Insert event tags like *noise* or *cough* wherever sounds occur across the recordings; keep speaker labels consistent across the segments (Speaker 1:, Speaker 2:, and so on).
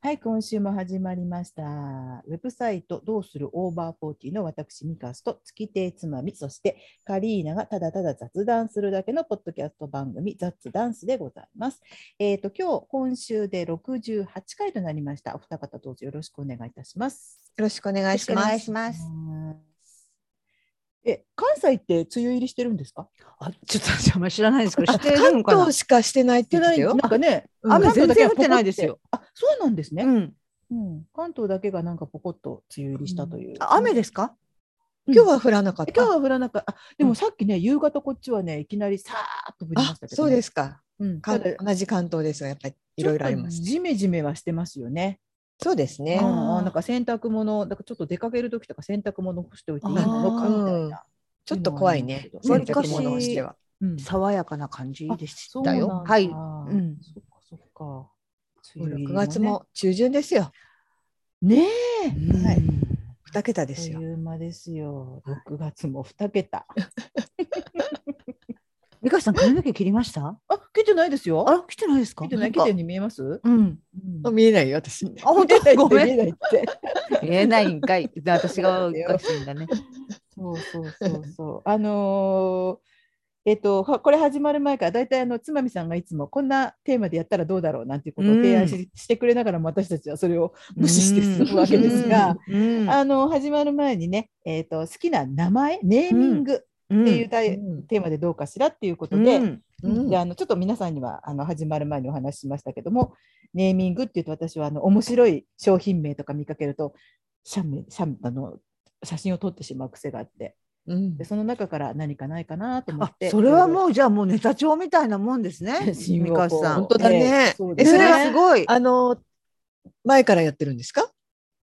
Speaker 1: はい、今週も始まりました。ウェブサイトどうするオーバーフォーティーの私、ミカスと月亭つまみ、そしてカリーナがただただ雑談するだけのポッドキャスト番組、雑ダンスでございます。えっ、と、今日、今週で68回となりました。お二方どうぞよろしくお願いいたします。
Speaker 2: よろしくお願いします。
Speaker 3: よろしくお願いし
Speaker 1: え、関西って梅雨入りしてるんですか
Speaker 3: あ、ちょっと私あんまり知らないですけど、
Speaker 2: あ
Speaker 3: してる
Speaker 2: 関
Speaker 3: のかな
Speaker 2: 東。しかしてないっ
Speaker 1: してて
Speaker 2: 言っ
Speaker 1: な
Speaker 2: てた
Speaker 1: い
Speaker 2: よ
Speaker 1: な。んかね、うん
Speaker 3: 雨
Speaker 1: 関東だけは
Speaker 3: 全然降ってないですよ
Speaker 1: ポコってあ、そうなんですね。
Speaker 3: うん。
Speaker 1: うん、関東だけがなんかポコッと梅雨入りしたという。
Speaker 3: あ雨ですか？
Speaker 1: うん
Speaker 2: 今日は降らなかった。
Speaker 1: 今日は降らなかった。あで
Speaker 2: う
Speaker 1: も
Speaker 2: ん
Speaker 1: さっきね、夕方こっちはね、いきなりさーっと降りま
Speaker 2: あ
Speaker 1: したけどね、
Speaker 2: そうですか。
Speaker 1: うん。
Speaker 2: か
Speaker 1: ただ
Speaker 2: 同じ関東ですが、やっぱりいろいろあります
Speaker 1: ちょっ
Speaker 2: ね。
Speaker 1: とジメジメはしてますよね。
Speaker 2: そうです
Speaker 1: あ
Speaker 2: ね
Speaker 1: ー。
Speaker 3: うん
Speaker 1: なんか洗濯物、だからちょっと出かける時とか洗濯物干しておいていいのか
Speaker 3: あー
Speaker 1: みたいな。
Speaker 2: ちょっと怖いね。
Speaker 1: うん
Speaker 2: 洗濯物をしては。
Speaker 1: うん
Speaker 3: 爽やかな感じでし
Speaker 1: そうな
Speaker 3: た
Speaker 1: んだ
Speaker 3: よ。はい。
Speaker 1: う
Speaker 3: うん
Speaker 1: そっかそっか。梅雨入り
Speaker 2: 6月も中旬ですよ。
Speaker 1: ね。ねえ。は。
Speaker 3: はい
Speaker 2: 二桁で
Speaker 1: と
Speaker 2: すよ。
Speaker 1: いう間ですよ。6月も2桁。
Speaker 3: 美香さん髪の毛切りました？
Speaker 1: あ、来てないですよ。
Speaker 3: あら、来てないですか？
Speaker 1: 来てない、来
Speaker 3: んか
Speaker 1: てるように見えます。
Speaker 3: うん。
Speaker 1: うん
Speaker 2: あ見えないよ、私。
Speaker 3: あ、本当ごめ
Speaker 1: 見え
Speaker 3: ん。
Speaker 1: ないって。
Speaker 3: 見えないんかい。私がおかしいん *laughs* だね。
Speaker 1: そうそうそうそう。あのーえっと、はこれ始まる前からだいたいあのつまみさんがいつもこんなテーマでやったらどうだろうなんていうことを提案し,、
Speaker 3: う
Speaker 1: してくれながらも私たちはそれを無視して進むわけですが、
Speaker 3: うん、うん
Speaker 1: あの始まる前にね、えっと好きな名前ネーミングっていうタイ、
Speaker 2: うん
Speaker 1: テーマでどうかしらっていうことで、
Speaker 3: うん
Speaker 2: うん
Speaker 1: であのちょっと皆さんにはあの始まる前にお話ししましたけどもネーミングっていうと私はあの面白い商品名とか見かけると写メ写あの写真を撮ってしまう癖があって
Speaker 2: うん
Speaker 1: でその中から何かないかなと思っ
Speaker 3: あ
Speaker 1: て、
Speaker 3: それはもうじゃあもうネタ帳みたいなもんですね。
Speaker 1: *laughs* 写真を
Speaker 3: 美香さん。
Speaker 1: こう
Speaker 2: 本当だね
Speaker 1: そうで
Speaker 3: え、
Speaker 1: す
Speaker 3: そ
Speaker 1: ね
Speaker 3: れはすごい。
Speaker 2: あの、前からやってるんですか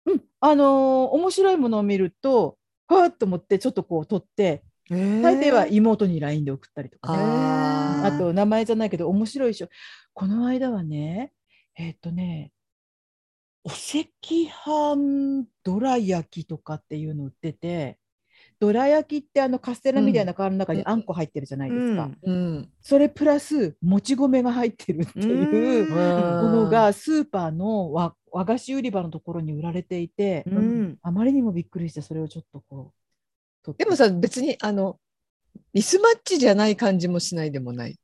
Speaker 1: うんあのー面白いものを見るとはーっと思ってちょっとこう撮って大
Speaker 3: 大
Speaker 1: 抵は妹に LINE で送ったりとかね、
Speaker 2: あー
Speaker 1: あと名前じゃないけど面白いでしょこの間はねえーっ、とねお赤飯どら焼きとかっていうの売っててどら焼きってあのカステラみたいな缶の中にあんこ入ってるじゃないですか、
Speaker 2: うん。
Speaker 1: それプラスもち米が入ってるっていう
Speaker 3: う
Speaker 1: も
Speaker 3: ん
Speaker 2: も
Speaker 1: のがスーパーの和和菓子売り場のところに売られていて、
Speaker 3: うん
Speaker 1: あまりにもびっくりしてそれをちょっとこう取って
Speaker 2: でもさ、別に、あの、ミスマッチじゃない感じもしないでもない。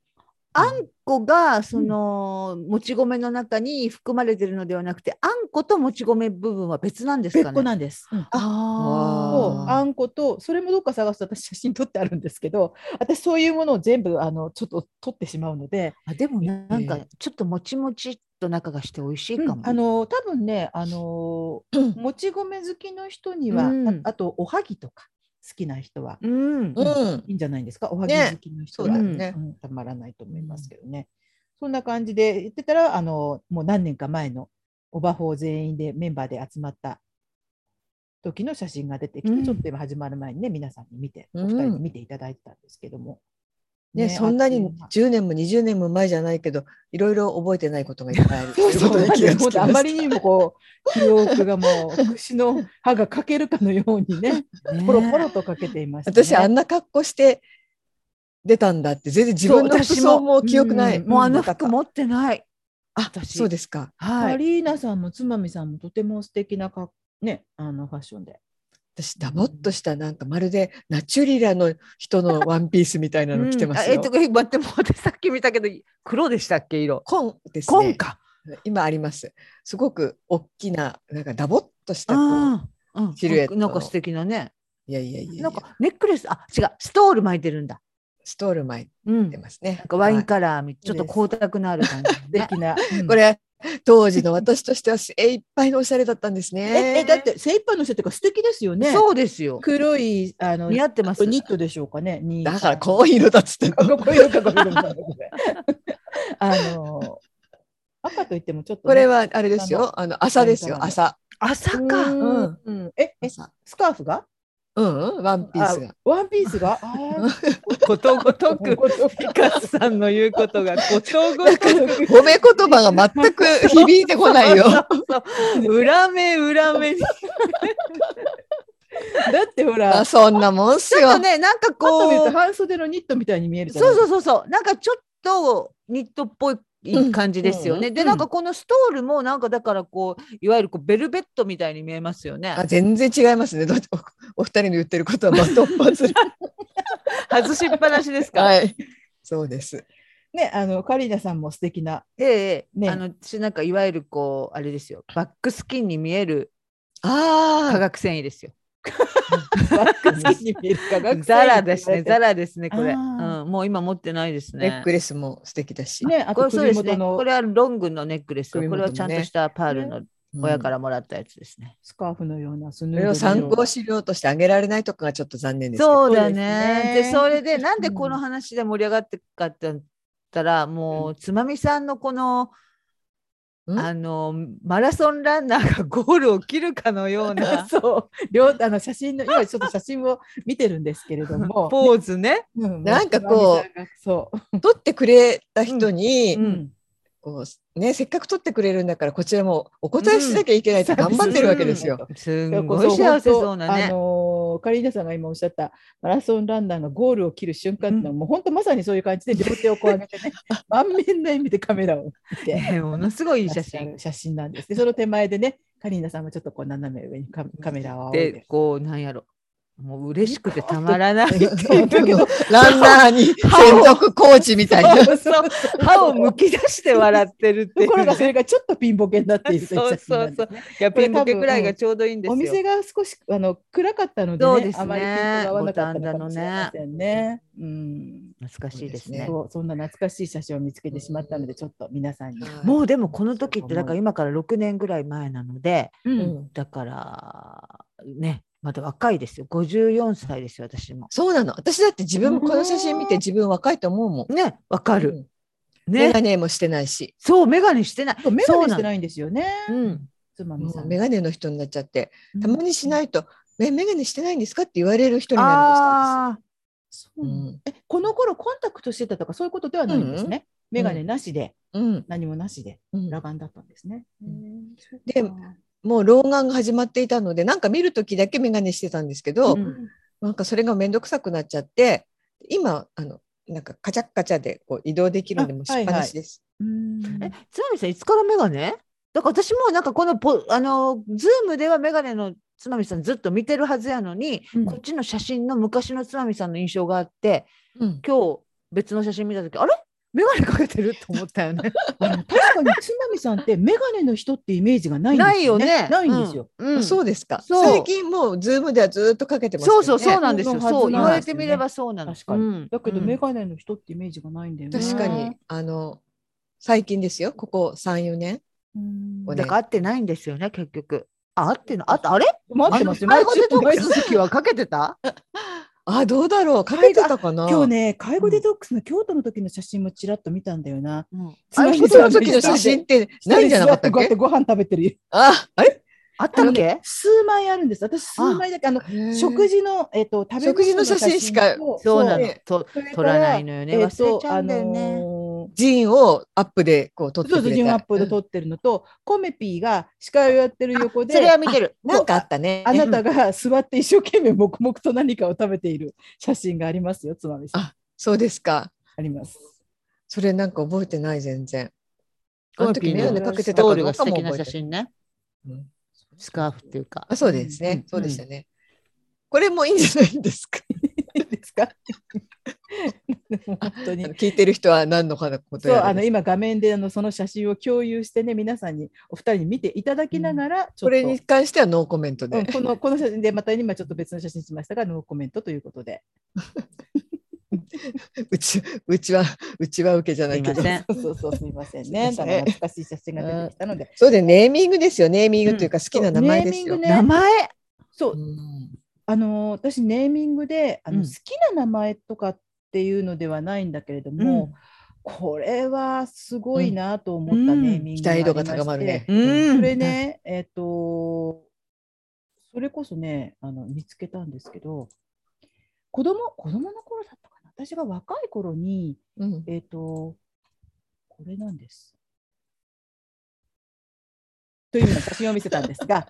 Speaker 3: あんこがその、もち米の中に含まれてるのではなくてあんこともち米部分は別なんですかね
Speaker 1: 別個なんです、うんそう
Speaker 3: あ
Speaker 2: あ
Speaker 1: あんことそれもどっか探すと私写真撮ってあるんですけど私そういうものを全部あのちょっと撮ってしまうので、
Speaker 3: あでもねなんか
Speaker 2: ええ
Speaker 3: ちょっともちもちっと中がして美味しいかも、
Speaker 1: あの多分ねあのーもち米好きの人には、
Speaker 3: うん
Speaker 1: ああとおはぎとか好きな人は
Speaker 3: うん
Speaker 2: うん。
Speaker 1: いいんじゃないですかおはぎ
Speaker 2: ね
Speaker 1: 好きの人
Speaker 2: そう
Speaker 1: は、
Speaker 2: だよ
Speaker 1: うん
Speaker 2: ね。
Speaker 1: たまらないと思いますけどね、そんな感じで言ってたらあのもう何年か前のオバフォー全員でメンバーで集まった時の写真が出てきて、
Speaker 3: うん
Speaker 1: ちょっと今始まる前にね皆さんに見て、
Speaker 2: うん
Speaker 1: お二人に見ていただいてたんですけども。
Speaker 2: ね、そんなに
Speaker 1: あっという
Speaker 2: 10年も20年も前じゃないけど、いろいろ覚えてないことがいっぱいあ
Speaker 3: *laughs*
Speaker 2: る
Speaker 1: 間そうそう
Speaker 2: という
Speaker 1: そう
Speaker 2: ことで気がつきました
Speaker 1: あまりにもこう記憶がもう串の歯が欠けるかのようにね
Speaker 3: ね
Speaker 1: ポロポロと欠けていました、ね。
Speaker 2: 私、あんな格好して出たんだって、全然自分の
Speaker 3: そう
Speaker 2: 服
Speaker 3: 私も
Speaker 2: 装も記憶ない。
Speaker 1: ん
Speaker 3: もうあの
Speaker 2: なかった
Speaker 3: 服持ってない
Speaker 2: あ、
Speaker 3: 私
Speaker 2: そうですか。
Speaker 3: は
Speaker 1: マ
Speaker 3: い
Speaker 1: リーナさんもつまみさんもとても素敵なかねあのファッションで。
Speaker 2: 私、ダボっとした、なんかまるでナチュリラの人のワンピースみたいなの着てま
Speaker 3: う
Speaker 2: す
Speaker 3: んあえ
Speaker 2: よ
Speaker 3: っ。と待ってもう私さっき見たけど黒でしたっけ色
Speaker 2: 紺ですね。
Speaker 3: 紺か、
Speaker 2: 今あります。すごく大きな、なんかダボっとしたこう。
Speaker 3: ああうん
Speaker 2: シルエット
Speaker 3: なんか素敵なね
Speaker 2: いやいやいやいや
Speaker 3: なんかネックレスあ違うストール巻いてるんだ
Speaker 2: ストール巻い
Speaker 3: うん
Speaker 2: てますね。
Speaker 3: なんかワイ
Speaker 2: は
Speaker 3: ン
Speaker 2: い
Speaker 3: カラーみ、ちょっと光沢のある感じ、
Speaker 1: 素
Speaker 3: ね。
Speaker 1: 敵な。うん
Speaker 2: これ、当時の私としては精一杯のおしゃれだったんです
Speaker 1: え
Speaker 2: ね。
Speaker 1: えだって精一杯の人っていうか素敵ですよね。
Speaker 3: そう *laughs* ですよ。
Speaker 1: 黒いあの
Speaker 3: 似合ってます。
Speaker 1: ニットでしょうかね。に
Speaker 2: だからこういう色だっつってん
Speaker 1: あ
Speaker 2: の。
Speaker 1: こういうのかこういうのかごめん *laughs* あの赤といってもちょっとね、
Speaker 2: *laughs* これはあれですよ。あの朝です
Speaker 1: なん
Speaker 2: よ。
Speaker 1: か
Speaker 2: 朝。
Speaker 3: 朝
Speaker 1: う
Speaker 3: か。
Speaker 1: ー
Speaker 2: うん
Speaker 1: ん。うん。ええ
Speaker 2: 朝
Speaker 1: スカーフが？
Speaker 2: うんうん。ワンピースが
Speaker 1: あ。ワンピースが。あー
Speaker 3: ことごとく。
Speaker 1: ピ
Speaker 3: ピカスさんの言うことがことご
Speaker 2: なん
Speaker 3: と
Speaker 2: か
Speaker 3: く。
Speaker 2: 褒め言葉が全く響いて
Speaker 1: *laughs*
Speaker 2: こないよ。
Speaker 3: *laughs* 裏目裏目に。ち
Speaker 1: だってほら。
Speaker 2: あそんなもんっす
Speaker 3: ょっと
Speaker 2: よ。
Speaker 3: ね、なんか
Speaker 1: パッと見る
Speaker 3: ことう。
Speaker 1: 半袖のニットみたいに見えるじゃな
Speaker 3: そ
Speaker 1: いう
Speaker 3: そうそうそう、なんかちょっとニットっぽいいい感じですよね。
Speaker 1: うん
Speaker 3: で
Speaker 2: うん
Speaker 3: なんかこのストールもなんかだからこういわゆるこうベルベットみたいに見えますよね
Speaker 2: あ。全然違いますね。どっちおお二人の言ってることはまとっ
Speaker 1: *laughs*
Speaker 2: ぱずれ。
Speaker 3: 外しっぱなしです *laughs* か。
Speaker 2: はい。そうです。
Speaker 1: ね、あのカリーナさんも素敵な、
Speaker 3: ええええ
Speaker 1: ね
Speaker 3: あの私なんかいわゆるこうあれですよバックスキンに見える化
Speaker 2: あ
Speaker 3: 学繊維ですよ。
Speaker 1: バックスキンに見える化 *laughs* 学繊維
Speaker 3: ザラですねザラですねこれ、
Speaker 1: あー
Speaker 3: うん。もう今持ってないです
Speaker 2: あ、ネッ
Speaker 3: ね。
Speaker 2: クレスも素敵だし。
Speaker 1: ね、あ
Speaker 3: ことれそうで
Speaker 1: 首
Speaker 3: すね。
Speaker 1: 元の
Speaker 3: これはロングのネックレス。こ
Speaker 2: 首元
Speaker 3: れ
Speaker 2: のね
Speaker 3: はちゃんとしたパールの親からもらったやつですね。
Speaker 1: スカーフのようなスヌ
Speaker 2: うん。
Speaker 1: ー
Speaker 2: それ
Speaker 1: ド
Speaker 2: を参考
Speaker 1: し
Speaker 2: 資料としてあげられないとかがちょっと残念ですけど。
Speaker 3: そうだ
Speaker 1: そう
Speaker 3: ね。
Speaker 1: で
Speaker 3: です
Speaker 1: ね
Speaker 3: それでなんでこの話で盛り上がってかって言ったらもうつまみさんのこの
Speaker 2: うん
Speaker 3: あのマラソンランナーがゴールを切るかのよう *laughs* な
Speaker 1: *laughs* そう両あの写真の今ちょっと写真を見てるんですけれど
Speaker 3: *laughs*
Speaker 1: も、
Speaker 3: ポーズね。
Speaker 1: うん
Speaker 2: なんかこう
Speaker 1: うそう、
Speaker 2: 取ってくれた人に、
Speaker 3: うん
Speaker 2: こうね、せっかく取ってくれるんだからこちらもお答えしなきゃいけないって頑張ってるわけですよ。
Speaker 3: す
Speaker 1: だ
Speaker 3: ん
Speaker 1: から
Speaker 3: ご
Speaker 1: こ
Speaker 3: い幸せそう
Speaker 1: 本
Speaker 3: な
Speaker 1: 当あ
Speaker 3: ね。
Speaker 1: のーカリーナさんが今おっしゃったマラソンランナーがゴールを切る瞬間っていうのは、もう本当まさにそういう感じで両手をこう上げて
Speaker 3: *laughs*
Speaker 1: ね満面の笑みでカメラを見て
Speaker 3: ねものすごいいい写
Speaker 1: いらっしゃ
Speaker 3: 真
Speaker 1: る写真なんです。でその手前でねカリーナさんがちょっとこう斜め上にカカメラを仰い
Speaker 3: で
Speaker 1: で。
Speaker 3: こうなんやろもう嬉しくてたまらない
Speaker 2: *laughs* ランナーに専属コーチみたいな。
Speaker 3: *laughs*
Speaker 1: そうそう
Speaker 3: 歯をむき出して笑ってるってい
Speaker 1: と
Speaker 3: う
Speaker 1: ころがそれがちょっとピンボケになっているとい
Speaker 3: そう
Speaker 1: 写真
Speaker 3: そ
Speaker 1: なん
Speaker 3: う
Speaker 1: です
Speaker 3: そう。いや
Speaker 1: これ
Speaker 3: ピンボケくらいがちょうどいいんですよ。
Speaker 1: お店が少しあの暗かったので,、ね
Speaker 3: そうですね
Speaker 1: あまりピントが合わなかったのかもしれませんね。うん
Speaker 3: 懐かしいですね。
Speaker 1: そうそんな懐かしい写真を見つけてしまったので、ちょっと皆さんに。
Speaker 3: もうでもこの時ってだから今から6年ぐらい前なので、
Speaker 1: うん
Speaker 2: うん
Speaker 3: だからねまだ若いですよ54歳ですよ私も。
Speaker 2: そうなの。私だって自分もこの写真見て自分若いと思うもん。
Speaker 3: ねわかる。
Speaker 2: うん。メ
Speaker 3: ね
Speaker 2: ガネもしてないし。
Speaker 3: そうメガネしてない。
Speaker 1: そうメガ
Speaker 3: そ
Speaker 1: ネ
Speaker 3: うな
Speaker 1: し
Speaker 3: の
Speaker 1: てないんですよね。
Speaker 3: うん、
Speaker 1: つまみ
Speaker 2: も
Speaker 1: さ。
Speaker 2: うんメガネの人になっちゃって、たまにし
Speaker 1: い。
Speaker 2: ないと、え、メガネしてないんですかって言われる人にな
Speaker 3: ああ
Speaker 1: そう
Speaker 2: りました。
Speaker 1: えこの頃コンタクトしてたとかそういうことではないんですね。メガネなしで、
Speaker 2: うん。うん
Speaker 1: 何もなしで
Speaker 2: うん
Speaker 1: 裸眼だったんですね。
Speaker 2: ん
Speaker 1: へー
Speaker 2: でもう老眼が始まっていたので、なんか見るときだけメガネしてたんですけど、
Speaker 3: うん
Speaker 2: なんかそれがめんどくさくなっちゃって、今、あの、なんかカチャッカチャでこう移動できるので
Speaker 1: あ
Speaker 2: もうしっぱなしです。
Speaker 1: うん
Speaker 3: えつまみさんいつからメガネだから私もなんかこのポあのズームではメガネのつまみさんずっと見てるはずやのに、
Speaker 1: うん
Speaker 3: こっちの写真の昔のつまみさんの印象があって
Speaker 2: うん
Speaker 3: 今日別の写真見た時あれメガネかけてると思ったよね。
Speaker 1: あの確かにつまみさんってメガネの人ってイメージが *laughs* ないんです
Speaker 3: ないよね。
Speaker 1: ないんですよ。
Speaker 3: うん。うん
Speaker 2: あそうですか。
Speaker 3: そう
Speaker 2: 最近もうズームではずっとかけてますけ
Speaker 3: そ
Speaker 2: ど
Speaker 3: うそうそう
Speaker 2: ね
Speaker 3: なんですよ。
Speaker 1: のはず
Speaker 3: そう言
Speaker 1: なんですよね
Speaker 3: われてみればそうなの。
Speaker 1: 確かに
Speaker 3: うん
Speaker 1: だけど
Speaker 3: うん
Speaker 1: メガネの人ってイメージがないんだよね。
Speaker 2: 確かに、あの、最近ですよ。ここ3、4年。
Speaker 1: うん
Speaker 2: お
Speaker 3: だから合ってないんですよね結局。あ合ってんのああれ？
Speaker 1: 待ってますよ。
Speaker 3: あ
Speaker 1: 毎
Speaker 3: の
Speaker 1: 週
Speaker 3: 介護デトッ
Speaker 1: 毎
Speaker 3: クス
Speaker 1: 週
Speaker 3: の時はかけてた？
Speaker 2: あ、どうだろう。かけてたかな。
Speaker 1: 今日ね、介護デトックスの京都の時の写真もちらっと見たんだよな。
Speaker 3: うん
Speaker 1: つまみ
Speaker 2: 京
Speaker 1: さん
Speaker 2: 都の時の写真ってないんじゃなかった
Speaker 1: 一人で座
Speaker 2: っ
Speaker 1: こうやて
Speaker 2: け
Speaker 1: ご飯食べてる。
Speaker 2: あ、あれ
Speaker 3: あったっけ？
Speaker 1: 数枚あるんです。私数枚だけあの食
Speaker 2: 食事
Speaker 1: 事のえっと食べ
Speaker 2: 食事の写真しか
Speaker 1: と
Speaker 3: そうなの
Speaker 1: そ。
Speaker 3: と
Speaker 1: それから
Speaker 3: 取らないのよ
Speaker 1: う
Speaker 3: ね。
Speaker 1: えっ
Speaker 3: 忘れ
Speaker 1: と
Speaker 3: ちゃ
Speaker 1: あ
Speaker 3: うんだよね。
Speaker 1: のー
Speaker 2: ジーンをアップでこう撮って
Speaker 1: そう
Speaker 2: く
Speaker 1: そう、
Speaker 2: れ
Speaker 1: ジムア
Speaker 2: た
Speaker 1: ップで撮ってるのと、コメピーが司会をやってる横で、
Speaker 3: それは見てる。
Speaker 2: なんかあったね。
Speaker 1: あなたが座って一生懸命黙々と何かを食べている写真がありますよ、つまみさん。
Speaker 2: あそうですか。
Speaker 1: あります。
Speaker 2: それなんか覚えてない全然。
Speaker 3: こ
Speaker 2: こ
Speaker 3: の
Speaker 2: の
Speaker 3: 時
Speaker 2: 時
Speaker 3: の
Speaker 2: メガネかけて
Speaker 3: ス
Speaker 2: た
Speaker 3: ト
Speaker 2: か
Speaker 3: ール
Speaker 2: ど
Speaker 3: が
Speaker 2: う
Speaker 3: 素
Speaker 2: かも
Speaker 3: 敵な
Speaker 2: 覚え
Speaker 3: 写
Speaker 2: てない。
Speaker 3: 真ね。
Speaker 2: うん
Speaker 3: スカーフっていうか。
Speaker 2: あそうですね、
Speaker 1: うん
Speaker 2: そうでしたね。これもいいんじゃないですか。
Speaker 1: いいです
Speaker 2: *laughs*
Speaker 1: か本当
Speaker 2: あ
Speaker 1: に
Speaker 2: の。聞いてる人は何のこと
Speaker 1: そう
Speaker 2: や
Speaker 1: あ
Speaker 2: ら
Speaker 1: の
Speaker 2: です
Speaker 1: 今画面であのその写真を共有してね皆さんにお二人に見ていただきながら、ちょっと
Speaker 2: これに関してはノーコメント
Speaker 1: うん
Speaker 2: で。
Speaker 1: このこの写真でまた今ちょっと別の写真しましたがノーコメントということで
Speaker 2: うちうちはうちは受けじゃないけ
Speaker 3: す
Speaker 2: ど
Speaker 3: いま。せん
Speaker 1: *laughs* そうそうそうすみません
Speaker 2: そう
Speaker 1: ね
Speaker 2: です
Speaker 1: だ
Speaker 2: ね
Speaker 1: から懐かしい写真が出てきたので
Speaker 2: そうでネーミングですよネーミングというか好きな名前ですよ。
Speaker 1: そうネーミングね
Speaker 3: 名前
Speaker 1: そう
Speaker 2: うん
Speaker 1: あのー私ネーミングであの、
Speaker 3: うん
Speaker 1: 好きな名前とかっていうのではないんだけれども、これはすごいなと思った
Speaker 3: うん
Speaker 1: ネーミング
Speaker 2: 期
Speaker 1: があり
Speaker 2: 待
Speaker 1: まして、
Speaker 2: 度が高まるね。
Speaker 3: うん
Speaker 1: これね、えっ、と、それこそね、あの見つけたんですけど、子供子供の頃だったかな、私が若い頃に、
Speaker 2: うん
Speaker 1: えっ、と、これなんです。というような写真を見せたんです
Speaker 3: *laughs*
Speaker 1: が、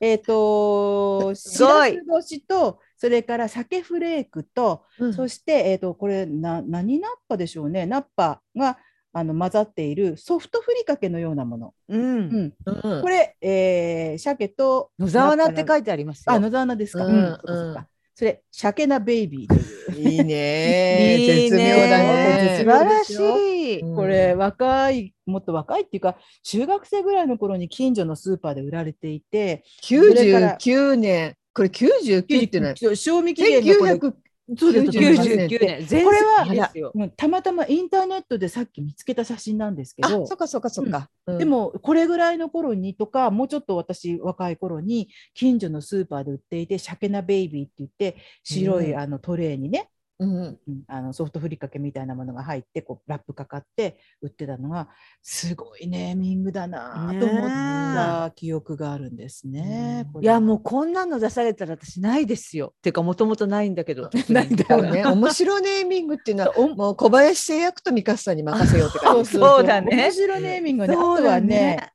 Speaker 1: えっと、し
Speaker 3: すご
Speaker 1: ら
Speaker 3: い
Speaker 1: す干しと、それから鮭フレークと、そして、えっと、これな、何ナッパでしょうね、ナッパが、あの混ざっているソフトふりかけのようなもの。
Speaker 3: う。
Speaker 1: うんん、
Speaker 2: うん
Speaker 1: これ、えー鮭と
Speaker 3: 野沢菜って書いてありますよ。
Speaker 1: あ野沢菜ですか。
Speaker 2: う
Speaker 1: うんん、そうかそう
Speaker 2: うん
Speaker 1: か。それ鮭なベイビーという。
Speaker 2: いいね
Speaker 3: いいね
Speaker 2: 絶妙だ
Speaker 1: 絶
Speaker 2: ね
Speaker 3: 素晴らしい。
Speaker 2: うん
Speaker 1: これ若いもっと若いっていうか中学生ぐらいの頃に近所のスーパーで売られていて
Speaker 2: 99年これ99っていうのは
Speaker 1: そう賞味期限のこれ
Speaker 2: 1900
Speaker 1: そうですそうです
Speaker 2: 99
Speaker 3: 99年。全
Speaker 1: これは
Speaker 3: 席ですよ。
Speaker 1: うんたまたまインターネットでさっき見つけた写真なんですけ
Speaker 3: あ、
Speaker 1: ど
Speaker 3: そっかそっかそっか。
Speaker 1: でもこれぐらいの頃にとかもうちょっと私若い頃に近所のスーパーで売っていて鮭なベイビーって言って白い
Speaker 2: うん
Speaker 1: あのトレーにね、
Speaker 2: うん
Speaker 1: うんあのソフトふりかけみたいなものが入ってこうラップかかって売ってたのがすごいネーミングだなと思った記憶があるんですね
Speaker 2: うん。
Speaker 1: こ
Speaker 3: い
Speaker 1: れ
Speaker 3: やもうこんなの出されたら私ないですよ。ていうかもともとないんだけど。 *laughs* ないんだ
Speaker 2: そうね面白ネーミングっていうのはもう小林製薬と三笠さんに任せようっ
Speaker 1: *laughs*
Speaker 2: て
Speaker 1: そ
Speaker 2: 感
Speaker 1: う
Speaker 2: じ
Speaker 1: そうそう
Speaker 3: そうだね
Speaker 1: 面白ネーミングね。あ
Speaker 3: そう
Speaker 1: と
Speaker 3: だ
Speaker 1: は
Speaker 3: ね
Speaker 1: ね。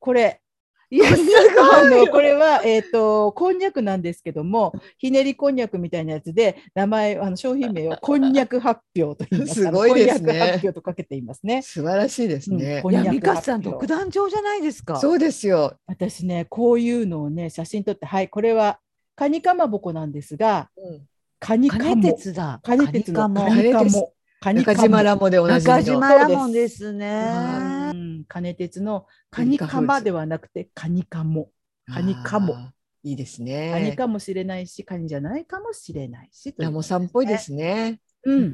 Speaker 1: これ
Speaker 3: いやす
Speaker 1: あ
Speaker 3: ごい
Speaker 1: のこれはえっ、とこんにゃくなんですけどもひねりこんにゃくみたいなやつで名前あの商品名をこんにゃく発表と言います。 *laughs*
Speaker 2: すごいで
Speaker 1: あ
Speaker 2: すね
Speaker 1: のこんにゃく発表とかけていますね。
Speaker 2: 素晴らしいですね、
Speaker 1: うん
Speaker 3: い
Speaker 1: こん
Speaker 3: や
Speaker 1: にゃく
Speaker 3: 美香さん
Speaker 1: 発表
Speaker 3: 独壇場じゃないですか。
Speaker 2: そうですよ
Speaker 1: 私ねこういうのをね写真撮ってはいこれはカニかまぼこなんですが。カニカ
Speaker 3: 金
Speaker 1: モ。
Speaker 3: 鉄だ。
Speaker 1: カニ鉄の
Speaker 3: カ
Speaker 1: カニ
Speaker 3: ニカ
Speaker 1: カ
Speaker 2: カニ鉄
Speaker 1: モ。カニ
Speaker 2: 中
Speaker 1: カモ
Speaker 2: 島ラモでお
Speaker 3: モ
Speaker 2: なじみ
Speaker 3: 中
Speaker 2: の
Speaker 3: 島ラモンですね
Speaker 1: う。んカニ鉄のカニカマではなくてカニカモ。カニカモ
Speaker 2: あーいいです
Speaker 1: カニ
Speaker 2: ね
Speaker 1: かもしれないし、カニじゃないかもしれないし。
Speaker 2: ラモさんっぽいですね
Speaker 1: う。
Speaker 3: うん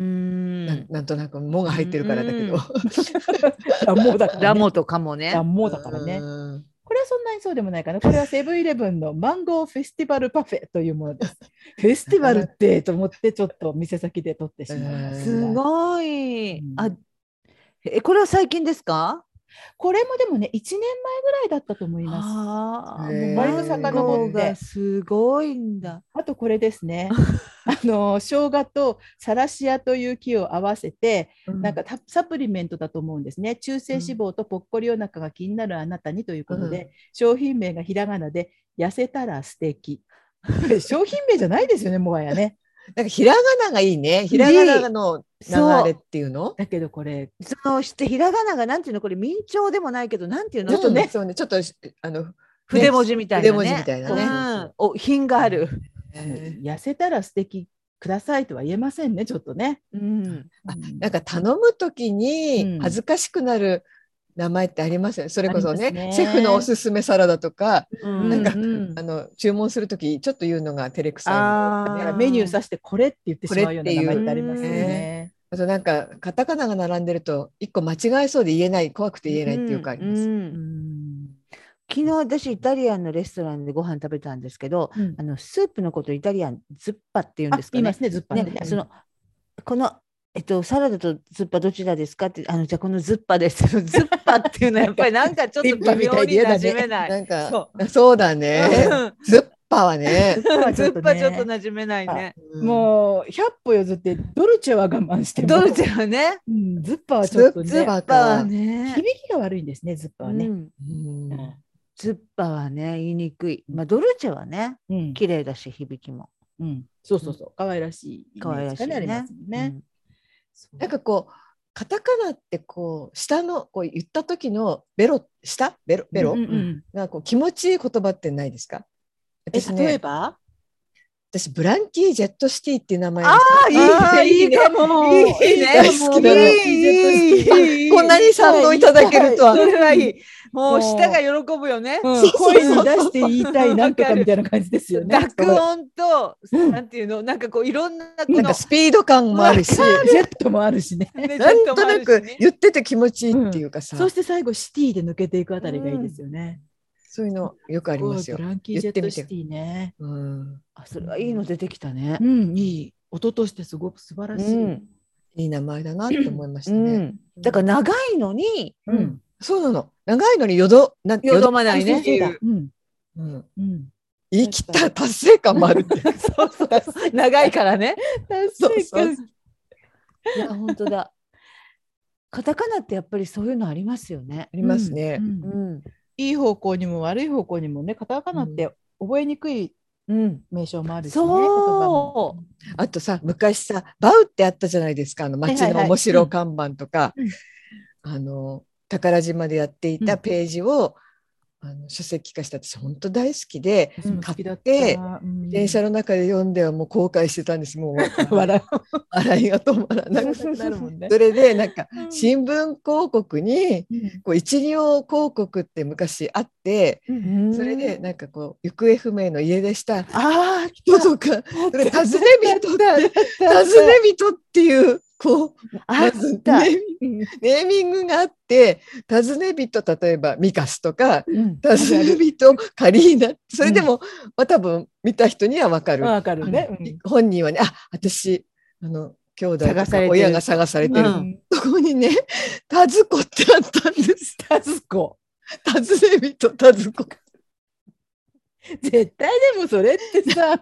Speaker 3: ん
Speaker 2: ななんとなく「も」が入ってるからだけど
Speaker 3: うん
Speaker 1: ラモだから、ね。
Speaker 3: ラモとカモ
Speaker 1: ラ
Speaker 3: ね。
Speaker 1: モだからね。
Speaker 2: うん
Speaker 1: これはそんなにそうでもないかな。これはセブンイレブンのマンゴーフェスティバルパフェというものです。 *laughs* フェスティバルってと思って、ちょっと店先で撮ってしまいま
Speaker 3: す
Speaker 1: すが。
Speaker 3: ごい。
Speaker 1: うん
Speaker 3: あ、えこれは最近ですか？
Speaker 1: これもでもね、1年前ぐらいだったと思います。
Speaker 3: ああ、
Speaker 2: へー
Speaker 3: もうマンゴーがすごいんだ。
Speaker 1: あとこれです
Speaker 3: *laughs*
Speaker 1: ね。あの生姜とサラシアという木を合わせて、なんかタサプリメントだと思うんですね。中性脂肪とぽっこりお腹が気になるあなたにということで、
Speaker 2: う
Speaker 1: 商品名がひらがなで痩せたら素
Speaker 3: *laughs*
Speaker 1: 敵。商品名じゃないですよね、もはやね。
Speaker 2: なんかひらがながいいね。ひらがなの流れっていうの。
Speaker 1: だけどこれ、
Speaker 3: そのしてひらがながなんていうのこれ明朝でもないけどなんていうの
Speaker 2: ちょっと
Speaker 3: う
Speaker 2: ね、
Speaker 3: ん
Speaker 2: そうね、ちょっとあの
Speaker 3: 筆文字みたいなね。
Speaker 2: 筆文字みたいなね
Speaker 3: うんお品がある。
Speaker 2: ね
Speaker 1: 痩せたら素敵くださいとは言えませんね、ちょっとね。
Speaker 3: うん。
Speaker 2: あ
Speaker 1: うん
Speaker 2: なんか頼むとき
Speaker 1: う
Speaker 2: に
Speaker 1: ん
Speaker 2: 恥ずかしくなる名前ってありますよね。それこそ
Speaker 1: あ
Speaker 2: ね、
Speaker 1: りますね
Speaker 2: シェフのおすすめサラダとか、
Speaker 3: うん
Speaker 2: なんか
Speaker 1: うん
Speaker 2: あの注文するときちょっと言うのが照れくさいの。
Speaker 3: あ
Speaker 1: だ
Speaker 3: ー
Speaker 1: からメニューさしてこれって言ってしまうような名前
Speaker 2: こ
Speaker 1: っ
Speaker 2: れって
Speaker 3: いう
Speaker 1: ありますよね。
Speaker 2: あとなんかカタカナが並んでると一個間違えそうで言えない、怖くて言えないっていうかあります。
Speaker 3: うん
Speaker 1: う
Speaker 3: う
Speaker 1: んん
Speaker 3: 昨日私イタリアンのレストランでご飯食べたんですけど、あのスープのことイタリアンズッパって言うん
Speaker 1: あ
Speaker 3: ですか
Speaker 1: 言いま
Speaker 3: ね。
Speaker 1: すね、ずっぱ
Speaker 3: ね
Speaker 1: ね。
Speaker 3: そのこのえっと、サラダとズッパどちらですかってあのじゃあこのズッパですズッパっていうのはやっぱりなんかちょっと微妙になじめない。
Speaker 2: なんか
Speaker 3: そ
Speaker 2: そうだね。
Speaker 3: うん
Speaker 2: ズッパはね。
Speaker 3: *laughs* ズッパちょっとなじめないね。
Speaker 2: う
Speaker 1: *laughs*
Speaker 2: ん
Speaker 1: もう100歩譲ってドルチェは我慢しても
Speaker 3: ドルチェはね。
Speaker 1: うん、ズッパーはちょっとね
Speaker 2: ズッパー
Speaker 3: ズッパはね。
Speaker 1: 響きが悪いんですねズッパーはね。
Speaker 3: うん
Speaker 2: うん
Speaker 3: ズッパはね言いにくい。まあドルチェはね
Speaker 1: うん
Speaker 3: 綺麗だし響きも
Speaker 1: うん、そうそうそう可愛らしいイメ
Speaker 3: 可愛
Speaker 1: ー
Speaker 3: ら
Speaker 1: ジ
Speaker 3: しい
Speaker 1: がねありま
Speaker 3: ね
Speaker 1: す。もんね。そう
Speaker 2: なんかこうカタカナってこう下のこう言った時のベロ下ベロベロ、
Speaker 1: うんうん
Speaker 2: がこう気持ちいい言葉ってないですか
Speaker 1: え
Speaker 2: 私
Speaker 1: 例え
Speaker 2: ね
Speaker 1: ば
Speaker 2: 私ブランキー・ジェット・シティっていう名前が
Speaker 3: ああいいいいかも。いいね。
Speaker 2: 大好きなの
Speaker 3: いい
Speaker 2: こんなに賛同いただけるとは
Speaker 3: それはいい。もう舌が喜ぶよね。
Speaker 1: うん
Speaker 2: そうそう
Speaker 1: 声
Speaker 2: そう
Speaker 1: に出して言いたいなんとかみたいな感じですよね。
Speaker 3: 濁音と、
Speaker 1: うん
Speaker 3: なんていうの、なんかこういろんなこ
Speaker 2: な
Speaker 3: の、
Speaker 2: んかスピード感もあるし
Speaker 1: ジェットもあるしね。
Speaker 3: ね
Speaker 2: なんと
Speaker 3: ジェ
Speaker 2: な
Speaker 3: ットもあ
Speaker 2: く
Speaker 3: るしね
Speaker 2: 言ってて気持ちいいっていうかさ、
Speaker 1: そして最後シティで抜けていくあたりがいいですよね。
Speaker 2: そういうのよくありますよ
Speaker 1: ブ。ランキー・ジェット・シティね。
Speaker 2: うん、
Speaker 3: あそれはいいの出てきたね
Speaker 1: う。ん、いい。音としてすごく素晴らしい。
Speaker 3: うん
Speaker 2: いい名前だなって思いました
Speaker 3: う
Speaker 2: ね。
Speaker 3: ん、だから長いのに、
Speaker 1: うん
Speaker 2: そうなの長いのによどなん
Speaker 3: よどまないね
Speaker 1: そうそうだうん。
Speaker 2: うん、
Speaker 1: うん。
Speaker 2: 言い切った達成感もあるっていうか
Speaker 3: そうそうそう長いからね。
Speaker 2: そうそう
Speaker 3: いや本当だ。カタカナってやっぱりそういうのありますよね
Speaker 2: あ。りますね。
Speaker 1: うんうん
Speaker 3: ん、
Speaker 1: いい方向にも悪い方向にもね、カタカナって覚えにくい
Speaker 3: うん、
Speaker 1: 名称もあるしね、言葉も。
Speaker 3: そう。
Speaker 2: あとさ昔さバウってあったじゃないですかあの
Speaker 1: いはい
Speaker 2: 街の面白看板とか、あの宝島でやっていたページを、あの書籍化した私本当大好きで
Speaker 1: 私も好きだっ
Speaker 2: 買って
Speaker 1: た。うん
Speaker 2: 電車の中で読んではもう後悔してた
Speaker 1: *laughs*
Speaker 2: んですもう笑う笑いが止まらなくな
Speaker 1: なる
Speaker 2: る
Speaker 1: もんね
Speaker 2: それでなんか
Speaker 1: うん
Speaker 2: 新聞広告に
Speaker 1: うん
Speaker 2: こう一行広告って昔あって
Speaker 1: うん
Speaker 2: それでなんかこう行方不明の家でした
Speaker 1: あ
Speaker 2: 人とか
Speaker 1: あ、
Speaker 2: それ尋ね人っ
Speaker 1: あって
Speaker 2: 尋ね人っていうこう
Speaker 3: あ
Speaker 2: ま
Speaker 3: っ
Speaker 2: ず
Speaker 3: た。
Speaker 2: ネネーミングがあって尋ね人例えばミカスとか
Speaker 3: うん
Speaker 2: 尋ね人カリーナそれでも、まあ、多分見た人には分かる。
Speaker 1: わかるね。
Speaker 2: 本人はね、あ、私、あの、兄弟と
Speaker 3: 探
Speaker 2: か
Speaker 3: されてる
Speaker 2: 親が探されてる。
Speaker 3: うん
Speaker 2: そこにね、田ズコってあったんです。
Speaker 1: タズコ。
Speaker 2: 田ズネと田ズコ。
Speaker 1: 絶対でもそれってさ、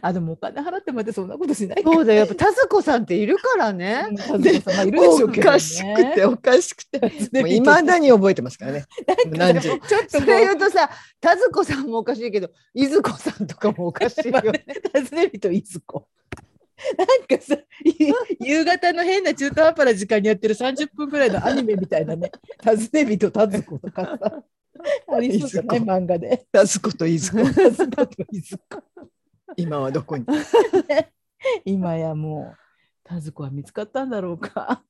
Speaker 1: あ、でもお金払ってまでそんなことしないか
Speaker 3: そうだよ。やっぱ田津子さんっているから
Speaker 1: ら
Speaker 3: ね。
Speaker 1: ね。タズコ様いるでしょ
Speaker 2: お
Speaker 1: うけどね。
Speaker 2: かしくて、おかしくて。
Speaker 1: で
Speaker 2: いまだに覚えてますからね。何時。
Speaker 1: ちょっ
Speaker 3: そ
Speaker 1: と
Speaker 3: れ
Speaker 1: ね
Speaker 3: 言うとさ、田津子さんもおかしいけど、伊豆子さんとかもおかしいよね。
Speaker 1: 尋ね人いずこ。なんかさ、い夕方の変な中途半端な時間にやってる30分ぐらいのアニメみたいなね、尋ね人タズコとかさ、ありそうじゃない
Speaker 2: いず
Speaker 1: 漫画で。
Speaker 2: 田ズコと伊豆子。
Speaker 1: タズコといずこ。
Speaker 2: 今はどこに
Speaker 1: 今やもう、タズコは見つかったんだろうか。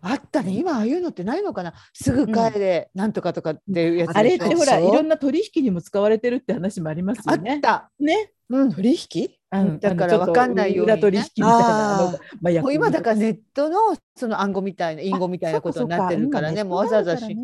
Speaker 3: あったね。今ああいうのってないのかな。すぐ帰れ、なんとかとかっていうやつでしょ。
Speaker 1: あれってほら、い
Speaker 2: そう
Speaker 1: ろんな取引にも使われてるって話もあります
Speaker 3: あ
Speaker 1: よ
Speaker 3: っ
Speaker 1: ね。
Speaker 3: た。
Speaker 1: ね。
Speaker 3: うん。
Speaker 2: 取引
Speaker 1: あの
Speaker 3: だから
Speaker 1: あのちょっと
Speaker 3: わかんないようにね
Speaker 1: 裏取引みたいな。あの
Speaker 3: あー
Speaker 1: まあ
Speaker 3: もう今だからネットのその暗号みたいな隠語みたいなことになってるからね。もうわざわざし、
Speaker 1: う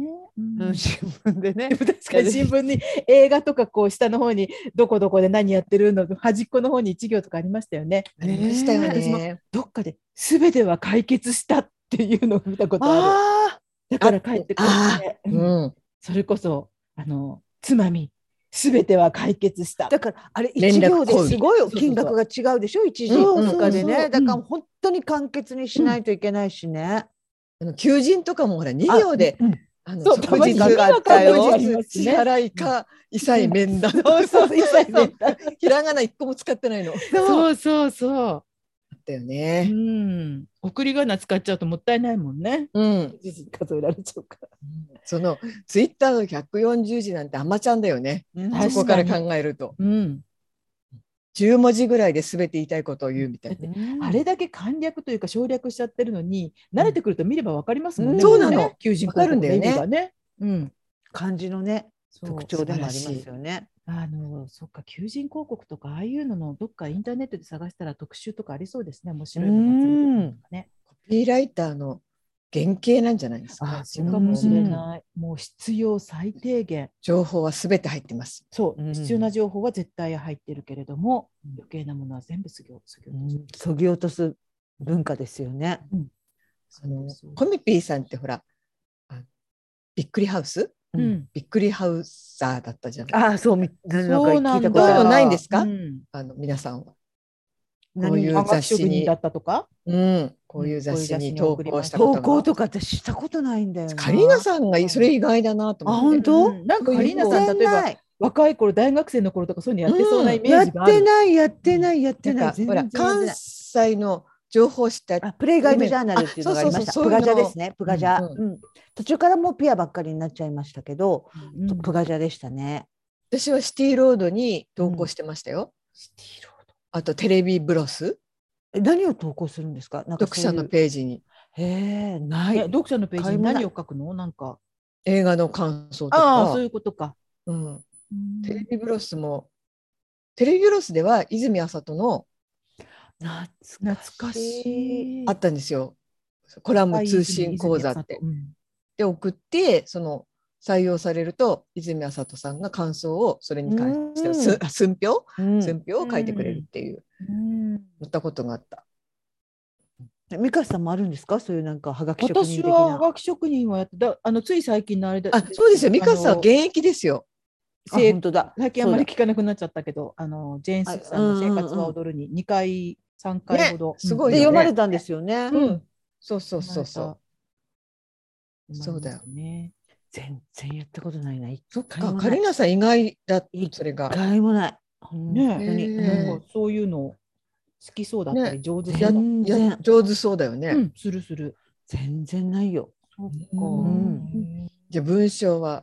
Speaker 3: うん、新聞でね *laughs*
Speaker 1: で。も確かに新聞に映画とかこう下の方にどこどこで何やってるの端っこの方に一行とかありましたよね。
Speaker 2: ありましたよ
Speaker 1: 私も
Speaker 2: ね。
Speaker 1: どっかで全ては解決したっていうのを見たことある。
Speaker 3: あ
Speaker 1: だから帰ってくる
Speaker 2: あ
Speaker 1: ね
Speaker 2: う
Speaker 1: うん
Speaker 2: ん。
Speaker 1: それこそあのつまみ全ては解決した
Speaker 3: *laughs* あ。。だからあれ
Speaker 2: 連
Speaker 3: 一
Speaker 2: 絡
Speaker 3: 行です
Speaker 1: そ
Speaker 3: ご
Speaker 1: う
Speaker 3: い
Speaker 1: そうそう
Speaker 3: 金額が違うでしょ。一時
Speaker 2: うん
Speaker 3: とかで
Speaker 1: そうそうそう
Speaker 3: ね。だから本当に簡潔にしないといけないしね。
Speaker 2: あの求人とかもほら2行で
Speaker 1: うん
Speaker 2: あの
Speaker 1: そう
Speaker 2: 即日
Speaker 1: たまに
Speaker 2: かかったよ
Speaker 1: 意味わかんない時あります
Speaker 2: 支
Speaker 1: ね
Speaker 2: 払いか異彩面談
Speaker 1: そう *laughs* そうそうそう
Speaker 2: ひらがな一個も使ってないの。あっ
Speaker 1: そうそうそう。
Speaker 2: たよ
Speaker 1: う
Speaker 2: ね。
Speaker 1: ん。送り仮名使っちゃうともったいないもんね。
Speaker 2: うん。
Speaker 1: 数えられちゃうから。
Speaker 2: そのツイッターの140字なんてあまちゃんだよね。
Speaker 1: 確か
Speaker 2: そ
Speaker 1: に
Speaker 2: こから考えると
Speaker 1: うん。
Speaker 2: 10文字ぐらいで全て言いたいことを言うみたいな。
Speaker 1: あれだけ簡略というか省略しちゃってるのに、慣れてくると見ればわかりますもん
Speaker 2: う
Speaker 1: ね。
Speaker 2: ん
Speaker 1: もね
Speaker 2: そうなの。
Speaker 1: 求人広告
Speaker 2: わかるんだよね
Speaker 1: の意味がね。うん。
Speaker 3: 漢字のね特徴でもありますよね。
Speaker 1: あの、そっか、求人広告とか、ああいうののどっかインターネットで探したら特集とかありそうですね。面白いもの集めてるとかね。
Speaker 2: コピーライターの原型なんじゃないですか。
Speaker 1: そうかもしれない。もう必要最低限。
Speaker 2: 情報は全て入ってます。
Speaker 1: そう、
Speaker 3: うん
Speaker 1: 必要な情報は絶対入ってるけれども、余計なものは全部すぎょ、すぎょ。
Speaker 3: そぎ落とす文化ですよね。
Speaker 2: あ
Speaker 1: そう
Speaker 2: の
Speaker 1: ですそうです
Speaker 2: コミピーさんってほらあのびっくりハウス
Speaker 1: うん
Speaker 2: びっくりハウサーだったじゃない
Speaker 3: ああ、そうみ、なんか
Speaker 1: そうな
Speaker 3: 聞
Speaker 1: ん
Speaker 3: い
Speaker 1: だ
Speaker 3: たことあ
Speaker 2: そういう
Speaker 3: る
Speaker 2: の。ないんですか
Speaker 1: うん
Speaker 2: あの皆さんは。
Speaker 1: 何
Speaker 2: こういう
Speaker 1: あ
Speaker 2: 雑誌
Speaker 1: 職人
Speaker 2: に
Speaker 1: だ、ったとか。
Speaker 2: うん、こういう雑誌に投稿したこ
Speaker 3: 投
Speaker 2: と
Speaker 3: 稿
Speaker 2: が。
Speaker 3: とかってしたことないんだよな。
Speaker 2: カリーナさんがそれ意外だなと
Speaker 3: あ、
Speaker 2: 思って。
Speaker 3: 本当？
Speaker 1: うんなんかカリーナさん、例えば、
Speaker 3: 全
Speaker 1: 若い頃大学生の頃とかそういうのやってそうなイメ
Speaker 3: 然な
Speaker 1: ー
Speaker 3: い
Speaker 1: ジがあ
Speaker 3: やっ
Speaker 1: る。
Speaker 3: てない、やってない、やって
Speaker 2: な
Speaker 3: なんい。
Speaker 2: か
Speaker 3: 全
Speaker 2: ほら
Speaker 3: 然やって
Speaker 2: 関
Speaker 3: ない
Speaker 2: 西の情報誌ってあ
Speaker 3: あプレイガイドジャーナルっていうのがありました。
Speaker 2: あそう
Speaker 3: プ
Speaker 2: そうそうそうい
Speaker 3: ガジ
Speaker 2: うの
Speaker 3: ャですね。プガジャ。
Speaker 2: うんう
Speaker 3: うん途中からもうピアばっかりになっちゃいましたけど、
Speaker 1: うん
Speaker 3: プガジャでしたね。
Speaker 2: 私はシティロードに投稿してましたよ。あとテレビブロス
Speaker 3: え何を投稿するんですか？なんか
Speaker 2: 読
Speaker 3: そういう
Speaker 2: 者のページに
Speaker 3: へえ、な
Speaker 1: え
Speaker 3: い。
Speaker 1: 読者のページ
Speaker 3: 買い
Speaker 1: に
Speaker 3: 物
Speaker 1: 何を書くのなんか。
Speaker 2: 映画の感想と
Speaker 1: ああ、
Speaker 2: か
Speaker 1: そうい、うことか。
Speaker 2: うん、テレビブロスもテレビブロスでは泉あさとの
Speaker 3: 懐
Speaker 1: 懐かしい。
Speaker 2: あったんですよコラム通信講座って。
Speaker 1: うん
Speaker 2: で送ってその採用されると泉あさとさんが感想をそれに関してはす *laughs*
Speaker 3: う
Speaker 2: 寸評
Speaker 3: うん
Speaker 2: 寸評を書いてくれるっていう
Speaker 1: うん
Speaker 2: 言ったことがあった。
Speaker 3: ミカさんもあるんですか？そういうなんかハガキ職
Speaker 1: 私
Speaker 3: 人的
Speaker 1: はは
Speaker 3: な。
Speaker 1: がき職人はやってだあのつい最近のあれだ
Speaker 2: あそうですよミカさんは現
Speaker 1: 現
Speaker 2: 役ですよ。
Speaker 3: あ本当だ。
Speaker 1: 最近あんまり聞かなくなっちゃったけどあのジェーン・スーさんの「生活は踊る」に2回3回ほど、
Speaker 2: ねすごい
Speaker 3: で
Speaker 2: よ
Speaker 3: 読
Speaker 2: ね
Speaker 3: まれたんですよね。
Speaker 2: うんそうそうそうそう。
Speaker 1: う
Speaker 2: そうだよ
Speaker 1: ね
Speaker 3: 全然やったことないな。一
Speaker 2: そっ
Speaker 3: 買い
Speaker 2: か
Speaker 3: 物
Speaker 2: カリーナさん意外だったそれが。
Speaker 3: 回もない。本当に。
Speaker 2: ね
Speaker 1: な
Speaker 2: え
Speaker 1: んかそういうの好きそうだったり
Speaker 2: ね
Speaker 1: 上手そうだ
Speaker 2: や
Speaker 1: ったり
Speaker 3: 全
Speaker 2: や
Speaker 3: 然
Speaker 2: 上手そうだよね。
Speaker 1: うん、するする。
Speaker 3: 全然ないよ。ん
Speaker 2: じゃあ文章は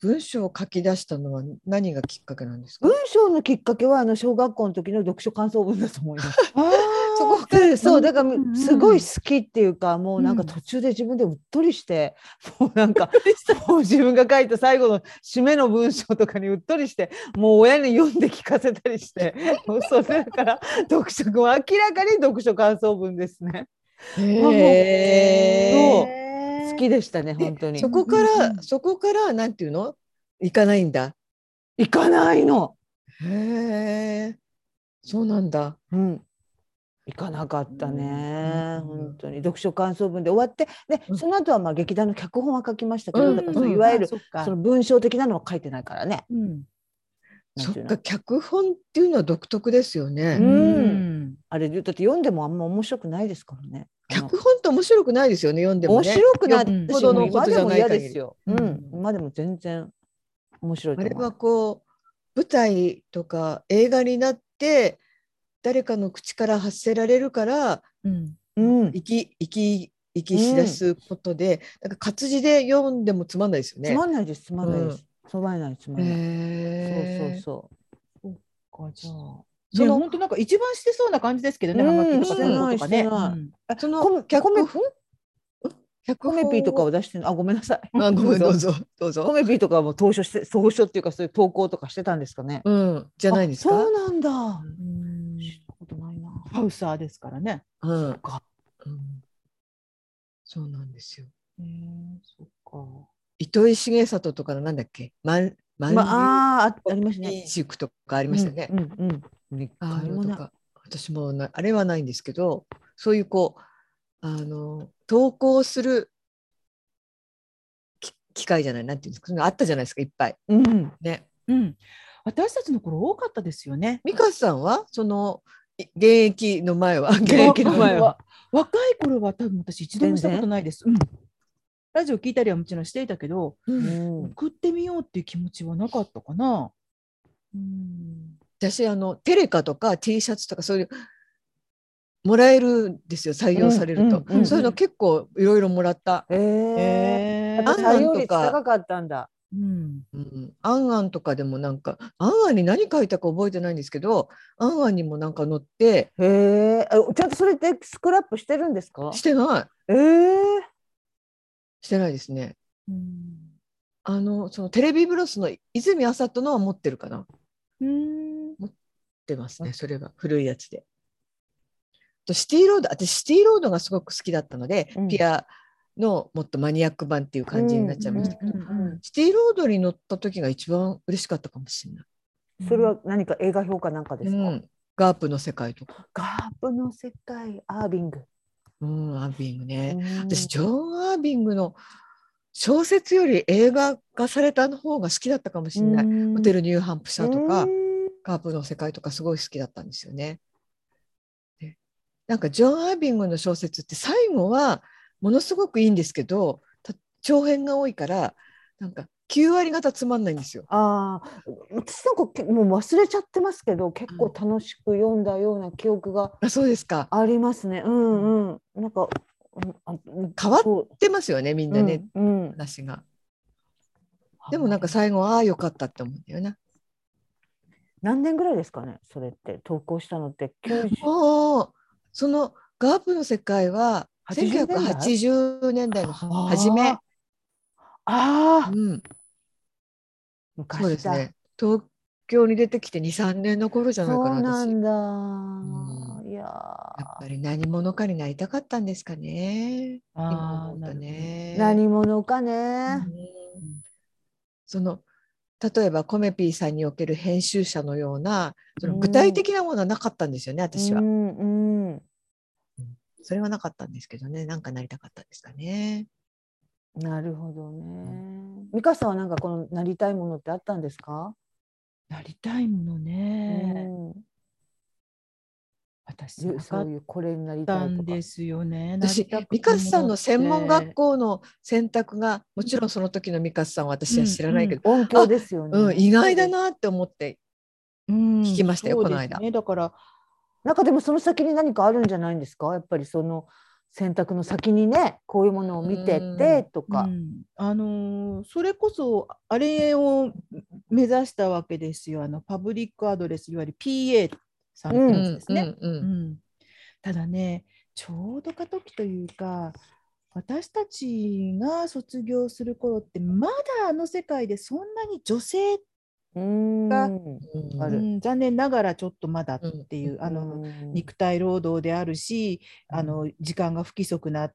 Speaker 2: 文章を書き出したのは何がきっかけなんですか
Speaker 3: 文章のきっかけはあの小学校の時の読書感想文だと思います。
Speaker 1: あ
Speaker 2: そこ
Speaker 1: ー
Speaker 3: うん *laughs* そうだから
Speaker 1: ん
Speaker 3: すごい好きっていうかもうなんか
Speaker 1: うん
Speaker 3: 途中で自分でうっとりして、もうなんかもう自分が書いた最後の締めの文章とかにうっとりしてもう親に読んで聞かせたりしてもうそれだから読書もう明らかに読書感想文ですね
Speaker 2: へー
Speaker 3: ーそう好きでしたね本当に
Speaker 2: そこか
Speaker 1: うんうん
Speaker 2: らそこからなんていうの行かないんだ
Speaker 3: 行かないの、
Speaker 2: へえそうなんだ
Speaker 3: うん、行かなかったね、
Speaker 2: うん
Speaker 3: 本当に読書感想文で終わってで
Speaker 2: うん
Speaker 3: その後はまあ劇団の脚本は書きましたけ
Speaker 2: う
Speaker 3: ど
Speaker 2: ん
Speaker 3: だからその
Speaker 2: うん
Speaker 3: いわゆる
Speaker 1: あそっか
Speaker 3: その文章的なのは書いてないからね。
Speaker 1: うん
Speaker 3: なん
Speaker 2: そ
Speaker 3: てい
Speaker 2: っ
Speaker 3: うの
Speaker 2: か脚本っていうのは独特ですよね、
Speaker 3: うん
Speaker 1: うん
Speaker 3: あれだって読んでもあんま面白くないですからね。
Speaker 2: 脚本って面白くないですよね読んで
Speaker 3: で
Speaker 2: も
Speaker 3: 面
Speaker 2: ね
Speaker 3: 白くなっ
Speaker 1: よ
Speaker 3: て
Speaker 1: っ
Speaker 2: ぽどのこ
Speaker 3: 今
Speaker 2: と
Speaker 3: で
Speaker 2: じゃ
Speaker 3: も
Speaker 2: ない
Speaker 3: 嫌
Speaker 2: 限り
Speaker 3: ですよ。う
Speaker 1: うん
Speaker 3: ん、今でも全然面白い
Speaker 2: あ
Speaker 3: と
Speaker 2: れ
Speaker 3: 思
Speaker 2: は
Speaker 3: う。
Speaker 2: こう舞台とか映画になって誰かの口から発せられるから
Speaker 1: うん
Speaker 3: うん、
Speaker 2: 生き生き生きしだすことで、なんか活字で読んでもつまんないですよね。
Speaker 3: つまんないです、つまんないで
Speaker 2: うん
Speaker 3: す、つまんない、つまんない。
Speaker 2: へ
Speaker 3: そう
Speaker 2: ー
Speaker 3: そう
Speaker 1: かじゃあ
Speaker 2: そ
Speaker 1: そ
Speaker 2: の
Speaker 1: の本当なんか一番してそうな感じですけどね、
Speaker 3: うん
Speaker 1: ハマキとか
Speaker 3: して
Speaker 1: タ
Speaker 3: ない
Speaker 1: ンポとかね。
Speaker 3: してない
Speaker 1: うん
Speaker 3: そう。
Speaker 2: そ
Speaker 3: コメ
Speaker 2: の
Speaker 3: コメ
Speaker 2: 本脚
Speaker 3: コ
Speaker 2: 本
Speaker 3: メピーとか
Speaker 2: を
Speaker 3: を出してるあ、ごめんなさい。
Speaker 2: あごめんど
Speaker 3: どう
Speaker 2: うぞ
Speaker 3: ぞ
Speaker 2: どう
Speaker 3: コ
Speaker 2: ぞ。
Speaker 3: メピーとかはもう投書して、投書っていうか、そういう投稿とかしてたんですかね。
Speaker 2: うんじゃないですか。
Speaker 3: あそうなんだ。
Speaker 1: うん
Speaker 3: 知ったことないな。
Speaker 1: ハウサーですからね。
Speaker 2: うん
Speaker 3: か
Speaker 2: うんそうなんですよ。
Speaker 1: えー、そっか。
Speaker 2: 糸井重里とかのなんだっけ万万
Speaker 3: ま
Speaker 2: あ
Speaker 3: あ、あー、あありましたね。
Speaker 2: 塾とかありましたよね。
Speaker 3: うん、うん、うん。一
Speaker 2: ああ
Speaker 3: 回
Speaker 2: いうの
Speaker 3: も
Speaker 2: と
Speaker 3: ない。
Speaker 2: か私もなあれはないんですけどそういうこうあの投稿するき機会じゃないなんていうんですかそういうのあったじゃないですかいっぱい。
Speaker 3: うん。
Speaker 2: ね、
Speaker 1: うん。私たちの頃多かったですよね。
Speaker 2: 美香さんはそのい現役の前は現
Speaker 3: 役
Speaker 2: 役
Speaker 3: の
Speaker 2: の
Speaker 3: 前
Speaker 2: 前は
Speaker 3: は。
Speaker 1: 若い頃は多分私一度もしたことないです。うん。ラジオ聞いたりはもちろんしていたけど、
Speaker 3: うん
Speaker 1: 送ってみようっていう気持ちはなかったかな。うん。
Speaker 2: 私あのテレカとか T シャツとかそういうもらえるんですよ採用されると、
Speaker 3: うんうんうん
Speaker 2: そういうの結構いろいろもらった、
Speaker 3: ええ。
Speaker 1: え
Speaker 2: あ
Speaker 3: 私
Speaker 2: ん
Speaker 3: 採
Speaker 2: なん
Speaker 3: 用
Speaker 2: と
Speaker 3: 率
Speaker 2: か
Speaker 3: 高かったんだ。
Speaker 1: うん。
Speaker 2: うん、アンアンとかでもなんかアンアンに何書いたか覚えてないんですけどアンアンにもなんか載って
Speaker 3: へえ。あちゃんとそれでスクラップしてるんですか
Speaker 2: してない
Speaker 3: ええ。
Speaker 2: してないですね。
Speaker 1: うん。
Speaker 2: あのそのテレビブロスの泉あさとのは持ってるかな持っ
Speaker 1: うん。
Speaker 2: てますねそれは古いやつで。あとシティロード私シティロードがすごく好きだったので、
Speaker 3: うん
Speaker 2: ピアのもっとマニアック版っていう感じになっちゃいましたけど、
Speaker 1: うんうんうん
Speaker 2: シティロードに乗った時が一番嬉しかったかもしれない。
Speaker 3: それは何か映画評価なんかですか。
Speaker 2: うん、ガープの世界とか、
Speaker 3: ガープの世界、アービング。
Speaker 2: うん、アービングね。
Speaker 3: うん
Speaker 2: 私ジョン・アービングの小説より映画化された方が好きだったかもしれない。
Speaker 3: うん
Speaker 2: ホテルニューハンプシャーとか、
Speaker 3: うん
Speaker 2: カープの世界とかすごい好きだったんですよね。でなんかジョン・アービングの小説って最後はものすごくいいんですけどた長編が多いからなんか9割方つまんないんですよ。
Speaker 3: ああ、私なんかけもう忘れちゃってますけど、結構楽しく読んだような記憶が
Speaker 2: あそうですか。
Speaker 3: ありますね。うんうん。なんか、うんあ
Speaker 2: 変わっ
Speaker 3: そう
Speaker 2: 知ってますよねみんなね、
Speaker 3: うんうん
Speaker 2: 話が。でもなんか最後ああよかったって思うんだよな。
Speaker 3: 何年ぐらいですかねそれって投稿したのって90
Speaker 2: もうそのガープの世界は
Speaker 1: 80年代
Speaker 2: 1980年代の初
Speaker 1: 初
Speaker 2: め、
Speaker 3: ああ
Speaker 2: うん、
Speaker 3: 昔だ
Speaker 2: そうですね東京に出てきて23年の頃じゃない
Speaker 3: そ
Speaker 2: かな
Speaker 3: うな
Speaker 2: 私
Speaker 3: んだ、
Speaker 2: う
Speaker 3: いや
Speaker 2: やっぱり何者かになりたかったんですかね。今
Speaker 1: ああ、
Speaker 2: 思っ
Speaker 1: なる
Speaker 2: た
Speaker 1: ほど。
Speaker 2: ね
Speaker 3: ー。何者かね、
Speaker 2: うんその例えばコメピーさんにおける編集者のようなその
Speaker 3: うん
Speaker 2: 具体的なものはなかったんですよね、私は
Speaker 3: う。んうん
Speaker 2: それはなかったんですけどね、なんかなりたかったんですかね。
Speaker 3: なるほどね美香さんはなんかこのなりたいものってあったんですか、
Speaker 1: なりたいものね。
Speaker 3: うん
Speaker 1: 私、
Speaker 3: ゆ
Speaker 1: な
Speaker 3: そ
Speaker 1: か
Speaker 3: う
Speaker 1: っ
Speaker 3: いうこれになりた
Speaker 1: た
Speaker 3: いと
Speaker 1: ん
Speaker 3: か
Speaker 1: ですよね。
Speaker 2: 私
Speaker 1: なりたく
Speaker 2: ミカスさんの専門学
Speaker 1: て。
Speaker 2: 校の選択がもちろんその時のミカスさんは私は知らないけど、
Speaker 3: 音響ですよね、
Speaker 2: うん意外だなって思って
Speaker 1: うん
Speaker 2: 聞きましたよ
Speaker 1: そう
Speaker 2: この
Speaker 1: です
Speaker 2: 間
Speaker 1: ね、だから、
Speaker 3: なんかでもその先に何かあるんじゃないんですかやっぱりその選択の先にねこういうものを見ててとか、
Speaker 1: うんあのーそれこそあれを目指したわけですよあのパブリックアドレスいわゆる PA さんってやつですね。
Speaker 2: うんう
Speaker 1: うんんただねちょうど過渡期というか私たちが卒業する頃ってまだあの世界でそんなに女性、
Speaker 3: うん
Speaker 1: が
Speaker 2: うんうん
Speaker 3: ある
Speaker 1: うん残念ながらちょっとまだっ
Speaker 2: うん
Speaker 1: ていう、あの
Speaker 3: うん
Speaker 1: 肉体労働であるし、あの時間が不規則な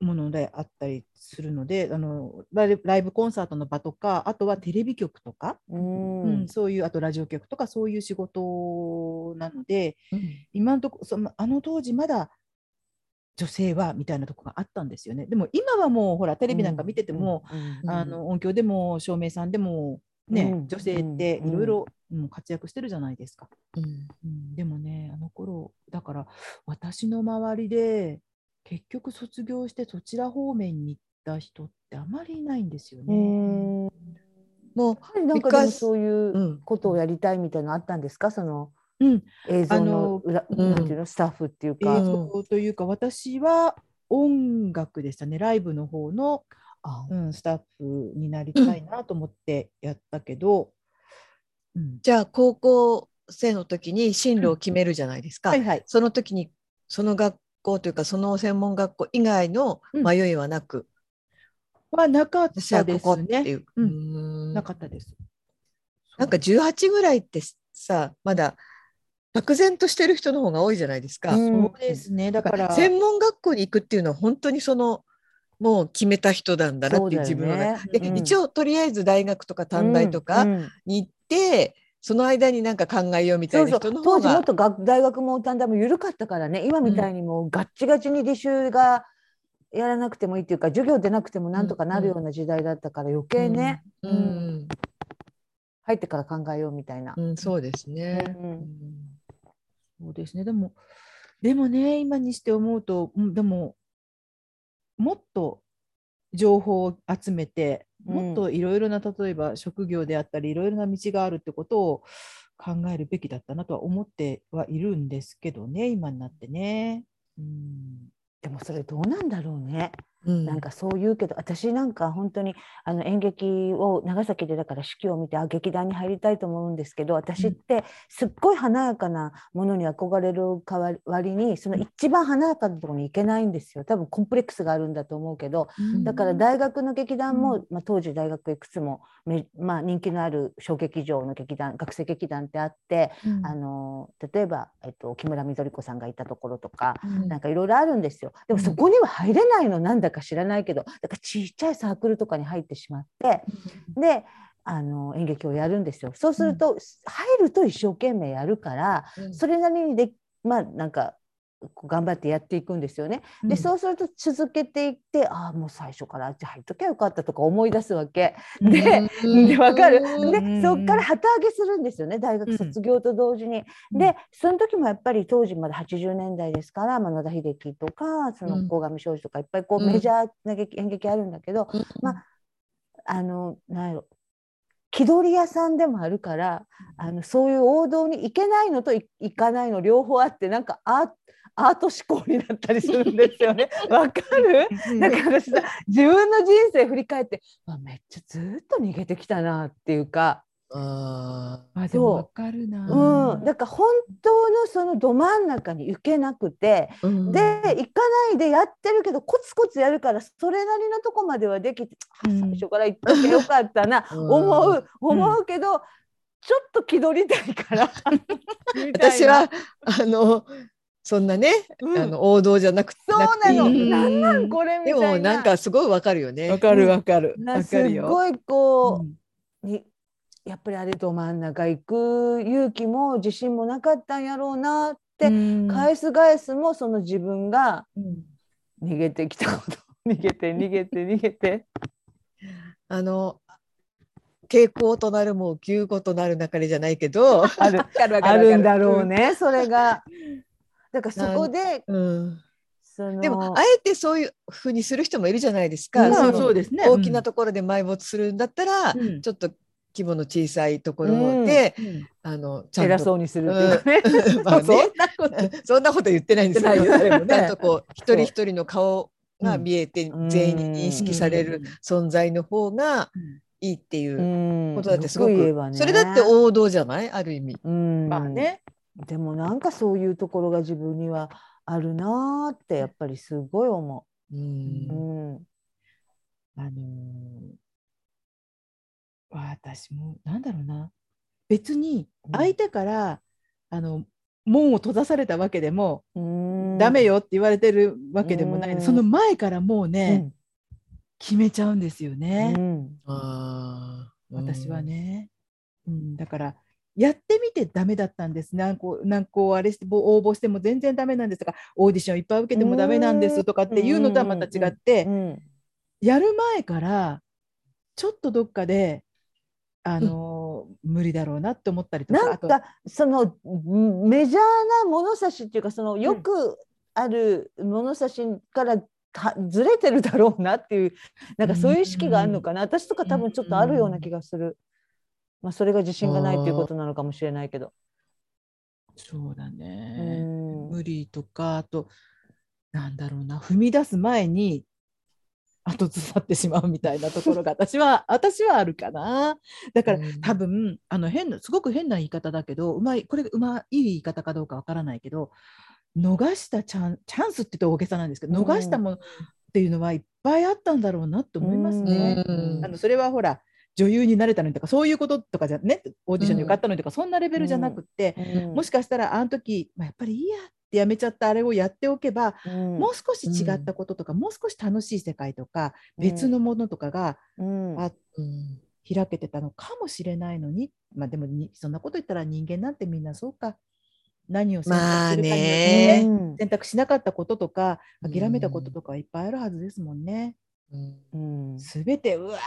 Speaker 1: ものであったりするのであのライブライブコンサートの場とかあとはテレビ局とか、
Speaker 3: うん
Speaker 1: うんそういうあとラジオ局とかそういう仕事なので今のとこそのあの当時まだ女性はみたいなとこがあったんですよねでも今はもうほらテレビなんか見てても、、
Speaker 3: うん
Speaker 2: うん
Speaker 1: あの音響でも照明さんでも、ね
Speaker 3: うん
Speaker 1: 女性っていろいろうん活躍してるじゃないですか。
Speaker 2: うん
Speaker 1: うん、でもねあの頃だから私の周りで結局卒業してそちら方面に行った人ってあまりいないんですよ
Speaker 3: う
Speaker 1: ね。うん
Speaker 3: ん、やっ
Speaker 2: もう
Speaker 3: ぱりなんかでも
Speaker 2: 昔
Speaker 3: そういううんことをやりたいみたいなのあったんですかその
Speaker 1: うん
Speaker 3: 映像の裏
Speaker 2: うん
Speaker 3: なんていうのスタッフっていう
Speaker 1: 映
Speaker 3: か、
Speaker 1: 像というか私は音楽でしたねライブの方の、
Speaker 3: あ
Speaker 1: うん、スタッフになりたいなと思ってやったけど、うん、
Speaker 2: じゃあ高校生の時に進路を決めるじゃないですか、
Speaker 1: はいはい
Speaker 2: その時にその学校というかその専門学校以外の
Speaker 1: うん
Speaker 2: 迷いはなく、
Speaker 1: はなかったで
Speaker 2: 私はここ
Speaker 1: す
Speaker 2: ってい
Speaker 1: ね。
Speaker 2: う。
Speaker 1: う
Speaker 2: うんん
Speaker 1: なかったです。
Speaker 2: なんか18ぐらいってさまだ漠然としてる人の方が多いじゃないですか。
Speaker 3: うん
Speaker 1: そうですねだから
Speaker 2: 専門学校に行くっていうのは本当にそのもう決めた人なんだなっていう自分の中
Speaker 3: そうだよね
Speaker 2: で、
Speaker 3: うん
Speaker 2: 一応とりあえず大学とか短大と
Speaker 3: う
Speaker 2: か
Speaker 3: んうん
Speaker 2: に行って、その間になんか考えようみた
Speaker 3: そ
Speaker 2: いうな
Speaker 3: そ
Speaker 2: 人
Speaker 3: う
Speaker 2: の
Speaker 3: 当
Speaker 2: 方
Speaker 3: 時も
Speaker 2: が
Speaker 3: っと学大学も短大も緩かったからね今みたいにもうガッチガチに履修がやらなくてもいいっていうか授業出なくてもなんとかなるような時代だったから余計ね、
Speaker 2: うんうん
Speaker 3: 入ってから考えようみたいな。
Speaker 2: うんそうですね。
Speaker 3: うん
Speaker 1: そうですね。でも、でもね、今にして思うと、うんでも、もっと情報を集めて、
Speaker 3: うん
Speaker 1: もっといろいろな、例えば職業であったり、いろいろな道があるってことを考えるべきだったなとは思ってはいるんですけどね、今になってね。うん、
Speaker 3: でもそれどうなんだろうね。
Speaker 2: うん
Speaker 3: なんかそう言うけど私なんか本当にあの演劇を長崎でだから式を見てあ劇団に入りたいと思うんですけど私ってすっごい華やかなものに憧れる代わりにその一番華やかなところに行けないんですよ多分コンプレックスがあるんだと思うけどだから大学の劇団も、
Speaker 1: う
Speaker 3: まあ、当時大学いくつもめ、まあ、人気のある小劇場の劇団学生劇団ってあって、
Speaker 1: うん
Speaker 3: あの例えば、えっと、木村みどり子さんがいたところとか
Speaker 1: うん
Speaker 3: なんかいろいろあるんですよ。でも
Speaker 1: うん
Speaker 3: そこには入れないのなんだか知らないけど、だからちっちゃいサークルとかに入ってしまって、で、あの演劇をやるんですよ。そうすると、入ると一生懸命やるから、
Speaker 2: うん
Speaker 3: それなりにで、まあなんかこう頑張ってやっていくんですよね。で、そうすると続けていって、ああもう最初からあっち入っときゃよかったとか思い出すわけ。
Speaker 1: うん
Speaker 3: で
Speaker 2: うん
Speaker 3: でわかる
Speaker 2: うん
Speaker 3: でそっから旗揚げするんですよね大学卒業と同時に。
Speaker 1: うん
Speaker 3: でその時もやっぱり当時まだ80年代ですから、まあ、野田秀樹とかそうの
Speaker 2: ん
Speaker 3: 鴻上尚史とかいっぱいこう
Speaker 2: うん
Speaker 3: メジャーな劇演劇あるんだけど、
Speaker 2: うん
Speaker 3: まああのなんやろ気取り屋さんでもあるからあのそういう王道に行けないのとい行かないの両方あってなんかアーアート思考になったりするんですよね。わかるだから私さ自分の人生振り返って、まあ、めっちゃずっと逃げてきたなっていうか。
Speaker 2: あ
Speaker 1: あでもわかるな。
Speaker 3: うん、だから本当のそのど真ん中に行けなくて、
Speaker 2: ーうん
Speaker 3: で行かないでやってるけどコツコツやるからそれなりのとこまではできて、あ
Speaker 1: うん
Speaker 3: 最初から行っとけよかったな、
Speaker 2: うん
Speaker 3: 思う思うけど、ちょっと気取りたいからみたいな
Speaker 2: 私はあのそんなね、
Speaker 3: うん
Speaker 2: あの王道じゃなく
Speaker 3: そう
Speaker 2: なくて
Speaker 3: なの、
Speaker 1: う
Speaker 2: いい
Speaker 1: ん
Speaker 3: なんなんこれみ
Speaker 2: で
Speaker 3: たいな
Speaker 2: もなんかすごいわかるよね。
Speaker 1: かるわかる。
Speaker 3: なすっごいこ
Speaker 1: う
Speaker 3: う、
Speaker 1: ん
Speaker 3: にやっぱりあれど真ん中行く勇気も自信もなかったんやろうなって、
Speaker 1: うん
Speaker 3: 返す返すもその自分が
Speaker 1: うん
Speaker 3: 逃げてきたこと *laughs* 逃げて逃げて逃
Speaker 2: *laughs*
Speaker 3: げて
Speaker 2: あの傾向となるもう急行となるなかれじゃないけど
Speaker 3: あるあるんだろう。ねそれがだからそこで
Speaker 2: うん、
Speaker 3: その
Speaker 2: でもあえてそういうふうにする人もいるじゃないですか。
Speaker 1: まあ
Speaker 2: の
Speaker 1: そうですね。
Speaker 2: 大きな
Speaker 1: と
Speaker 2: ところで埋没するんだったら、
Speaker 1: うん
Speaker 2: ちょっと規模の小さいところで、あのちゃんと
Speaker 3: 偉そうにするっていうかね。
Speaker 2: *laughs* まあね
Speaker 3: *laughs* そうそんな
Speaker 2: そんなこ
Speaker 3: こと言っ
Speaker 2: と言ってないんですけど、
Speaker 3: 言ってないよ誰も
Speaker 2: *laughs*
Speaker 3: ね
Speaker 2: ちゃんとこう一人一人の顔が見えて
Speaker 3: うん
Speaker 2: 全員に認識される存在の方が
Speaker 1: うん
Speaker 2: いいってい
Speaker 3: て
Speaker 2: う
Speaker 3: る
Speaker 2: ことだってすごく、
Speaker 3: よ言えばね
Speaker 2: それだって王道じゃないある意味。
Speaker 3: うん
Speaker 1: まあね、
Speaker 3: でもなんかそういうところが自分にはあるなーってやっぱりすごい思
Speaker 2: うん
Speaker 3: う。うん
Speaker 1: あのー私もなんだろうな別に
Speaker 2: うん
Speaker 1: 相手から、あの門を閉ざされたわけでも、
Speaker 3: うん
Speaker 1: ダメよって言われてるわけでもないの、
Speaker 3: うん
Speaker 1: その前からもう
Speaker 3: う
Speaker 1: ね、
Speaker 3: ん
Speaker 1: 決めちゃうんですよね、
Speaker 3: うん
Speaker 2: あー
Speaker 1: 私は。ね、うん、だからやってみてダメだったんです何個何個あれしてぼ応募しても全然ダメなんですとかオーディションいっぱい受けてもダメなんですとかっていうのとはまた違って、
Speaker 3: うん
Speaker 1: やる前からちょっとどっかであのー、無理だろうなって思ったりとか
Speaker 3: なん
Speaker 1: あと
Speaker 3: かそのんメジャーな物差しっていうかそのよくある物差しからたずれてるだろうなっていうなんかそういう意識があるのかな、私とか多分ちょっとあるような気がする、まあ、それが自信がないっていうことなのかもしれないけど。
Speaker 1: そうだ
Speaker 3: う
Speaker 1: ね、
Speaker 3: ん
Speaker 1: 無理とかあとなんだろうな踏み出す前に後ずさってしまうみたいなところが私は私はあるかなだから、
Speaker 2: うん
Speaker 1: 多分あの変なすごく変な言い方だけどうまいこれうまいい言い方かどうかわからないけど逃したチャンチャンスって言うと大げさなんですけど
Speaker 3: うん
Speaker 1: 逃したものっていうのはいっぱいあったんだろうなと思いますね。
Speaker 2: うん
Speaker 1: あのそれはほら女優になれたのにとかそういうこととかじゃねオーディションに受かったのにとか、そんなレベルじゃなくって、
Speaker 3: うん
Speaker 1: もしかしたらあの時、まあ、やっぱりいいやってやめちゃったあれをやっておけば、
Speaker 3: うん
Speaker 1: もう少し違ったこととか、もう少し楽しい世界とか、
Speaker 3: うん
Speaker 1: 別のものとかが
Speaker 3: うん
Speaker 1: あ
Speaker 2: うん
Speaker 1: 開けてたのかもしれないのに、まあ、でもにそんなこと言ったら人間なんてみんなそうか何を選択するかによって
Speaker 2: まあ
Speaker 1: ね
Speaker 2: ね
Speaker 3: うん
Speaker 1: 選択しなかったこととか諦めたこととかいっぱいあるはずですもんね。
Speaker 2: うん
Speaker 3: うん
Speaker 1: すべてうわ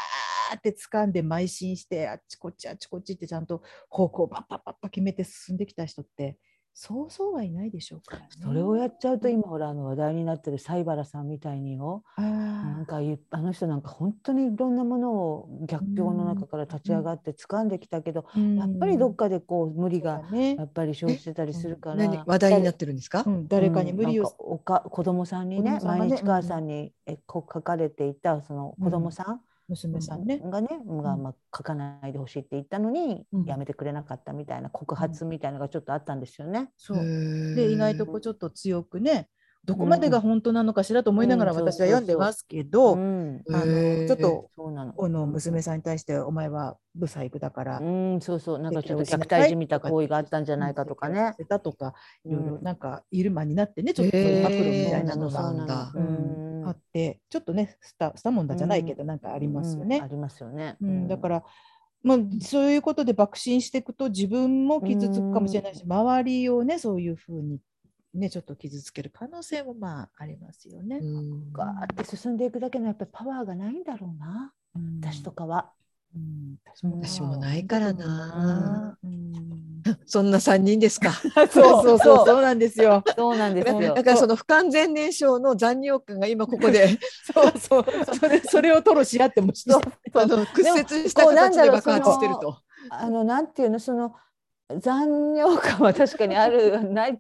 Speaker 1: ーって掴んで邁進してあっちこっちあっちこっちってちゃんと方向をパッパッパッパ決めて進んできた人ってそうそうはいないでしょうから、ね。
Speaker 3: それをやっちゃうと今ほらあの話題になってる西原さんみたいによ
Speaker 1: あー
Speaker 3: なんかいあの人なんか本当にいろんなものを逆境の中から立ち上がって掴んできたけど、
Speaker 1: うん
Speaker 3: やっぱりどっかでこう無理が
Speaker 1: そうだね
Speaker 3: や、っぱり生じてたりするから
Speaker 2: 何話題になってるんですか
Speaker 1: う？ん、誰かに無理
Speaker 3: うんな
Speaker 1: を
Speaker 3: んか、おか子供さんに
Speaker 1: 子供
Speaker 3: ね
Speaker 1: さんが
Speaker 3: 毎
Speaker 1: ね
Speaker 3: 日母さんにえこう書かれていたその子供さん
Speaker 1: 娘さんね。
Speaker 3: がね、が
Speaker 1: うん
Speaker 3: まあ書かないでほしいって言ったのに、
Speaker 1: うん
Speaker 3: やめてくれなかったみたいな告発みたいなのがちょっとあったんですよね。
Speaker 1: そう
Speaker 2: で
Speaker 1: で意外とこうちょっと強くねどこまでが本当なのかしらと思いながら
Speaker 3: うんうん
Speaker 1: 私は読んでますけど、
Speaker 3: うん
Speaker 1: あのちょっと
Speaker 3: そうなの。
Speaker 1: あの娘さんに対してお前は不細工だから、
Speaker 3: うん、そうそう、なんかちょっと
Speaker 1: 説教しなさ
Speaker 3: 虐
Speaker 1: い
Speaker 3: 待じみた行為があったんじゃないかとかね。
Speaker 1: 出たとかいろいろ
Speaker 3: うん
Speaker 1: なんかイルマになってねちょっとそういう暴露みたいなの
Speaker 3: そう
Speaker 1: が
Speaker 3: なの
Speaker 1: う
Speaker 3: そ
Speaker 1: ん
Speaker 3: う
Speaker 1: あ
Speaker 3: なの
Speaker 1: ってちょっとねスタスタモンダじゃないけどなんかありますよ
Speaker 3: うんあ
Speaker 1: ね。
Speaker 3: りますよね。
Speaker 1: うん、だから、まあ、そういうことで爆心していくと自分も傷つくかもしれないし周りをねそういうふうに、ね、ちょっと傷つける可能性もまあありますよね。
Speaker 3: ガーって進んでいくだけのやっぱりパワーがないんだろうな、
Speaker 1: うん
Speaker 3: 私とかは。
Speaker 1: うん私
Speaker 3: うん
Speaker 2: 私もないからな。
Speaker 1: うん
Speaker 2: そんな三人です
Speaker 1: *laughs*
Speaker 2: か。
Speaker 1: そうそうそう
Speaker 3: そう
Speaker 1: そうなんですよ。
Speaker 3: そうなんですよ *laughs*
Speaker 2: だ。からその不完全燃焼の残尿感が今ここで
Speaker 1: *laughs* そうそうそれそれを吐露し合ってもして
Speaker 2: *laughs* あの屈折した
Speaker 3: こうなん
Speaker 2: 形
Speaker 3: だ
Speaker 2: で
Speaker 3: ろう
Speaker 2: 爆発してる
Speaker 3: そ
Speaker 2: と。
Speaker 3: あのなんていうのその残尿感は確かにあるない。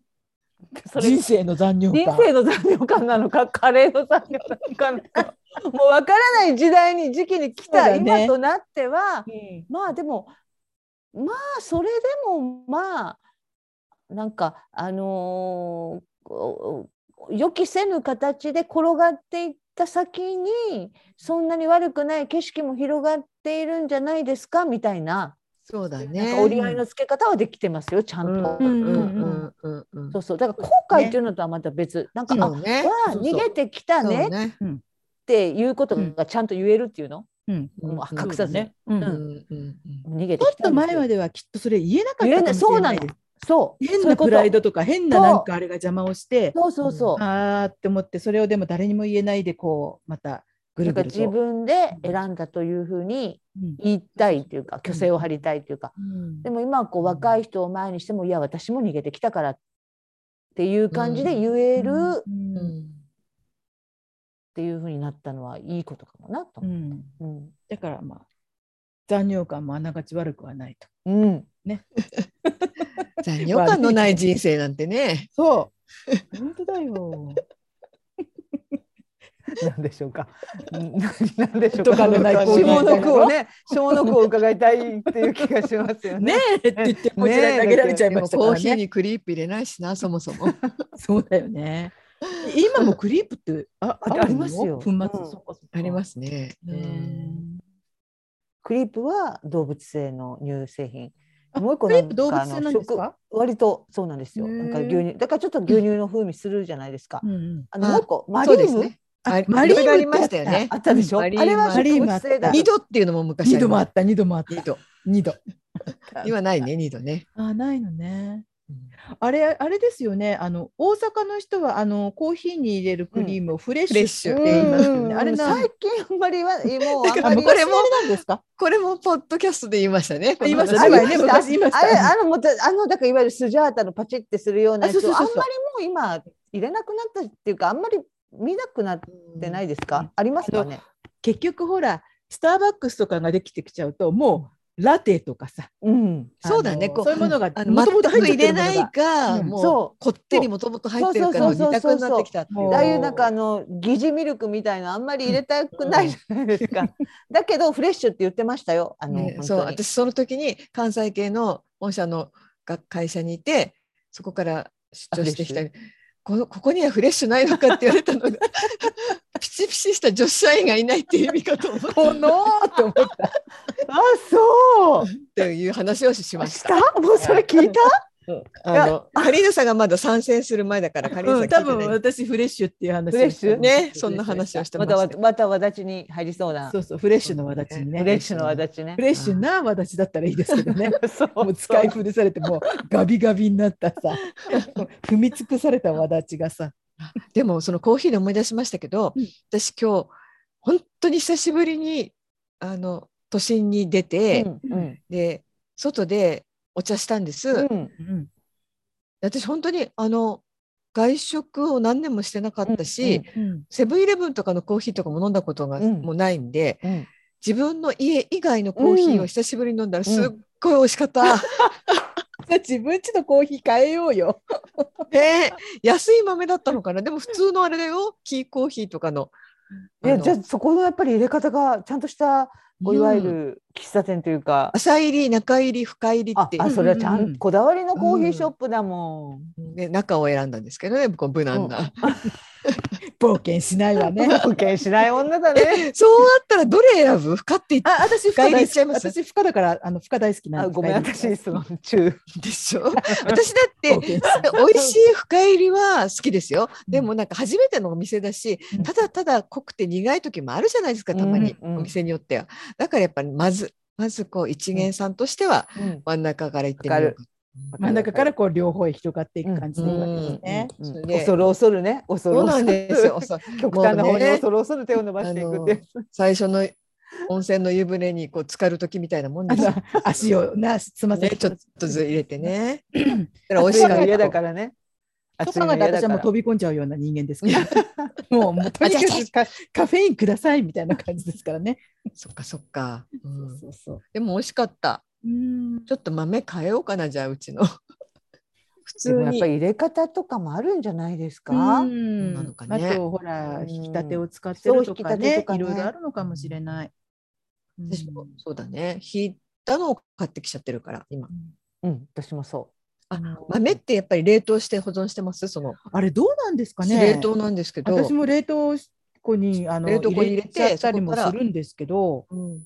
Speaker 3: それ
Speaker 1: 人生の残尿
Speaker 3: 人
Speaker 1: 感。
Speaker 3: 生の残尿感なのかカレーの残尿感なのかもうわからない時代に時期に来た、
Speaker 1: そうだね
Speaker 3: 今となっては
Speaker 1: うん
Speaker 3: まあでもまあそれでもまあなんかあのーこう予期せぬ形で転がっていった先にそんなに悪くない景色も広がっているんじゃないですかみたいな
Speaker 2: そうだ
Speaker 3: なん
Speaker 2: ね。
Speaker 3: か折り合いのつけ方はできてますよちゃんと。
Speaker 2: うん
Speaker 1: うん
Speaker 2: うんうんうん。
Speaker 3: そうそうだから後悔っていうのとはまた別、なんか、あ
Speaker 2: そうね。
Speaker 3: は
Speaker 2: そうそう
Speaker 3: 逃げてきたね
Speaker 2: そうね。
Speaker 3: っていうこと
Speaker 1: うん
Speaker 3: がちゃんと言えるっていうの、
Speaker 1: うん
Speaker 3: もう
Speaker 2: うん
Speaker 3: 隠さずね、
Speaker 1: うん
Speaker 2: う
Speaker 1: ち
Speaker 2: んうん
Speaker 3: 逃げて
Speaker 1: ょっ
Speaker 3: きた
Speaker 1: と
Speaker 3: んですよ
Speaker 1: 前まではきっとそれ言えなかったかもし
Speaker 3: 言
Speaker 1: れ
Speaker 3: え
Speaker 1: な
Speaker 3: な
Speaker 1: いい
Speaker 3: そうな
Speaker 1: で
Speaker 3: の
Speaker 1: す。
Speaker 3: そう
Speaker 1: 変なプライドとか変な
Speaker 3: そう
Speaker 1: なんかあれが邪魔をして
Speaker 3: そうそうそう、
Speaker 1: あーって思ってそれをでも誰にも言えないでこうまたぐる
Speaker 3: なんか
Speaker 1: ぐると。
Speaker 3: 自分で選んだというふうに
Speaker 1: うん
Speaker 3: 言いたいっていうか虚勢を張りたいっていうか
Speaker 1: うん
Speaker 3: でも今はこう若い人を前にしてもいや私も逃げてきたからっていう感じで言える
Speaker 1: う
Speaker 3: っ
Speaker 1: ん
Speaker 2: う
Speaker 1: うん
Speaker 2: ん
Speaker 3: ていうふうになったのはいいことかもなと
Speaker 1: う
Speaker 3: 思
Speaker 1: ん
Speaker 3: う。うん
Speaker 1: だからまあ残尿感もあながち悪くはないと。
Speaker 3: うん。
Speaker 2: 残尿感のない人生なん
Speaker 1: *laughs*
Speaker 2: てね。
Speaker 1: そう。本当だ *laughs* よ。
Speaker 3: なんでしょうか。 *laughs* うん何なんでしょう
Speaker 1: とかのない
Speaker 2: コーナ
Speaker 3: 下
Speaker 2: ー
Speaker 3: の句をね、下の句を伺いたいっていう気がしますよね。
Speaker 1: えって言ってこちらに投げられちゃい
Speaker 2: で
Speaker 1: ま
Speaker 2: も
Speaker 1: したか
Speaker 2: コー
Speaker 1: ら
Speaker 2: ヒー
Speaker 1: ね。
Speaker 2: にクリープ入れないしな、そもそも。
Speaker 1: そうだよね。今もクリープってああるの
Speaker 3: ありますよ
Speaker 1: 粉末、
Speaker 3: うん
Speaker 1: そうかそうか
Speaker 2: ありますね。
Speaker 1: ね
Speaker 3: *laughs* クリープは動物性の乳製品。
Speaker 1: あ
Speaker 3: もう一個
Speaker 1: クリープ
Speaker 3: な
Speaker 1: 動物
Speaker 3: んか
Speaker 1: 性なんですか？
Speaker 3: 割とそうなんですよ。
Speaker 1: へー
Speaker 3: なんか牛乳だからちょっと牛乳の風味するじゃないですか。
Speaker 1: うんうん。
Speaker 3: あのもう一個マリ
Speaker 2: そうで
Speaker 3: ー
Speaker 2: す
Speaker 3: ム、
Speaker 2: ね。あ
Speaker 1: マリーム
Speaker 2: それがありましたよね
Speaker 3: あ。ったでしょ。
Speaker 2: うん
Speaker 3: あ
Speaker 2: マリ
Speaker 3: れ
Speaker 2: ーム
Speaker 3: は植物性だ。
Speaker 1: マリ
Speaker 2: 二度っていうのも昔
Speaker 1: 二度もあ
Speaker 2: あ
Speaker 1: った二度もあっ
Speaker 2: りま
Speaker 1: た
Speaker 2: した。二度。
Speaker 1: 二度。
Speaker 2: 今ないね、二度ね。
Speaker 1: あないのね
Speaker 2: うん。
Speaker 1: あれあれですよね。あの大阪の人はあのコーヒーに入れるクリームをフレッシュって言いますよ
Speaker 3: うん
Speaker 1: ね。あれな
Speaker 3: 最近あんまりはもう
Speaker 2: だから
Speaker 3: あんまり
Speaker 2: これも
Speaker 3: あなんですか。
Speaker 2: これもポッドキャストで言いましたね。
Speaker 1: 言いました
Speaker 2: この話
Speaker 1: ね前昔言いました
Speaker 3: あれあのもうあのだからいわゆるスジャータのパチってするようなやつ
Speaker 1: あそう
Speaker 3: をあ
Speaker 1: そ
Speaker 3: ん
Speaker 1: う
Speaker 3: ま
Speaker 1: そう
Speaker 3: りもう今入れなくなったっていうかあんまり見なくなってないですか。ありますかね。
Speaker 1: 結局ほらスターバックスとかができてきちゃうともうラテとかさ。
Speaker 3: うん。
Speaker 2: そうだね
Speaker 1: あの
Speaker 2: こう
Speaker 1: そういうものが
Speaker 2: あ
Speaker 1: も
Speaker 2: の
Speaker 1: ともと
Speaker 2: 全く
Speaker 1: 入
Speaker 2: 入
Speaker 1: って
Speaker 2: れ
Speaker 1: るもの
Speaker 2: ない
Speaker 1: が。
Speaker 2: か、
Speaker 1: うん
Speaker 2: もう
Speaker 3: そう。
Speaker 2: こってりもともと入ってるから
Speaker 3: そう
Speaker 2: 二
Speaker 3: そうそうそう
Speaker 2: 択になってきたっていう。
Speaker 1: も
Speaker 3: ああいうなんかあの疑似ミルクみたいなあんまり入れたくないじゃないですか。だけどフレッシュって言ってましたよ。あの、
Speaker 2: ね
Speaker 3: 本
Speaker 2: そう
Speaker 3: 当に
Speaker 2: 私その時に関西系の本社のが会社にいてそこから出張してきたりこのここにはフレッシュないのかって言われたのが *laughs* ピチピチした女子社員がいないっていう意味かと思って
Speaker 1: このーって思った。
Speaker 3: あそう。
Speaker 2: っていう話をしまし。
Speaker 3: したた？もうそれ聞いた？
Speaker 2: あのカリーナさんがまだ参戦する前だからカリーナ
Speaker 1: う
Speaker 2: さ
Speaker 1: んん、多
Speaker 2: 聞いてない
Speaker 1: 分私フレッシュっていう話を
Speaker 3: フレッシュ
Speaker 2: ねそんな話をして
Speaker 3: ま
Speaker 2: ま
Speaker 3: た
Speaker 2: し
Speaker 3: わ
Speaker 2: た。
Speaker 3: またわだちに入りそうな。
Speaker 1: そうそうフレッシュのわだちにね
Speaker 3: フレッシュのわだちね
Speaker 1: フ。レッシュなわだちだったらいいですけどね
Speaker 3: そう
Speaker 1: もう使い古されてもうガビガビになったさ踏み尽くされたわだちがさ
Speaker 2: でもそのコーヒーで思い出しましたけど、
Speaker 1: うん
Speaker 2: 私今日本当に久しぶりにあの都心に出て、
Speaker 3: うんうん
Speaker 2: で外でお茶したんです、
Speaker 3: うん
Speaker 1: うん
Speaker 2: 私本当にあの外食を何年もしてなかったし、
Speaker 3: うん
Speaker 1: うん
Speaker 2: セブンイレブンとかのコーヒーとかも飲んだことが
Speaker 3: うん
Speaker 2: もうないんで、
Speaker 3: うん。
Speaker 2: 自分の家以外のコーヒー
Speaker 3: うん
Speaker 2: を久しぶりに飲んだらすっごい美味しかった、 *laughs*
Speaker 1: じゃあ自分ちのコーヒー変えようよ
Speaker 2: ねえ安い豆だったのかなでも普通のあれだよキーコーヒーとかの。
Speaker 3: いや
Speaker 2: の
Speaker 3: じゃあそこのやっぱり入れ方がちゃんとしたこういわゆ
Speaker 2: うん
Speaker 3: る喫茶店というか、
Speaker 2: 浅入り中入り深入り
Speaker 3: あ
Speaker 2: ってい
Speaker 3: あ
Speaker 2: う
Speaker 3: それはちゃ
Speaker 1: うんうんん
Speaker 3: こだわりのコーヒーショップだもん。
Speaker 2: ね、中を選んだんですけどね、こう無難な。
Speaker 1: 冒険しないわね
Speaker 3: *laughs* 保険しない女
Speaker 2: *laughs*
Speaker 3: だね。
Speaker 2: そうあったらどれ選ぶ深って言っ
Speaker 1: あ私
Speaker 2: 深
Speaker 1: 深
Speaker 2: 入り
Speaker 1: 大
Speaker 2: いっちゃいま
Speaker 1: 好き
Speaker 2: す
Speaker 1: 私深だからあの深大好きな
Speaker 3: あ
Speaker 1: んで
Speaker 3: ごめん
Speaker 1: 深
Speaker 3: 私
Speaker 1: 入り
Speaker 3: 質問中。
Speaker 2: たでし
Speaker 3: *laughs*
Speaker 2: ょ私だって
Speaker 1: 冒険し
Speaker 2: 美味しい深入りは好きですよ。でもなんか初めてのお店だし
Speaker 1: うん、
Speaker 2: ただただ濃くて苦い時もあるじゃないですか、たまに、
Speaker 3: うんうん
Speaker 2: お店によっては。だからやっぱりまず、まずこう一元さんとしては真ん中から行ってみようか。
Speaker 1: 真ん中からこう両方へ広がっていく感じでいいわけですね、
Speaker 3: うんうん
Speaker 2: そ
Speaker 3: うん
Speaker 2: れで
Speaker 3: 恐る恐るね、恐る
Speaker 2: そうな
Speaker 3: 恐
Speaker 2: ん
Speaker 3: る
Speaker 2: ですよ。そう
Speaker 3: 極端な方
Speaker 2: もう
Speaker 3: に
Speaker 2: ね
Speaker 3: 恐る恐る手を伸ばしていくっていう。
Speaker 2: 最初の温泉の湯船にこう浸かる時みたいなもん
Speaker 1: あ
Speaker 2: ですよ
Speaker 1: の。足をなつま
Speaker 2: ね、
Speaker 1: 先
Speaker 2: ちょっとずつ入れてね。だから美
Speaker 3: 美
Speaker 2: 味
Speaker 3: 味
Speaker 2: し
Speaker 3: し
Speaker 2: かった。
Speaker 3: い家だからね。
Speaker 1: そう考えたら私はもう飛
Speaker 3: び
Speaker 1: び込んじゃうような人間ですけど
Speaker 3: *laughs*
Speaker 1: もうもうとにかくカカフェインくださいみたいな感じですからね。
Speaker 2: そっかそっか、うん
Speaker 1: そうそう
Speaker 2: でも美味しかった。
Speaker 1: うん
Speaker 2: ちょっと豆変えようかなじゃあうちの。普
Speaker 3: で
Speaker 2: 通
Speaker 3: もやっ
Speaker 2: に
Speaker 3: ぱ。り入れ方とかもあるんじゃないですか
Speaker 1: う。
Speaker 2: なの
Speaker 1: ん
Speaker 2: か
Speaker 1: あ
Speaker 2: ね
Speaker 1: とほら
Speaker 3: うん
Speaker 1: 引き立てを使ってるとか
Speaker 3: そう引き立てと
Speaker 1: ね
Speaker 3: かね
Speaker 1: いろいろあるのかもしれない。うん
Speaker 2: 私もそうだね。ひいたのを買ってきちゃってるから今。
Speaker 3: うん、私もそ
Speaker 2: あ
Speaker 1: の
Speaker 2: 豆ってやっぱり冷凍して保存してますその、
Speaker 1: あれどうなんですかね
Speaker 2: 冷凍なんですけど。
Speaker 1: 私も冷凍庫にあの
Speaker 2: 冷凍庫に入れて
Speaker 1: ちゃったりも
Speaker 2: そこから
Speaker 1: するんですけど
Speaker 2: うん
Speaker 1: ど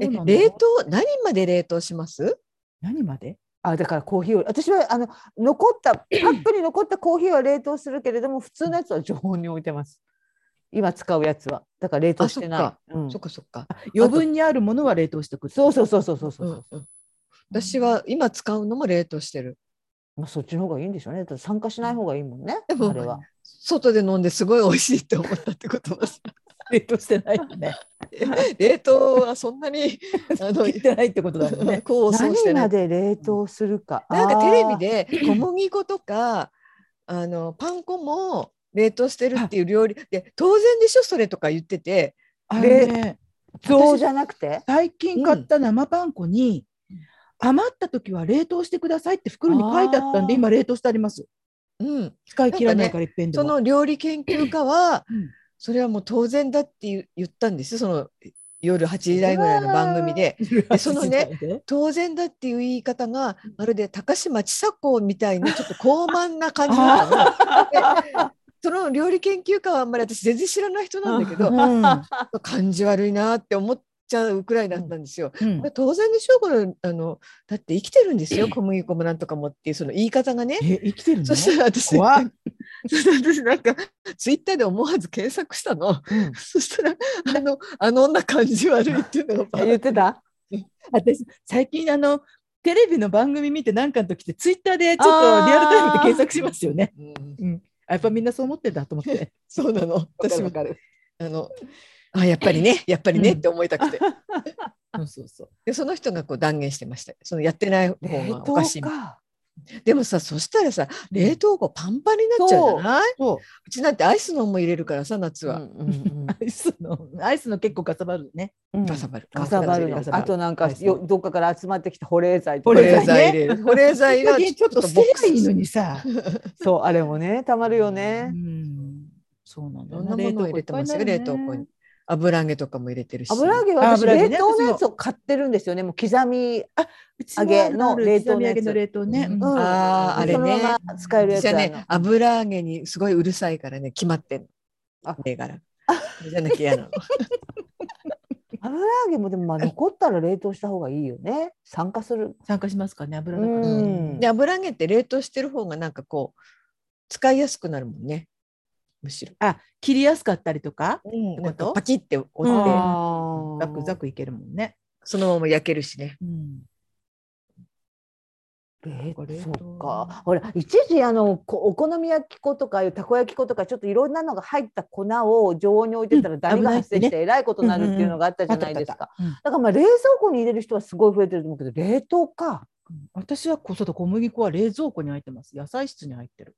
Speaker 2: え
Speaker 1: うなの
Speaker 2: 冷凍何まで冷凍します？
Speaker 1: 何まで
Speaker 3: う。あ、だからコーヒーを、私はあの残ったパックに残ったコーヒーは冷凍するけれども、普通のやつは常温に置いてます。今使うやつは、だから冷凍して
Speaker 2: あそっ
Speaker 3: な
Speaker 2: か
Speaker 3: い。うん
Speaker 2: そっかそっか。
Speaker 1: 余分にあるものは冷凍しておく
Speaker 3: そうそうそうそうそうそうう。
Speaker 2: んうん。私は今使うのも冷凍してる。
Speaker 3: まあそっちの方がいいんでしょうね。だって酸化しない方がいいもんね。
Speaker 2: でも
Speaker 3: あれは。
Speaker 2: 外で飲んですごい美味しいって思ったってことです。
Speaker 1: *laughs* 冷凍してないよ *laughs* ね。
Speaker 2: 冷凍はそんなにあの
Speaker 1: 切ってないってことだもん
Speaker 2: *laughs*
Speaker 1: ね。
Speaker 2: こうそうして
Speaker 3: 何
Speaker 2: な
Speaker 3: ま
Speaker 2: い。
Speaker 3: で冷凍するか。
Speaker 2: なんかテレビで小麦粉とかあのパン粉も冷凍してるっていう料理で当然でしょそれとか言ってて
Speaker 1: あれね私
Speaker 3: 像じゃなくて
Speaker 1: 最近買った生パン粉に、余った時は冷凍してくださいって袋に書いてあったんで
Speaker 3: あー
Speaker 1: 今冷凍してあります
Speaker 2: うん、
Speaker 1: 使い切らないからいっぺんで
Speaker 2: そ
Speaker 1: も、
Speaker 2: の料理研究家は
Speaker 1: うん
Speaker 2: それはもう当然だって言言ったんですその夜8時台ぐらいの番組で
Speaker 1: で
Speaker 2: その
Speaker 1: *laughs*
Speaker 2: ね当然だっていう言い方がまるで高嶋ちさ子みたいにちょっと高慢な感じな
Speaker 1: *laughs*
Speaker 2: のでその料理研究家はあんまり私全然知らない人なんだけど
Speaker 1: うん
Speaker 2: 感じ悪いなって思っちゃうくらいだったんですよ。
Speaker 1: うん
Speaker 2: *laughs* これ当然でしょうこれあのだって生きてるんですよ小麦粉もなんとかもっていうその言い方がね。
Speaker 1: え生きてるの
Speaker 2: そしたら私
Speaker 1: 怖い、
Speaker 2: そしたら私なんかツイッターで思わず検索し
Speaker 1: *laughs*
Speaker 2: たの。
Speaker 1: うん
Speaker 2: そしたらあのあの女感じ悪いっていうのがバ
Speaker 3: 言
Speaker 2: ーッ
Speaker 3: ってた
Speaker 1: 私最近あのテレビの番組見て何かの時ってツイッターでちょっとリアルタイムで検索しますよね。
Speaker 2: うん
Speaker 1: うん、あやっぱみんなそう思ってんだと思って。
Speaker 2: そうなの私も
Speaker 1: かる。
Speaker 2: あのあやっぱりねやっぱりね
Speaker 1: うん
Speaker 2: って思いたくて、
Speaker 1: うん、そうそう。
Speaker 2: でその人がこう断言してましたよそのやってない方
Speaker 3: 冷
Speaker 2: がおかし
Speaker 3: 凍
Speaker 2: い
Speaker 3: か
Speaker 2: でもさそしたらさ冷凍庫パンパンになっちゃうじゃないう
Speaker 1: そう
Speaker 2: ちなんてアイスのも入れるからさ夏は、
Speaker 1: アイスのアイスの結構かさばるね。
Speaker 2: かさばる
Speaker 3: かさばるの
Speaker 2: かさば
Speaker 3: あとなんかよどっかから集まってきた保冷剤と
Speaker 1: 保
Speaker 2: 保
Speaker 3: か
Speaker 1: 冷
Speaker 2: 冷
Speaker 1: 剤
Speaker 2: 剤
Speaker 1: ね
Speaker 2: 入れる保冷剤が
Speaker 1: ちょっと捨てればいいのにさ。
Speaker 3: *laughs* そうあれもねたまるよ
Speaker 1: う
Speaker 3: ね
Speaker 1: ん、そうなん
Speaker 2: い
Speaker 1: だ
Speaker 2: ろ
Speaker 1: よ
Speaker 2: ん
Speaker 1: ね。
Speaker 2: なものを入れてますよ冷凍庫に。油揚げとかも入れてるし
Speaker 3: 油揚げ
Speaker 1: あ
Speaker 3: は私
Speaker 1: 油揚げね
Speaker 3: 冷凍のやつを買ってるんですよねもう刻み
Speaker 1: 揚
Speaker 3: 揚
Speaker 1: げ
Speaker 3: げ
Speaker 1: の
Speaker 3: の
Speaker 1: 冷
Speaker 3: 冷
Speaker 1: 凍
Speaker 3: 凍の
Speaker 1: 揚
Speaker 3: やつ
Speaker 1: げの冷凍ね。
Speaker 2: うん
Speaker 1: うん
Speaker 3: うん
Speaker 2: あーあれ
Speaker 3: その
Speaker 2: ね
Speaker 3: まま使えるや
Speaker 2: じゃ
Speaker 3: つ
Speaker 2: あ
Speaker 3: あの
Speaker 2: ね油揚げにすごいうるさいからね決まってんの
Speaker 3: あ
Speaker 2: 銘柄それじゃなきゃ嫌な *laughs* の
Speaker 3: 油揚げもでもまあ残ったら冷凍した方がいいよね酸化する
Speaker 1: 参加しますかね油だか
Speaker 3: う
Speaker 1: ら。
Speaker 3: ん
Speaker 2: で油揚げって冷凍してる方がなんかこう使いやすくなるもんねむしろ、
Speaker 1: あ切りやすかったりとか。って
Speaker 2: な
Speaker 1: こ
Speaker 2: んか
Speaker 1: と
Speaker 2: パキって折って、
Speaker 1: うん
Speaker 3: あ
Speaker 1: ザクザ
Speaker 3: ー
Speaker 1: クいけるもんね。
Speaker 2: そのまま焼けるしね
Speaker 1: うん。
Speaker 3: 冷
Speaker 1: これ
Speaker 3: そ
Speaker 1: どう
Speaker 3: っかほら一時あのこお好み焼き粉とかいうたこ焼き粉とかちょっといろんなのが入った粉を常温に置いてたらダニが発生
Speaker 1: 危ない
Speaker 3: し
Speaker 1: って
Speaker 3: えらいことになるっていうのがあったじゃないですか
Speaker 1: うん
Speaker 3: だからまあ冷蔵庫に入れる人はすごい増えてると思うけど冷凍か
Speaker 1: 私はこそだ小麦粉は冷蔵庫に入ってます。野菜室に入ってる。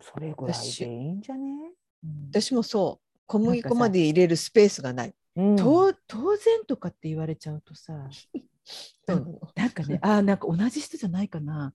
Speaker 3: それぐらいでいいんじゃね
Speaker 1: うん
Speaker 2: 私もそう小麦粉まで入れるスペースがない。
Speaker 3: うん
Speaker 1: と当然とかって言われちゃうと
Speaker 2: *laughs*
Speaker 1: さ、
Speaker 2: そう
Speaker 1: うんなんかね、あーなんか同じ人じゃないかな。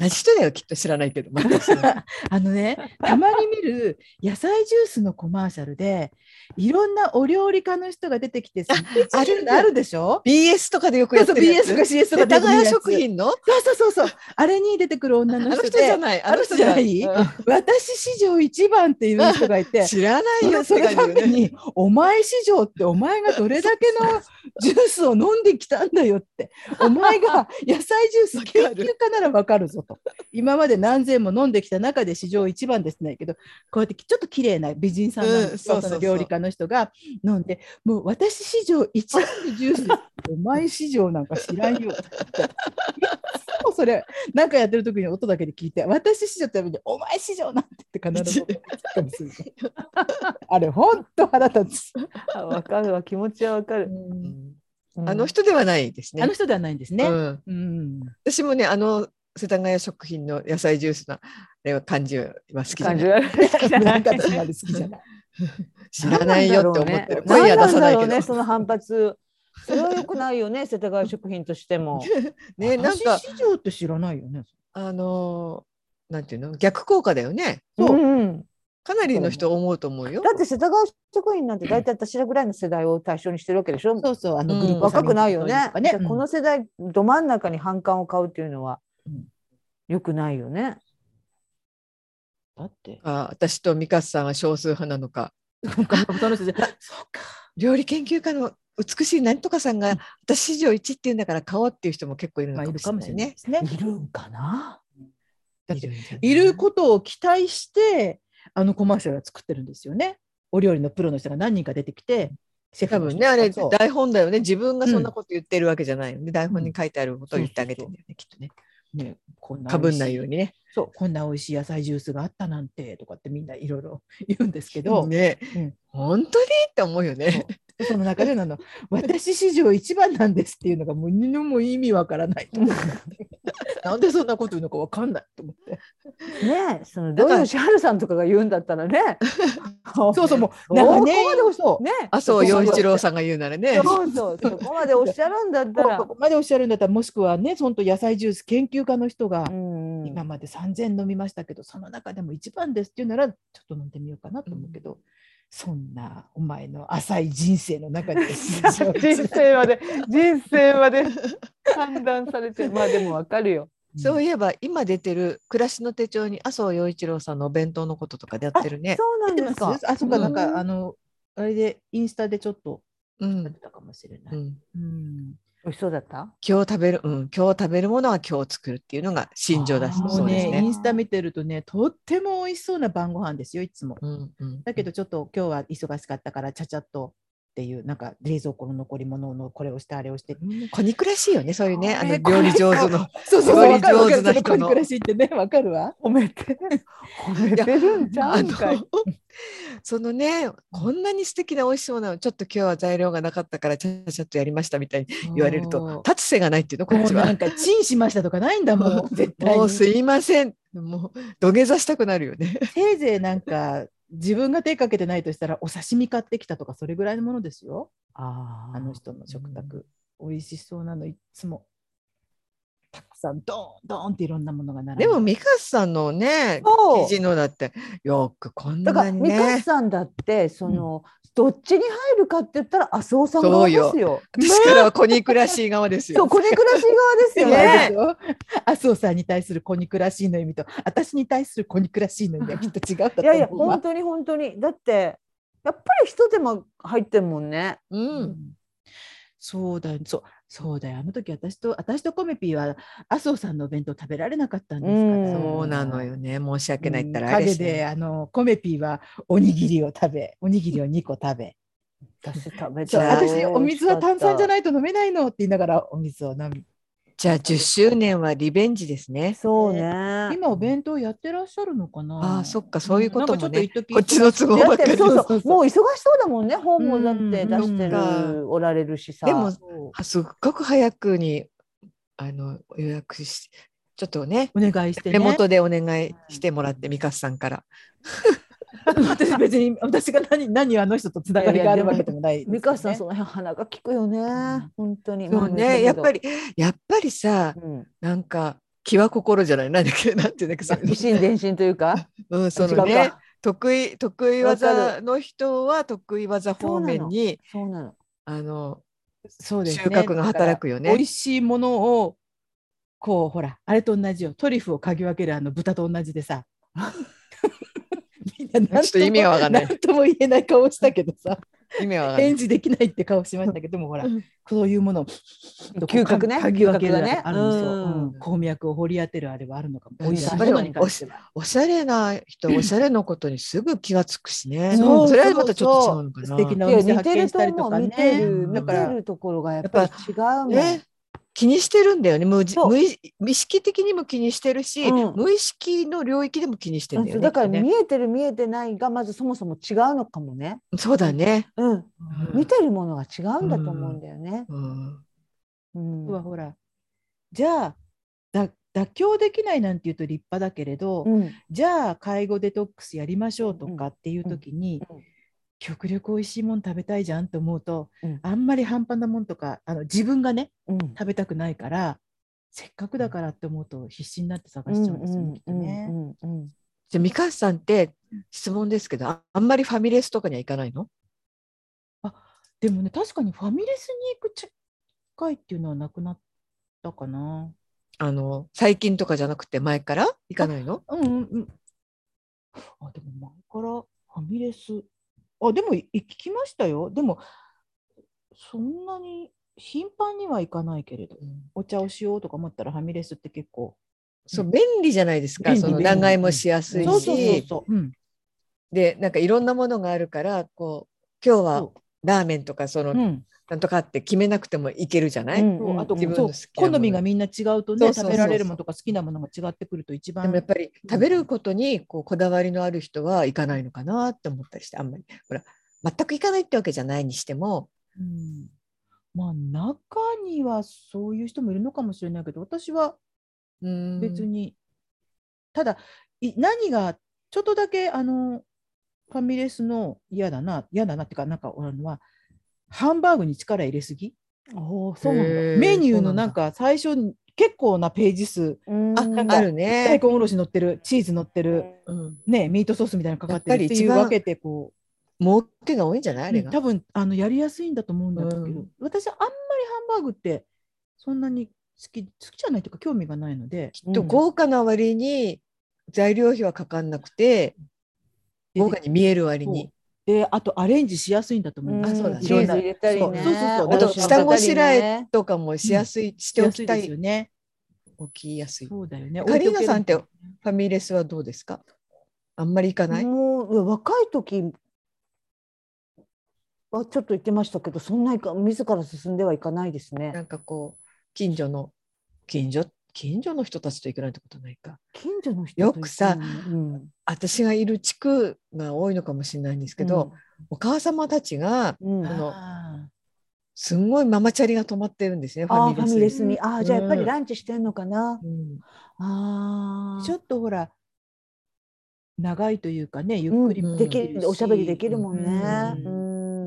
Speaker 2: 同じ人だよきっと知らないけど。全く知らない
Speaker 1: あの
Speaker 2: *laughs*
Speaker 1: ね、たまに見る野菜ジュースのコマーシャルで、いろんなお料理家の人が出てきて、
Speaker 2: *laughs* あ
Speaker 1: あ
Speaker 2: ある
Speaker 1: るあるでしょ
Speaker 2: BS とかでよ
Speaker 1: そ
Speaker 2: くや
Speaker 1: うそ
Speaker 2: って
Speaker 1: う
Speaker 2: るや
Speaker 1: BS
Speaker 2: つ。
Speaker 1: とか CS とかで
Speaker 2: 世田
Speaker 1: 出てくる
Speaker 2: 谷
Speaker 1: やつ
Speaker 2: 食品の
Speaker 1: そうそうそうそうあれに出てくる
Speaker 2: あ
Speaker 1: 女の
Speaker 2: の
Speaker 1: 人
Speaker 2: 人
Speaker 1: で
Speaker 2: じゃない。
Speaker 1: あの人じゃな。い私史上一番っていう人がい
Speaker 2: *laughs*
Speaker 1: て
Speaker 2: 知らないよって
Speaker 1: それだ
Speaker 2: 感じ
Speaker 1: け
Speaker 2: よね。
Speaker 1: に、お前市場ってお前がどれだけのジュースを飲んできたんだよって、お前が野菜ジュース研究家ならわかるぞと。今まで何千も飲んできた中で史上一番ですねけど、こうやってちょっと綺麗な美人さんなんですよ
Speaker 2: う
Speaker 1: そ
Speaker 2: んそうそうそ
Speaker 1: の
Speaker 2: う
Speaker 1: 料理家の人が飲んで、もう私史上一番のジュースです、お前市場なんか知らんよって。もそれなんかやってる時に音だけで聞いて私市場ってやめてお前市場なんてって必ず思ってたりするあれ、本当腹立つ。
Speaker 3: あわかるわ気持ちはわかる
Speaker 2: うん
Speaker 3: うん
Speaker 2: あの人ではないですね。
Speaker 1: あの人ではないんですね。
Speaker 2: うん
Speaker 1: うん。
Speaker 2: 私もねあの世田谷食品の野菜ジュースのあれは感じは好きじゃ
Speaker 3: 感
Speaker 2: な
Speaker 3: じ
Speaker 2: い。
Speaker 3: は好きじゃな
Speaker 1: ないんかつまり好きじゃない。
Speaker 2: 知らないよって思ってる。
Speaker 3: 何
Speaker 2: 声は出
Speaker 3: なん
Speaker 2: さ
Speaker 3: だ
Speaker 2: ない
Speaker 3: ろ
Speaker 2: け
Speaker 3: うね、
Speaker 2: ど。
Speaker 3: その反発。それは良くないよね、世田谷食品としても。
Speaker 2: ねなんか
Speaker 1: 市場って知らないよね。
Speaker 2: あのーなんていうの逆効果だよね。
Speaker 1: そう
Speaker 3: うん
Speaker 2: かなりの人思うと思うよ。
Speaker 3: だって世田谷食品なんて大体私らぐらいの世代を対象にしてるわけでしょ。
Speaker 1: そうそう、あの
Speaker 2: うん
Speaker 1: グループ、
Speaker 3: 若くないよね。じゃあ
Speaker 1: こ
Speaker 3: こ
Speaker 1: の
Speaker 3: の世代ど真ん中に反感を買うっていうのは
Speaker 1: うん
Speaker 3: 良くないよね。
Speaker 1: だって。
Speaker 2: あ私とミカさんは少数派なのか。
Speaker 1: その人じゃ。そうか。
Speaker 2: 料理研究家の美しいなんとかさんが私史上1って言うんだから買おうっていう人も結構いる
Speaker 1: まあ、い
Speaker 2: の
Speaker 1: る
Speaker 2: か
Speaker 1: か
Speaker 2: も
Speaker 1: も
Speaker 2: し
Speaker 1: し
Speaker 2: れ
Speaker 1: れないい
Speaker 2: なね
Speaker 1: で。すね。
Speaker 3: いるんかな。
Speaker 1: だって
Speaker 2: いるんじゃない
Speaker 1: ることを期待して、あのコマーシャルは作ってるんですよね。お料理のプロの人が何人か出てきて。シェフ
Speaker 2: 多
Speaker 1: の
Speaker 2: 分
Speaker 1: 人
Speaker 2: ねあれ
Speaker 1: そう
Speaker 2: 台本だよね自分がそんなこと言ってるわけじゃないよね、台本に書いてあることを言ってあげてるんだよねきっとね
Speaker 1: ね、こんな
Speaker 2: かぶんない
Speaker 1: 美味し
Speaker 2: ようにね。
Speaker 1: い。そう、こんな美味しい野菜ジュースがあったなんてとかって、みんないろいろ *laughs* 言うんですけど。
Speaker 2: ね、
Speaker 1: うん
Speaker 2: 本当にって思うよね。
Speaker 1: その中で *laughs* なの私史上一番なんですっていうのが *laughs* もう何も意味わからないと思ってなんでそんなこと言うのかわかんないと思って
Speaker 3: ねその土井善治さんとかが言うんだったらね
Speaker 1: *laughs* そうそう、もう
Speaker 3: そこ
Speaker 1: 長
Speaker 3: まで
Speaker 1: 年、そ
Speaker 3: ね
Speaker 2: 麻生陽一郎
Speaker 3: そ
Speaker 2: さんが言うならね。
Speaker 3: うそうそこまでおっしゃるんだっ
Speaker 1: う
Speaker 3: た
Speaker 1: *laughs*
Speaker 3: ら
Speaker 1: ここまでおっしゃるんだったら、もしくはね、本当野菜ジュース研究家の人が、
Speaker 3: うんうん
Speaker 1: 今まで3000飲みましたけど、その中でも一番ですっていうなら、ちょっと飲んでみようかなと思うけど、そんなお前の浅い人生の中で *laughs*
Speaker 3: 人生まで人生まで判断されてまあでもわかるよ
Speaker 2: そういえば今出てる暮らしの手帳に麻生陽一郎さんのお弁当のこととかでやってるね。
Speaker 3: そうなん
Speaker 1: 出てます
Speaker 3: か
Speaker 1: あ、そっか、
Speaker 2: うん
Speaker 1: なんか、あの、あれで、インスタでちょっと
Speaker 2: う
Speaker 1: 出
Speaker 2: ん
Speaker 1: てたかもしれな
Speaker 2: う
Speaker 1: い。
Speaker 2: ん、
Speaker 1: うん。
Speaker 3: 美味しそうだった
Speaker 2: 今日食べる、うん、今日食べるものは今日作るっていうのが心情だし
Speaker 3: あー
Speaker 1: も
Speaker 2: そううです
Speaker 1: ね、イ
Speaker 2: ね。
Speaker 1: ンスタ見てるとね、とっても美味しそうな晩ご飯ですよ、いつも。
Speaker 2: うんうん、
Speaker 1: だけど、ちょっと今日は忙しかったから、ちゃちゃっとっていう、なんか冷蔵庫の残り物のこれをして、あれをして。
Speaker 2: 子肉らしいよねそういうねあの
Speaker 3: これ
Speaker 2: 料理上手の。
Speaker 1: *laughs* そう
Speaker 2: そうわかるわかる
Speaker 1: これ
Speaker 2: そのこ
Speaker 1: 暮
Speaker 2: れ暮
Speaker 1: ら
Speaker 2: ら
Speaker 1: しってね、わかるわ。
Speaker 3: 褒めて褒めてるんじゃ
Speaker 2: *laughs* あ
Speaker 3: うん
Speaker 2: の
Speaker 3: かい
Speaker 2: *laughs* そのねこんなに素敵な美味しそうなのちょっと今日は材料がなかったからちゃちゃっとやりましたみたいに言われる
Speaker 1: も
Speaker 2: と立つ瀬がないっていうのこっ
Speaker 1: う
Speaker 2: ち
Speaker 1: な
Speaker 2: は
Speaker 1: ん。かチンしましたとかないんだもん、絶対
Speaker 2: も
Speaker 1: に。
Speaker 2: うす
Speaker 1: せ
Speaker 2: いませんもう土下座したくなるよね。
Speaker 1: いぜいなんか、自分が手かけてないとしたら、お刺身買ってきたとか、それぐらいのものですよ。
Speaker 3: あ
Speaker 1: あの人の食卓、美味しそうなのいつもたくさんドーンドーンっていろんなものが並ん
Speaker 2: でもミカさんのね
Speaker 3: そう
Speaker 2: 記事のだってよくこん
Speaker 3: だか
Speaker 2: な
Speaker 3: ら、
Speaker 2: に
Speaker 3: ミカ
Speaker 2: ね
Speaker 3: さんだって、その、どっちに入るかって言ったら、麻生さん側ですよ。
Speaker 2: そ
Speaker 3: そう
Speaker 2: 私からは子肉らしい側ですよ。
Speaker 3: う、小憎らしい側ですよ
Speaker 1: ね
Speaker 3: ね。、
Speaker 1: 麻生さんに対する小憎らしいの意味と私に対する小憎らしいの意
Speaker 3: *laughs*
Speaker 1: 味はきっと違うだと思
Speaker 3: いう
Speaker 1: わ
Speaker 3: やいや、本当に本当に、だって、やっぱり一手間入ってるもんね。
Speaker 2: う、
Speaker 1: うんんそうだよそうそうだよあの時私と私とコメピーは麻生さんのお弁当食べられなかったんですから
Speaker 3: うん
Speaker 2: そうなのよね申し訳ないったらあれ
Speaker 1: 影
Speaker 2: しね
Speaker 1: であのコメピーはおにぎりを食べおにぎりを2個食べ
Speaker 3: 私食
Speaker 1: そう
Speaker 3: べ
Speaker 2: じゃあ
Speaker 1: 私お水は炭酸じゃ
Speaker 3: い。
Speaker 1: ないと飲めないのって言いながらお水を飲み
Speaker 2: じゃあ10周年はリベンジですね。
Speaker 3: そうね。
Speaker 1: 今お弁当やってらっしゃるのかな。
Speaker 2: ああそっかそういうことも
Speaker 1: うんなん
Speaker 2: ね
Speaker 1: かちょっと一時
Speaker 2: こっちの都合
Speaker 3: だ
Speaker 2: ば
Speaker 3: っ
Speaker 2: っか
Speaker 3: て
Speaker 2: り
Speaker 3: そう
Speaker 1: そ
Speaker 3: そうう
Speaker 1: そう
Speaker 3: もう忙しそうだもんね本もだっ
Speaker 1: うん
Speaker 3: て出して
Speaker 2: う
Speaker 3: るおられるしさ
Speaker 2: でも
Speaker 1: そう
Speaker 2: あすっごく早くにあの予約しちょっとね
Speaker 1: お願いしてね。
Speaker 2: 手元でお願いしてもらってミカさんから
Speaker 1: *laughs* 私別に私が何何をあの人とつながりがあるわけでもないですよね。
Speaker 3: 美香さんその辺鼻が利くよね本当に
Speaker 2: そうねやっぱ
Speaker 3: り
Speaker 2: りやっぱりさなんか気は心じゃないなんだっけ *laughs* なんていうんだっけそういう
Speaker 3: 疑心伝心というか
Speaker 2: のうんそ
Speaker 3: 違う
Speaker 2: のね
Speaker 3: か
Speaker 2: 得意得意
Speaker 3: わか
Speaker 2: 技の人は得意技方面に
Speaker 3: そうなの
Speaker 2: あの
Speaker 1: そうですね
Speaker 2: 収穫が働くよね
Speaker 1: だから美味しいものをこうほらあれと同じよトリュフを嗅ぎ分けるあの豚と同じでさ。みんな何も
Speaker 2: ちょっと意味がわかんない
Speaker 1: 何とも言えない顔したけどさ、
Speaker 2: 意味はわかんない
Speaker 1: 返事できないって顔しましたけど、でもほら、
Speaker 2: うん
Speaker 1: そういうものを
Speaker 3: 嗅覚ね
Speaker 1: 嗅ぎ分ける
Speaker 3: 嗅覚がね
Speaker 1: あるんですよ、
Speaker 3: うん
Speaker 1: うん鉱脈を掘り当てるあれはあるのかも。
Speaker 2: うん
Speaker 1: 美味しい
Speaker 3: やっ
Speaker 1: も
Speaker 3: ぱり
Speaker 1: のに関しては。。
Speaker 2: おしゃれな人おしゃれのことにすぐ気がつくしね
Speaker 1: そう
Speaker 2: それはまたちょっと違うのかな。
Speaker 1: 素敵ないお
Speaker 3: や
Speaker 1: 店
Speaker 3: 似
Speaker 1: 発
Speaker 3: て
Speaker 1: 見
Speaker 3: る
Speaker 1: し
Speaker 3: と
Speaker 1: たりと
Speaker 3: 思
Speaker 1: か
Speaker 3: う
Speaker 1: ね。
Speaker 3: 似てる
Speaker 1: だ
Speaker 3: 似
Speaker 1: か
Speaker 3: て
Speaker 1: ら
Speaker 3: るところがやっ
Speaker 2: や
Speaker 3: ぱ
Speaker 2: っ
Speaker 3: り違うもん
Speaker 2: ね、気にしてるんだよね無自
Speaker 3: そう
Speaker 2: 無意意識的にも気にしてるし、
Speaker 3: うん
Speaker 2: 無意識の領域でも気にしてんだよ
Speaker 3: そう
Speaker 2: ね。
Speaker 3: だから
Speaker 2: きっとね
Speaker 3: 見えてる見えてないがまずそもそも違うのかもね
Speaker 2: そうだね。
Speaker 3: うん
Speaker 1: うん
Speaker 3: 見てるものが違うんだと思うんだよね
Speaker 2: うん
Speaker 3: うん
Speaker 1: 僕はほらじゃあだ妥協できないなんていうと立派だけれど、
Speaker 3: うん
Speaker 1: じゃあ介護デトックスやりましょうとかっていう時に、
Speaker 3: うんうん
Speaker 1: 極力おいしいもの食べたいじゃんと思うと、
Speaker 3: うん
Speaker 1: あんまり半端なもんとかあの自分がね
Speaker 3: うん
Speaker 1: 食べたくないからせっかくだからって思うと必死になって探しちゃうんですよね。きっとね
Speaker 3: うんうんうん
Speaker 2: じゃあミカさんって質問ですけどああんまりファミレスとかには行かないの？
Speaker 1: でもね確かにファミレスに行く機会っていうのはなくなったかな。
Speaker 2: あの最近とかじゃなくて前から行かないの？
Speaker 1: うんうんうん。あ、でも前からファミレス。あ、でもい行きましたよ。でも、そんなに頻繁には行かないけれど、
Speaker 2: うん
Speaker 1: お茶をしようとか思ったらファミレスって結構。
Speaker 2: そう便利じゃないですか。
Speaker 1: 便利
Speaker 2: その
Speaker 1: 便利
Speaker 2: 長居もしやす
Speaker 1: そ
Speaker 2: いし、
Speaker 1: うそうそうそう。うん、
Speaker 2: でなんかいろんなものがあるからこう今日は
Speaker 1: そ
Speaker 2: ラーメンとかその、
Speaker 1: ううん
Speaker 2: なんとかって決めなくてもいけるじゃない、
Speaker 3: うん
Speaker 1: そうあと
Speaker 2: 自分
Speaker 1: そ
Speaker 2: の
Speaker 1: う
Speaker 2: 好きなも
Speaker 1: 好
Speaker 2: の
Speaker 1: みがみんな違うと
Speaker 2: そ
Speaker 1: ね
Speaker 2: うそうそうそう
Speaker 1: 食べられるものとか好きなものが違ってくると一
Speaker 2: で
Speaker 1: 番
Speaker 2: もやっぱり食べることにこうこだわりのある人は行かないのかなって思ったりしてあんまりほら全く行かないってわけじゃないにしても
Speaker 1: うんまあ中にはそういう人もいるのかもしれないけど私は
Speaker 2: うーん
Speaker 1: 別に、ただい何がちょっとだけあのファミレスの嫌だな嫌だなっていうかなんかあるのはハンバーグに力入れすぎ
Speaker 3: おお、そうなんだ。
Speaker 2: へー
Speaker 1: メニューのなんか最初に結構なページ数
Speaker 3: うん
Speaker 2: ああ
Speaker 1: 大
Speaker 2: るね。
Speaker 1: 根おろし乗ってるチーズ乗ってる、
Speaker 2: うん、
Speaker 1: ね、ミートソースみたいなのかかってる
Speaker 2: やっ
Speaker 1: って
Speaker 2: ぱり
Speaker 1: い
Speaker 2: 一
Speaker 1: う
Speaker 2: 番
Speaker 1: わけでこう
Speaker 2: 儲けが多いんじゃないあれ
Speaker 1: うん
Speaker 2: が。
Speaker 1: 多分あのやりやすいんだと思うんだけど、
Speaker 2: うん
Speaker 1: 私あんまりハンバーグってそんなに好き好きじゃないというか興味がないので
Speaker 2: と豪華な割に材料費はかかんなくて、
Speaker 1: で
Speaker 2: 豪華に見える割に。
Speaker 1: であとアレンジしやすいんだと思い
Speaker 3: ん
Speaker 1: ます、
Speaker 2: あそうだね
Speaker 3: チーズ入れたり
Speaker 1: そう
Speaker 3: ね。
Speaker 1: そうそうそう
Speaker 2: あと
Speaker 1: おし
Speaker 2: 下ごしらえ
Speaker 3: ね。
Speaker 2: とかもしやすい、してお
Speaker 1: 安
Speaker 2: き
Speaker 1: い
Speaker 2: た
Speaker 1: です
Speaker 2: い
Speaker 1: よ。ね
Speaker 2: おきやすい。フ
Speaker 1: そうだよね
Speaker 2: カリーナさんって
Speaker 1: 置いおける
Speaker 2: ァミレスはどうですかあんまり行かない、
Speaker 3: もう若い時はちょっと言ってましたけど、そんなにか自ら進んではいかないですね
Speaker 2: な。んかこう、近所の、近所、近所の人たちと行かないってことないか。
Speaker 3: 近所の人
Speaker 2: よくさ
Speaker 3: と行くのうんうん
Speaker 2: 私がいる地区が多いのかもしれないんですけど、、お母様たちが、
Speaker 3: うんうん
Speaker 2: あの
Speaker 1: あ
Speaker 2: すんごいママチャリが止まってるんですね、フ
Speaker 3: あ
Speaker 2: ァ
Speaker 3: ー
Speaker 2: ミ
Speaker 3: フ
Speaker 2: レ
Speaker 3: ァ
Speaker 2: ス
Speaker 3: ミ
Speaker 2: に
Speaker 3: レスに。ああ、じゃあやっぱ
Speaker 2: う
Speaker 3: り
Speaker 2: ん
Speaker 3: ランチしてんのかな。
Speaker 2: うん
Speaker 3: あ
Speaker 1: ー
Speaker 3: あ。
Speaker 1: ちょっとほら長いというかねゆっくり
Speaker 2: うん
Speaker 1: も
Speaker 3: できる、
Speaker 1: し
Speaker 3: おしゃべりできるもんね。
Speaker 2: う
Speaker 3: う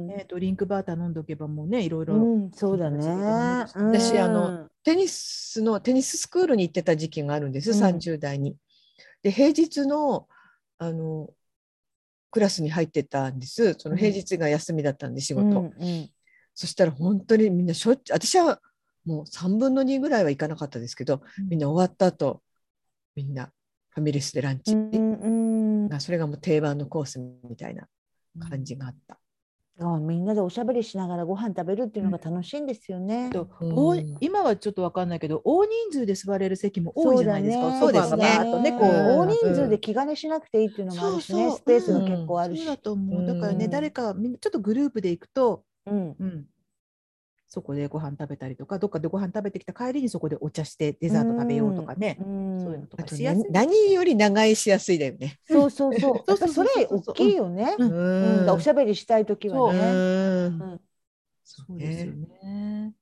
Speaker 3: ん。
Speaker 1: ねドリンクバーター飲んでおけばもうねいろいろ、
Speaker 3: うん、そうだね。
Speaker 2: 私あの
Speaker 3: うん、
Speaker 2: テニスのテニススクールに行ってた時期があるんです、
Speaker 3: うん
Speaker 2: 30代に。で平日のあのクラスに入ってたんですその平日が休みだったんで仕事、
Speaker 3: うん
Speaker 2: そしたら本当にみんなしょっちゅう私はもう3分の2ぐらいは行かなかったですけどみんな終わった後みんなファミレスでランチ、
Speaker 3: うんうんうん
Speaker 2: がそれがもう定番のコースみたいな感じがあった。
Speaker 3: あみんなでおしゃべりしながらご飯食べるっていうのが楽しいんですよね。
Speaker 1: と
Speaker 2: うん
Speaker 1: 大今はちょっとわかんないけど大人数で座れる席も多いじゃないですか
Speaker 2: そうだね
Speaker 1: ソファーがバーッとね
Speaker 3: そ
Speaker 1: こ
Speaker 3: う
Speaker 1: う
Speaker 3: だね
Speaker 2: うん
Speaker 3: 大人数で気兼ねしなくていいっていうのもあるし
Speaker 1: そう
Speaker 3: ね、
Speaker 1: そう
Speaker 3: スペースが結構ある
Speaker 1: そう
Speaker 3: し。
Speaker 1: だと思う。だからね、
Speaker 2: うん
Speaker 1: 誰かみんなちょっとグループで行くと、
Speaker 3: うん
Speaker 1: うん、そこでご飯食べたりとか、どっかでご飯食べてきた帰りにそこでお茶してデザート食べようとかね、
Speaker 3: うん
Speaker 1: そういうのとか
Speaker 2: あと
Speaker 1: しやすい
Speaker 2: ね。何より長居しやすいだよね。
Speaker 3: そうそうそう。
Speaker 1: そ
Speaker 3: だ
Speaker 1: う
Speaker 3: か
Speaker 1: そう
Speaker 3: ら
Speaker 1: そ
Speaker 3: そうれ
Speaker 1: そう
Speaker 3: 大きいよね。
Speaker 1: うん
Speaker 3: うん
Speaker 2: ん
Speaker 3: おしゃべりしたい時はね。
Speaker 2: うん
Speaker 3: うん
Speaker 1: そうですよね。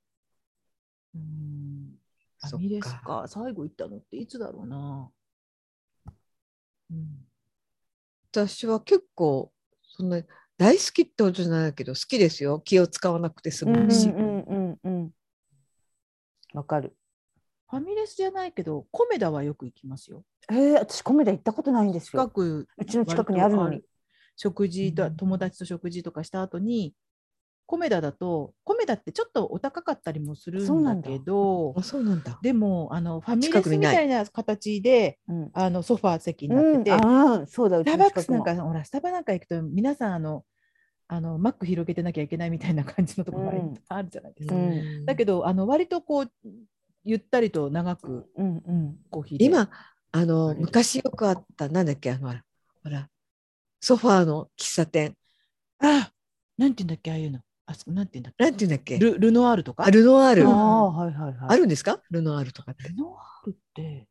Speaker 1: うん。あ
Speaker 2: そっ
Speaker 1: ミレス
Speaker 2: か
Speaker 1: か。最後行ったのっていつだろうな。うん。
Speaker 2: 私は結構そんな大好きってことじゃないけど好きですよ気を使わなくて済
Speaker 3: うん
Speaker 2: むし、
Speaker 3: うんうんうん。わかる。
Speaker 1: ファミレスじゃないけど、コメダはよく行きますよ。
Speaker 3: えー、私コメダ行ったことないんです
Speaker 1: 近
Speaker 3: よ。
Speaker 1: く
Speaker 3: うちの近くにあるのに。
Speaker 1: 食事と、
Speaker 2: うん
Speaker 1: 友達と食事とかした後にコメダだとコメダってちょっとお高かったりもする
Speaker 3: そうなんん
Speaker 1: だ
Speaker 3: だ
Speaker 1: けど
Speaker 2: あそうなんだ
Speaker 1: でもあのファミレ
Speaker 2: 近く
Speaker 1: ス
Speaker 2: に
Speaker 1: み
Speaker 2: ない
Speaker 1: たいな形で
Speaker 3: うん。
Speaker 1: あのソファー席にな
Speaker 3: う
Speaker 1: って
Speaker 3: ん、
Speaker 1: て、ス
Speaker 3: ああ、そうだ。うち
Speaker 1: ター
Speaker 3: の
Speaker 1: バッ
Speaker 3: 近
Speaker 1: ク
Speaker 3: く
Speaker 1: スなん
Speaker 3: も
Speaker 1: かほらスタバなんか行くと皆さんあのあのマック広げてなきゃいけないみたいな感じのところ
Speaker 3: うん
Speaker 1: あるじゃないです
Speaker 3: う
Speaker 1: か。
Speaker 3: ん
Speaker 1: だけ
Speaker 2: ど
Speaker 1: どあの割とこうゆったりと長く
Speaker 3: うんうん。
Speaker 1: コーヒーで
Speaker 2: 今あの
Speaker 1: あれ
Speaker 2: 昔よくあったなんだっけあのほらほらソファーの喫茶店
Speaker 1: あなんていうんだっけああいうのあそこなんていうんだっけ
Speaker 2: なんていうんだっけ
Speaker 1: ルルノワールとか
Speaker 2: あルノアール、
Speaker 1: うん
Speaker 2: あ
Speaker 3: ああー、はいはいはい。
Speaker 2: るんですかルノアールとかって
Speaker 1: ルノワールって、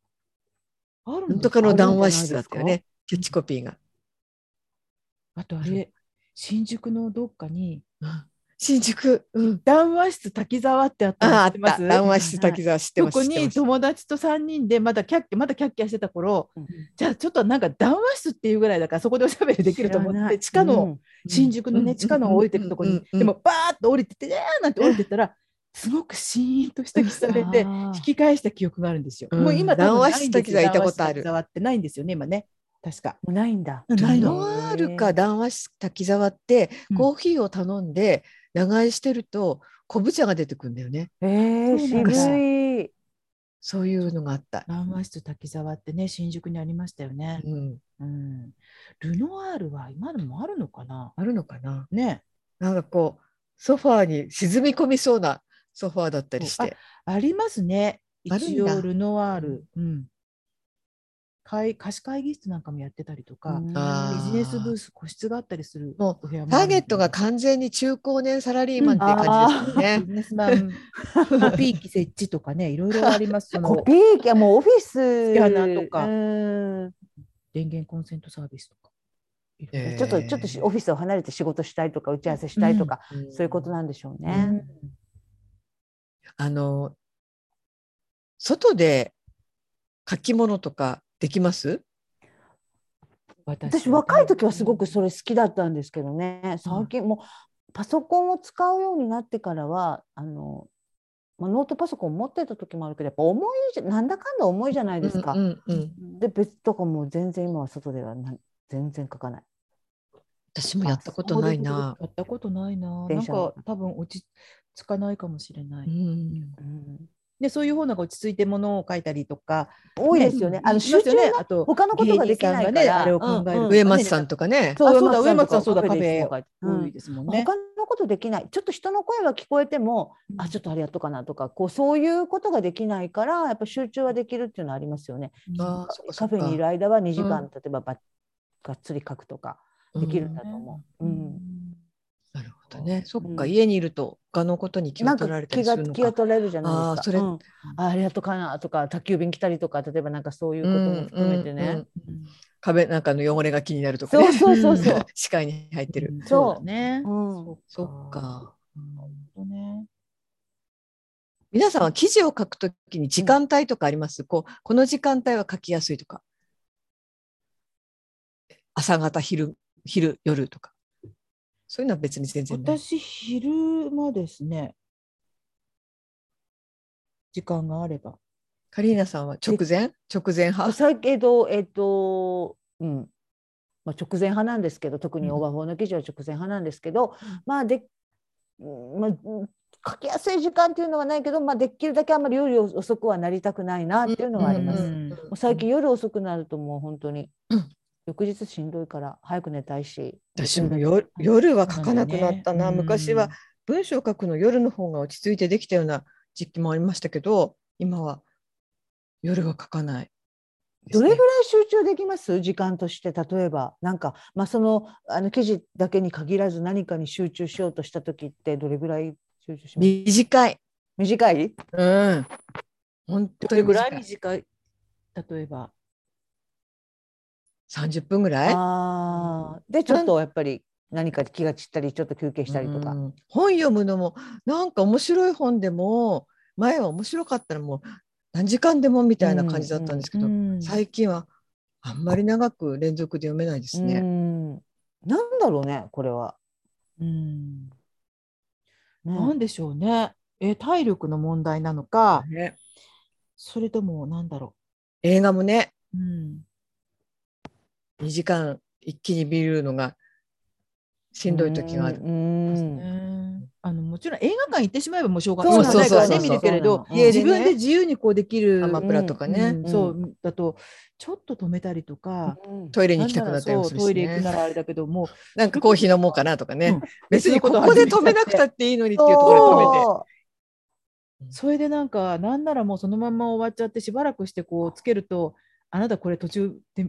Speaker 1: ある
Speaker 2: なん
Speaker 1: ん
Speaker 2: と
Speaker 1: です
Speaker 2: か
Speaker 1: か
Speaker 2: の談話室だったよ
Speaker 3: あるん
Speaker 2: ねキャッチコピーが、
Speaker 1: あとあれ、新宿のどっかに、
Speaker 2: うん新宿、うん、
Speaker 1: 談話室滝沢ってあったの
Speaker 2: ああっ
Speaker 1: 知てま
Speaker 2: た
Speaker 1: す
Speaker 2: 談話室
Speaker 1: はい
Speaker 2: 滝沢知って
Speaker 1: そ
Speaker 2: ます
Speaker 1: こ
Speaker 2: 知ってま
Speaker 1: に
Speaker 2: す
Speaker 1: 友達と3人でまだキャッキャまだキャッキャしてた頃、
Speaker 3: うん
Speaker 1: じゃあちょっとなんか談話室っていうぐらいだからそこでおしゃべりできると思
Speaker 3: 知ら
Speaker 1: っ
Speaker 3: な
Speaker 1: て
Speaker 3: い
Speaker 1: 地下の、
Speaker 2: うん
Speaker 1: 新宿のね地下の降りてくとこ
Speaker 2: うんう
Speaker 1: に
Speaker 2: んうん
Speaker 1: でもバーッと降りてって「ねーなんて降りてったらすごくシーンとした喫茶店で
Speaker 3: あー
Speaker 1: 引き返した記憶があるんですよ。
Speaker 2: うん
Speaker 1: もう今多分
Speaker 2: 談
Speaker 1: ない
Speaker 2: 話
Speaker 1: んですよ
Speaker 2: 室滝沢いたことある
Speaker 1: 談話室滝沢ってないんですよね今ね確か。
Speaker 3: もうないんだ。
Speaker 1: うんない
Speaker 2: ル
Speaker 1: の
Speaker 2: ノワールか談話室滝沢って、
Speaker 1: うん
Speaker 2: コーヒーを頼んで長居してると昆布茶が出てくるんだよね
Speaker 3: ええ
Speaker 1: そうなんだ
Speaker 3: 渋い。
Speaker 2: そういうのがあった、
Speaker 1: 談話室滝沢ってね新宿にありましたよね。
Speaker 2: うん、
Speaker 1: うん、ルノワールは今でもあるのかな
Speaker 2: あるのかな
Speaker 1: ね
Speaker 2: なんかこうソファーに沈み込みそうなソファーだったりして
Speaker 1: ありますね
Speaker 2: あるん
Speaker 1: 一
Speaker 2: だ
Speaker 1: 応ルノワール。うん会貸し会議室なんかもやってたりとか、
Speaker 3: うん
Speaker 2: あ
Speaker 1: ビジネスブース個室があったりする
Speaker 2: も
Speaker 1: お部屋もあ
Speaker 2: タ
Speaker 1: る
Speaker 2: ー
Speaker 1: ん
Speaker 2: ゲ
Speaker 1: で
Speaker 2: ットが完全に中高年サラリーマンっていう感じですよね
Speaker 1: ビ、ジネスマンコピー機設置とかねいろいろありますそ
Speaker 3: コ
Speaker 1: の
Speaker 3: ピー機はもうオフィス。
Speaker 1: キャナとか
Speaker 3: うん
Speaker 1: 電源コンセントサービスとか。いろいろ
Speaker 2: えー
Speaker 3: ちょっと、ちょっとしオフィスを離れて仕事したいとか、打ち合わせしたいとか、
Speaker 2: ん
Speaker 3: そういうことなんでしょう
Speaker 1: う
Speaker 3: ね。
Speaker 1: ん
Speaker 2: あの外で書き物とかできます
Speaker 1: 私
Speaker 3: 私若い時はすごくそれ好きだったんですけどね最近もうパソコンを使うようになってからはあの、まあ、ノートパソコン持ってた時もあるけどやっぱ重いじゃなんだかんだ重いじゃないですか。
Speaker 2: うんうんうん
Speaker 3: で別とかもう全然今は外ではな全然書かない。
Speaker 2: 私もやったことないな。
Speaker 1: やったことないな。な
Speaker 3: 電
Speaker 1: ん
Speaker 3: 車の
Speaker 1: か多分落ち着かないかもしれな
Speaker 2: う
Speaker 1: い。
Speaker 2: ん、
Speaker 3: うん
Speaker 1: でそういう方なんか落ち着いてものを書いたりとか、
Speaker 3: 多いですよね。あの
Speaker 1: しま
Speaker 3: 集
Speaker 1: す
Speaker 3: 中
Speaker 1: よね
Speaker 3: が
Speaker 1: あと
Speaker 3: 他のことができな
Speaker 1: 芸人さん
Speaker 3: いか
Speaker 1: がね
Speaker 3: ら。
Speaker 1: あれを考える、
Speaker 3: うんうん
Speaker 2: 上松さんとかね。
Speaker 1: あそうだ上松さんそうだ
Speaker 3: カフェでいつも
Speaker 1: カ
Speaker 3: 書いてう
Speaker 1: 多
Speaker 3: ん
Speaker 1: いですもんね。
Speaker 3: 他のことできないちょっと人の声は聞こえても、
Speaker 1: うん
Speaker 3: あちょっとあれやっとかなとかこうそういうことができないからやっぱ集中はできるっていうのはありますよね。
Speaker 2: あーそっかそ
Speaker 3: カ
Speaker 2: っか
Speaker 3: フェにいる間は2時間、
Speaker 2: うん
Speaker 3: 例えばばがっつり書くとかできるんだ
Speaker 1: う
Speaker 3: と
Speaker 1: ん
Speaker 3: 思う。
Speaker 1: う
Speaker 3: うん
Speaker 1: ん
Speaker 2: なるほどね。そっか、
Speaker 3: うん
Speaker 2: 家にいると他のことに気
Speaker 3: な
Speaker 2: を
Speaker 3: んか
Speaker 2: 取られた
Speaker 3: 気
Speaker 2: りす
Speaker 3: が
Speaker 2: るの
Speaker 3: 気が
Speaker 2: か。
Speaker 3: 取られるじゃないですか。
Speaker 2: あーそれ
Speaker 3: うんああれやっとかなとか宅急便来たりとか例えばなんかそういうことも含めてね。
Speaker 2: うんうん壁なんかの汚れが気になるとか、
Speaker 3: そ
Speaker 2: ね。
Speaker 3: うそうそうそう。
Speaker 2: 視界に入ってる。
Speaker 1: うんそうだね。
Speaker 3: うん
Speaker 2: そっ。か。
Speaker 1: なるほどね。
Speaker 2: 皆さんは記事を書くときに時間帯とかあります、こうこの時間帯は書きやすいとか朝方昼昼夜とかそういうのは別に全然ない
Speaker 1: 私昼間ですね。時間があれば。
Speaker 2: カリーナさんは直前直前派
Speaker 3: 最近えっとえっとうんまあ、直前派なんですけど特にオーバーフォーの記事は直前派なんですけど、まあで、うんまあ、うん書きやすい時間っていうのはないけど、まあ、できるだけあんまり夜遅くはなりたくないなっていうのはあります。
Speaker 2: うんうんうん
Speaker 3: もう最近夜遅くなるともう本当に、
Speaker 2: うん
Speaker 3: 翌日しんどいから早く寝たいし
Speaker 2: 私も夜夜は書かなくなったな、
Speaker 1: んだね
Speaker 2: 昔は文章を書くの夜の方が落ち着いてできたような時期もありましたけど今は夜は書かないです
Speaker 3: ど
Speaker 2: ね、
Speaker 3: れぐらい集中できます時間として例えばなんか、まあ、そのあの記事だけに限らず何かに集中しようとした時ってどれぐらい集中します
Speaker 2: 短い
Speaker 3: 短い
Speaker 2: うん本当
Speaker 1: ど
Speaker 2: に
Speaker 1: れぐら
Speaker 2: 短
Speaker 1: い
Speaker 2: い
Speaker 1: 短い例えば。
Speaker 2: 30分ぐらい
Speaker 3: あーでちょっとやっぱり何か気が散ったりちょっと休憩したりとか、
Speaker 2: うん本読むのもなんか面白い本でも前は面白かったらもう何時間でもみたいな感じだったんですけど、
Speaker 1: うん
Speaker 2: 最近はあんまり長く連続で読めないです
Speaker 3: う
Speaker 2: ね。
Speaker 3: んなんだろうねこれは。
Speaker 1: うん
Speaker 3: ね
Speaker 1: なんでしょうね。え体力の問題なのか、
Speaker 2: ね
Speaker 1: それともなんだろ
Speaker 2: 映画もね
Speaker 1: う。うん、
Speaker 2: 2時間一気に見るのがしんどい時がある。
Speaker 3: うんうん
Speaker 1: ねあのもちろん映画館行ってしまえばもうしょうが
Speaker 3: そう
Speaker 2: なの
Speaker 1: しょうがないからね
Speaker 2: そうそうそうそう
Speaker 1: 見るけれど、
Speaker 3: 家
Speaker 1: 自
Speaker 2: でね
Speaker 1: 分で自由にこうできる
Speaker 2: アマプラとかね、
Speaker 1: うんそうだとちょっと止めたりとか、
Speaker 3: うん
Speaker 2: トイレに行きたくなったりも
Speaker 1: なんなら
Speaker 2: す
Speaker 1: そう
Speaker 2: る
Speaker 1: トイ
Speaker 2: し
Speaker 1: レ行
Speaker 2: ね
Speaker 1: くならあれだけどもう
Speaker 2: なんかコーヒー飲もうかなとかね、
Speaker 1: うん
Speaker 2: 別
Speaker 1: 別
Speaker 2: に
Speaker 1: のこ
Speaker 2: ことこで止めなくたっていいのにっていうところで止めて
Speaker 3: そ
Speaker 1: それでなんかなんならもうそのまま終わっちゃってしばらくしてこうつけるとあなたこれ途中で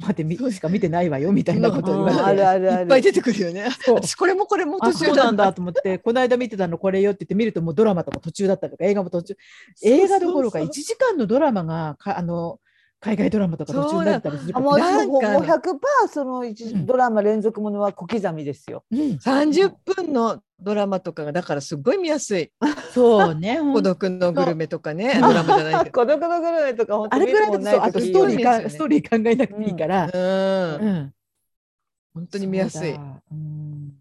Speaker 1: 待ってみしか見てないわよみたいなことを言
Speaker 3: う
Speaker 1: われ
Speaker 3: んあ
Speaker 1: て
Speaker 3: るある
Speaker 2: い
Speaker 3: あ
Speaker 2: っぱい出
Speaker 3: る。
Speaker 2: てくるよね。
Speaker 1: そう
Speaker 2: 私これもこれも
Speaker 1: あ
Speaker 2: 途
Speaker 1: そう
Speaker 2: 中
Speaker 1: なん
Speaker 2: だ
Speaker 1: だと思ってこの間見てたのこれよって言って見るともうドラマとか途中だったとか映画も途中映画どころか
Speaker 2: そう
Speaker 1: 1
Speaker 2: そうそ
Speaker 1: 時
Speaker 2: う
Speaker 1: 間のドラマがかあの海外ドラマとか途中だったりする
Speaker 3: あ
Speaker 1: か
Speaker 3: も
Speaker 1: ら
Speaker 3: う
Speaker 2: なん
Speaker 3: もう
Speaker 2: か
Speaker 3: 100%その
Speaker 1: うん
Speaker 3: 一ドラマ連続ものは小刻みですよ。
Speaker 1: うん、
Speaker 2: 30分のドラマとかがだからすごい見やすい
Speaker 1: そうね
Speaker 2: 「孤独のグルメ」とかねドラマ
Speaker 1: *laughs*
Speaker 2: じゃないけど。
Speaker 3: 孤独のグルメとか本当
Speaker 1: あれ
Speaker 3: 見
Speaker 1: ぐ
Speaker 3: る
Speaker 1: らい
Speaker 3: も
Speaker 1: だ
Speaker 3: ん
Speaker 1: と
Speaker 3: ない
Speaker 1: そうあと
Speaker 3: 時
Speaker 1: ス
Speaker 3: よ
Speaker 1: トー
Speaker 3: り
Speaker 1: リ
Speaker 2: いい
Speaker 1: ー
Speaker 2: よね
Speaker 1: かストーリー考えなくていいから、
Speaker 2: うん、
Speaker 1: うん
Speaker 2: 本当に見やすい
Speaker 1: そう。だうん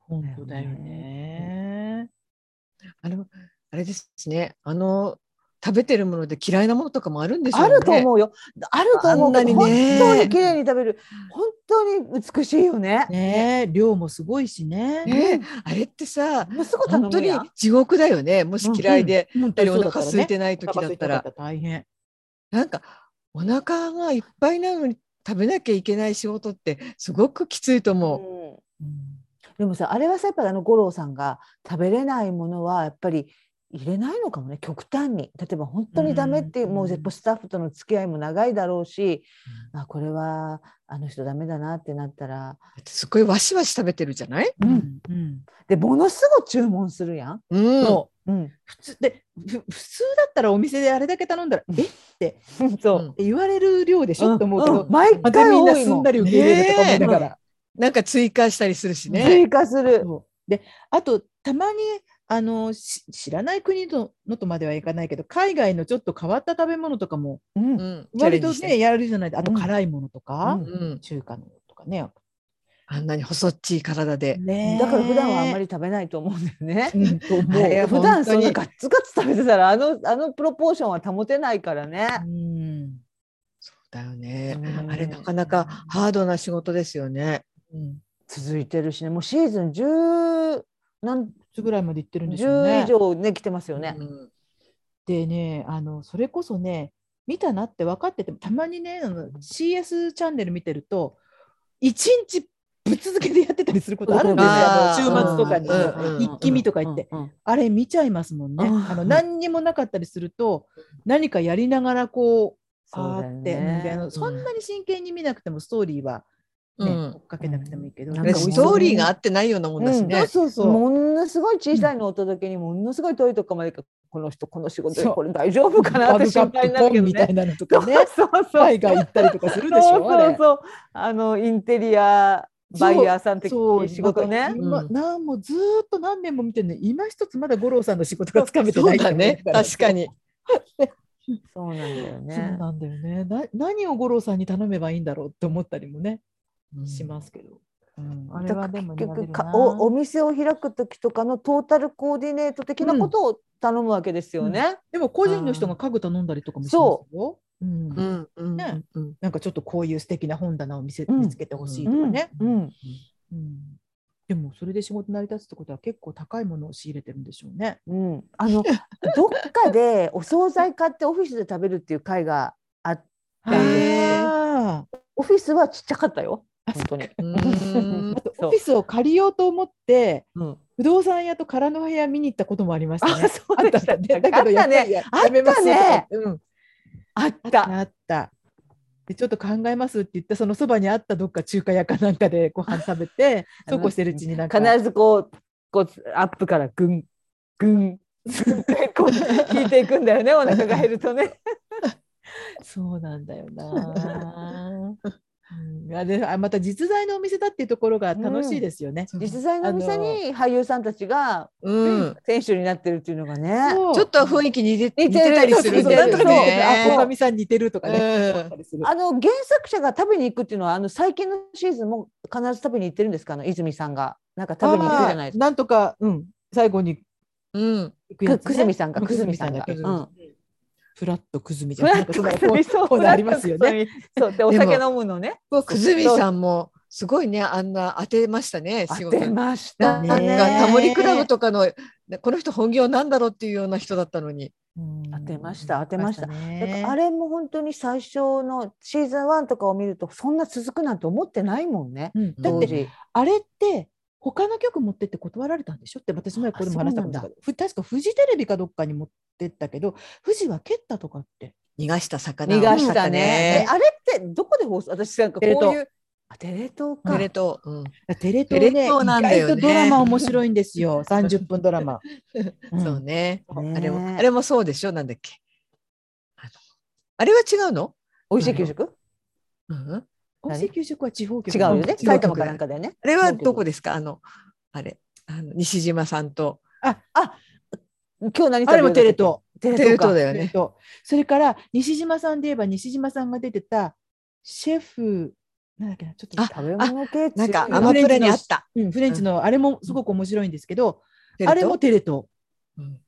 Speaker 1: 本当だよね。
Speaker 2: あのあれですね。あの食べてるもので嫌いなものとかもあるんでしょう
Speaker 3: あ
Speaker 2: ね。
Speaker 3: ると思うよ。あると思う。
Speaker 2: あんなにね
Speaker 3: 本当に綺麗に食べる。本当に美しいよね。
Speaker 1: ねえ量もすごいしね。
Speaker 2: ね、あれってさ、
Speaker 3: もうすぐ頼
Speaker 2: 本当
Speaker 3: む
Speaker 2: に
Speaker 3: やん。
Speaker 2: 地獄だよね。もし嫌いで、
Speaker 1: 本当
Speaker 2: やっ
Speaker 1: にそうだ
Speaker 2: ぱりお
Speaker 1: ったら
Speaker 2: 腹
Speaker 1: ね
Speaker 2: 空いてない時だったら、
Speaker 1: お腹空いてなか大変。
Speaker 2: なんかお腹がいっぱいなのに食べなきゃいけない仕事ってすごくきついと思う。
Speaker 3: うん
Speaker 1: うん
Speaker 3: でもさあれはさやっぱりあの五郎さんが食べれないものはやっぱり入れないのかもね極端に例えば本当にダメっていう
Speaker 1: うん
Speaker 3: もうやっぱスタッフとの付き合いも長いだろうし、あこれはあの人ダメだなってなったら
Speaker 2: すごいわしわし食べてるじゃない、
Speaker 3: うん
Speaker 1: うん
Speaker 3: でものすごい注文するやん。
Speaker 2: うん
Speaker 1: そう *laughs*
Speaker 3: うん、
Speaker 1: 普通でふ普通だったらお店であれだけ頼んだらえって
Speaker 3: そうう、
Speaker 2: ん
Speaker 1: 言われる量でしょと思うけ
Speaker 3: ん
Speaker 1: ど
Speaker 3: ん、毎
Speaker 1: ま
Speaker 3: 回
Speaker 1: たみんな
Speaker 3: 多い
Speaker 1: す
Speaker 3: も
Speaker 1: ん
Speaker 3: ん
Speaker 1: なり受け入れるとか思いながら。
Speaker 2: なんか追加したりするしね。
Speaker 3: 追加する。
Speaker 1: そうであとたまにあのし知らない国ののとまではいかないけど海外のちょっと変わった食べ物とかも
Speaker 3: うん
Speaker 2: うん、
Speaker 1: 割
Speaker 2: チャレン
Speaker 1: と
Speaker 2: ジして
Speaker 1: ねやるじゃないあと
Speaker 3: うん
Speaker 1: 辛いものとか、
Speaker 3: うん
Speaker 2: うん、
Speaker 1: 中華のとかね。
Speaker 2: あんなに細っちい体で、
Speaker 1: ね
Speaker 3: だから普段はあんま
Speaker 1: り、
Speaker 3: り食べないと思うんだよね。
Speaker 1: うん、と思
Speaker 2: あれ
Speaker 1: う
Speaker 2: は
Speaker 3: 普段そ
Speaker 2: 本当
Speaker 3: んな
Speaker 2: に
Speaker 3: ガッツガツ食べてたらあのあのプロポーションは保てないからね。
Speaker 1: うん
Speaker 2: そうだよね、
Speaker 3: うん
Speaker 2: あれなかなかハードな仕事ですよね。
Speaker 1: うん、い
Speaker 3: 続いてるしねもうシーズン10なん
Speaker 1: つぐらいまで行ってるんでしょう
Speaker 3: 10
Speaker 1: ね
Speaker 3: 以。上ね来てますよね。
Speaker 2: うん
Speaker 1: でねあのそれこそね見たなって分かっててもたまにねあの CS チャンネル見てると一日ぶっ続けでやってたりすることあるんですよ
Speaker 2: あー
Speaker 1: 週末とかに、
Speaker 2: うんうんうん
Speaker 1: 一気見とか言って、
Speaker 3: うんうん
Speaker 1: あれ見ちゃいますもんね、
Speaker 3: うん
Speaker 1: あの何にもなかったりすると何かやりながらこう
Speaker 3: そ
Speaker 1: あ
Speaker 3: うだよ
Speaker 1: ーってうんであ
Speaker 3: ね。
Speaker 1: のそんなに真剣に見なくてもストーリーは、ね
Speaker 2: うん
Speaker 1: 追っかけなくてもいいけど、
Speaker 3: うん
Speaker 1: な
Speaker 2: あ
Speaker 1: んか
Speaker 2: れ
Speaker 1: 美味し
Speaker 2: ス
Speaker 1: そう
Speaker 2: トーリーが合ってないようなもんだし
Speaker 1: そう
Speaker 2: ね。
Speaker 1: そうそう
Speaker 3: ものすごい小さいのをお届けにものすごい遠いとこまで行くこの人この仕事で
Speaker 1: そう
Speaker 3: これ大丈夫かな
Speaker 1: ワー
Speaker 3: って
Speaker 1: ルドカ
Speaker 3: 心
Speaker 1: ッ
Speaker 3: 配
Speaker 1: プ
Speaker 3: に
Speaker 1: コン
Speaker 3: なるけど
Speaker 1: みた
Speaker 3: ね。
Speaker 1: いなのとかね
Speaker 3: *laughs* そうそうそう
Speaker 1: 海外行ったりとかするでしょ
Speaker 3: そう
Speaker 1: あ
Speaker 3: そう
Speaker 1: れ
Speaker 3: そうあのインテリアバイヤーさん的
Speaker 1: そう
Speaker 3: 仕事
Speaker 1: だから
Speaker 3: ね。
Speaker 1: 今、
Speaker 2: うん
Speaker 1: なんもずーっと何年も見てるのに今一つまだ五郎さんの仕事がつかめてない
Speaker 2: そうだね、確か
Speaker 1: に、
Speaker 2: に。
Speaker 3: そうなんだよ
Speaker 1: そう
Speaker 3: ね。
Speaker 1: なんだよねな何を五郎さんに頼めばいいんだろうって思ったりもね、しますけど、うん、あれはでも
Speaker 3: 結
Speaker 1: 見られ
Speaker 3: 局
Speaker 1: る
Speaker 3: か
Speaker 1: な
Speaker 3: おお店を開く時とかのトータルコーディネート的なことを頼むわけですよね。
Speaker 1: でも個人の人が家具頼んだりとかもしま
Speaker 3: そ
Speaker 1: すよ、うん
Speaker 2: うんうん
Speaker 1: ね
Speaker 2: うん
Speaker 1: なんかちょっとこういう素敵な本棚を見せ、
Speaker 3: うん
Speaker 1: 見つけてほしいと
Speaker 3: う
Speaker 1: か
Speaker 3: ん
Speaker 1: ね、
Speaker 3: うん
Speaker 1: うんでもそれで仕事成り立つってことは結構高いものを仕入れてるんでしょうね。
Speaker 3: うん、あ *laughs* のどっかでお惣菜買ってオフィスで食べるっていう会が
Speaker 2: へー
Speaker 1: あー
Speaker 3: オフィスはちっちゃかったよ
Speaker 1: あ
Speaker 3: 本当に。
Speaker 2: うんうん
Speaker 1: あと
Speaker 3: そう
Speaker 1: オフィスを借りようと思って *laughs*
Speaker 3: うん
Speaker 1: 不動産屋と空の部屋見に行ったこともありましたね。
Speaker 3: あそうでした
Speaker 1: あったねだけどやっぱりや
Speaker 3: あったね
Speaker 1: やめますとか言ってうん
Speaker 3: あった。
Speaker 1: あった。でちょっと考えますって言ってそのそばにあったどっか中華屋かなんかでご飯食べて
Speaker 3: あ
Speaker 1: そ
Speaker 3: の
Speaker 1: うこうしてるうちになんか
Speaker 3: 必ずこうこうアップからぐんぐんぐんってこう聞いていくんだよねお腹が減るとね。
Speaker 1: そうなんだよ
Speaker 3: *laughs*
Speaker 1: な。うん、あであまた実在のお店だっていうところが楽しいですよね。
Speaker 3: *laughs* 実際のお店に俳優さんたちが
Speaker 2: うん
Speaker 3: 選手になってるっていうのがね。
Speaker 1: そう
Speaker 2: ちょっと雰囲気似て
Speaker 3: てる
Speaker 2: 似てたりする
Speaker 1: そ
Speaker 2: ん
Speaker 1: うな
Speaker 2: だ
Speaker 1: んと
Speaker 2: よ
Speaker 1: なくあお
Speaker 2: ね。
Speaker 1: かみさん似てるとかね。思ったりする
Speaker 3: あの原作者が食べに行くっていうのはあの最近のシーズンも必ず食べに行ってるんですかあの泉さんがなんか食べに行くじゃないです
Speaker 1: あーなんとか、うん、最後に
Speaker 2: うんうん
Speaker 1: 行く
Speaker 3: か
Speaker 1: や
Speaker 3: く
Speaker 1: つ、
Speaker 3: くすみさんが
Speaker 1: う
Speaker 3: くすみさんが。
Speaker 1: く
Speaker 3: う
Speaker 1: すみさん
Speaker 3: ん
Speaker 1: フラットくずみじ
Speaker 3: フ
Speaker 1: ゃ
Speaker 3: ラ
Speaker 1: な
Speaker 3: ッ
Speaker 1: い
Speaker 3: と
Speaker 1: かそんな
Speaker 3: くすみそう
Speaker 1: コーナーありますよね。
Speaker 3: そうでお酒飲むのね。
Speaker 2: くずみさんもすごいねあんな当てましたね仕事
Speaker 3: 当てまし
Speaker 2: な
Speaker 3: た
Speaker 2: ん
Speaker 1: ね
Speaker 2: か
Speaker 3: ね。
Speaker 2: タモリクラブとかのねこの人本業なんだろうっていうような人だったのに
Speaker 1: うん
Speaker 3: 当てました当てましただから
Speaker 1: ね
Speaker 3: あれも本当に最初のシーズン1とかを見るとそんな続くなんて思ってないもんね。
Speaker 1: うんだっ
Speaker 3: 当
Speaker 1: て
Speaker 3: 時
Speaker 1: あれって他の局持ってって断られたんでしょって私前これも話したことあるふ確かフジテレビかどっかに持ってったけどフジは蹴ったとかって
Speaker 2: 逃がした魚
Speaker 3: 逃
Speaker 2: を
Speaker 3: がしたね。え
Speaker 2: ね
Speaker 3: あれってどこで放送私なんかこ
Speaker 1: テ
Speaker 3: う
Speaker 1: レ
Speaker 3: いうあテレ東か
Speaker 2: テレ東うん
Speaker 1: テレ東ね
Speaker 2: テレ東なんだよね
Speaker 1: 意外とドラマ面白いんですよ30分ドラマ、うん
Speaker 2: そうね
Speaker 3: ね
Speaker 2: あれもあれもそうでしょなんだっけあのあれは違うの
Speaker 3: 美味しい給食
Speaker 2: うん
Speaker 1: 温泉給食は地方局
Speaker 3: 違うよね
Speaker 1: 地方
Speaker 3: 埼
Speaker 1: 局
Speaker 3: 玉かなんかだよね。
Speaker 2: あれはどこですかあのあれあの西島さんと
Speaker 3: 今日何食べる
Speaker 1: あれもテレ東
Speaker 3: テレ
Speaker 2: テレ
Speaker 3: 東か
Speaker 2: 東だよ
Speaker 1: えっ
Speaker 2: ね
Speaker 1: とそれから西島さんで言えば西島さんが出てたシェフなんだっけなちょっと
Speaker 2: あ
Speaker 3: 食べ物系
Speaker 2: なんか
Speaker 3: 強い
Speaker 2: アマプラにあった
Speaker 1: うん、フレンチのあれもすごく面白いんですけど、
Speaker 2: テレ
Speaker 1: あ
Speaker 2: 東
Speaker 1: れもテレ東
Speaker 2: うん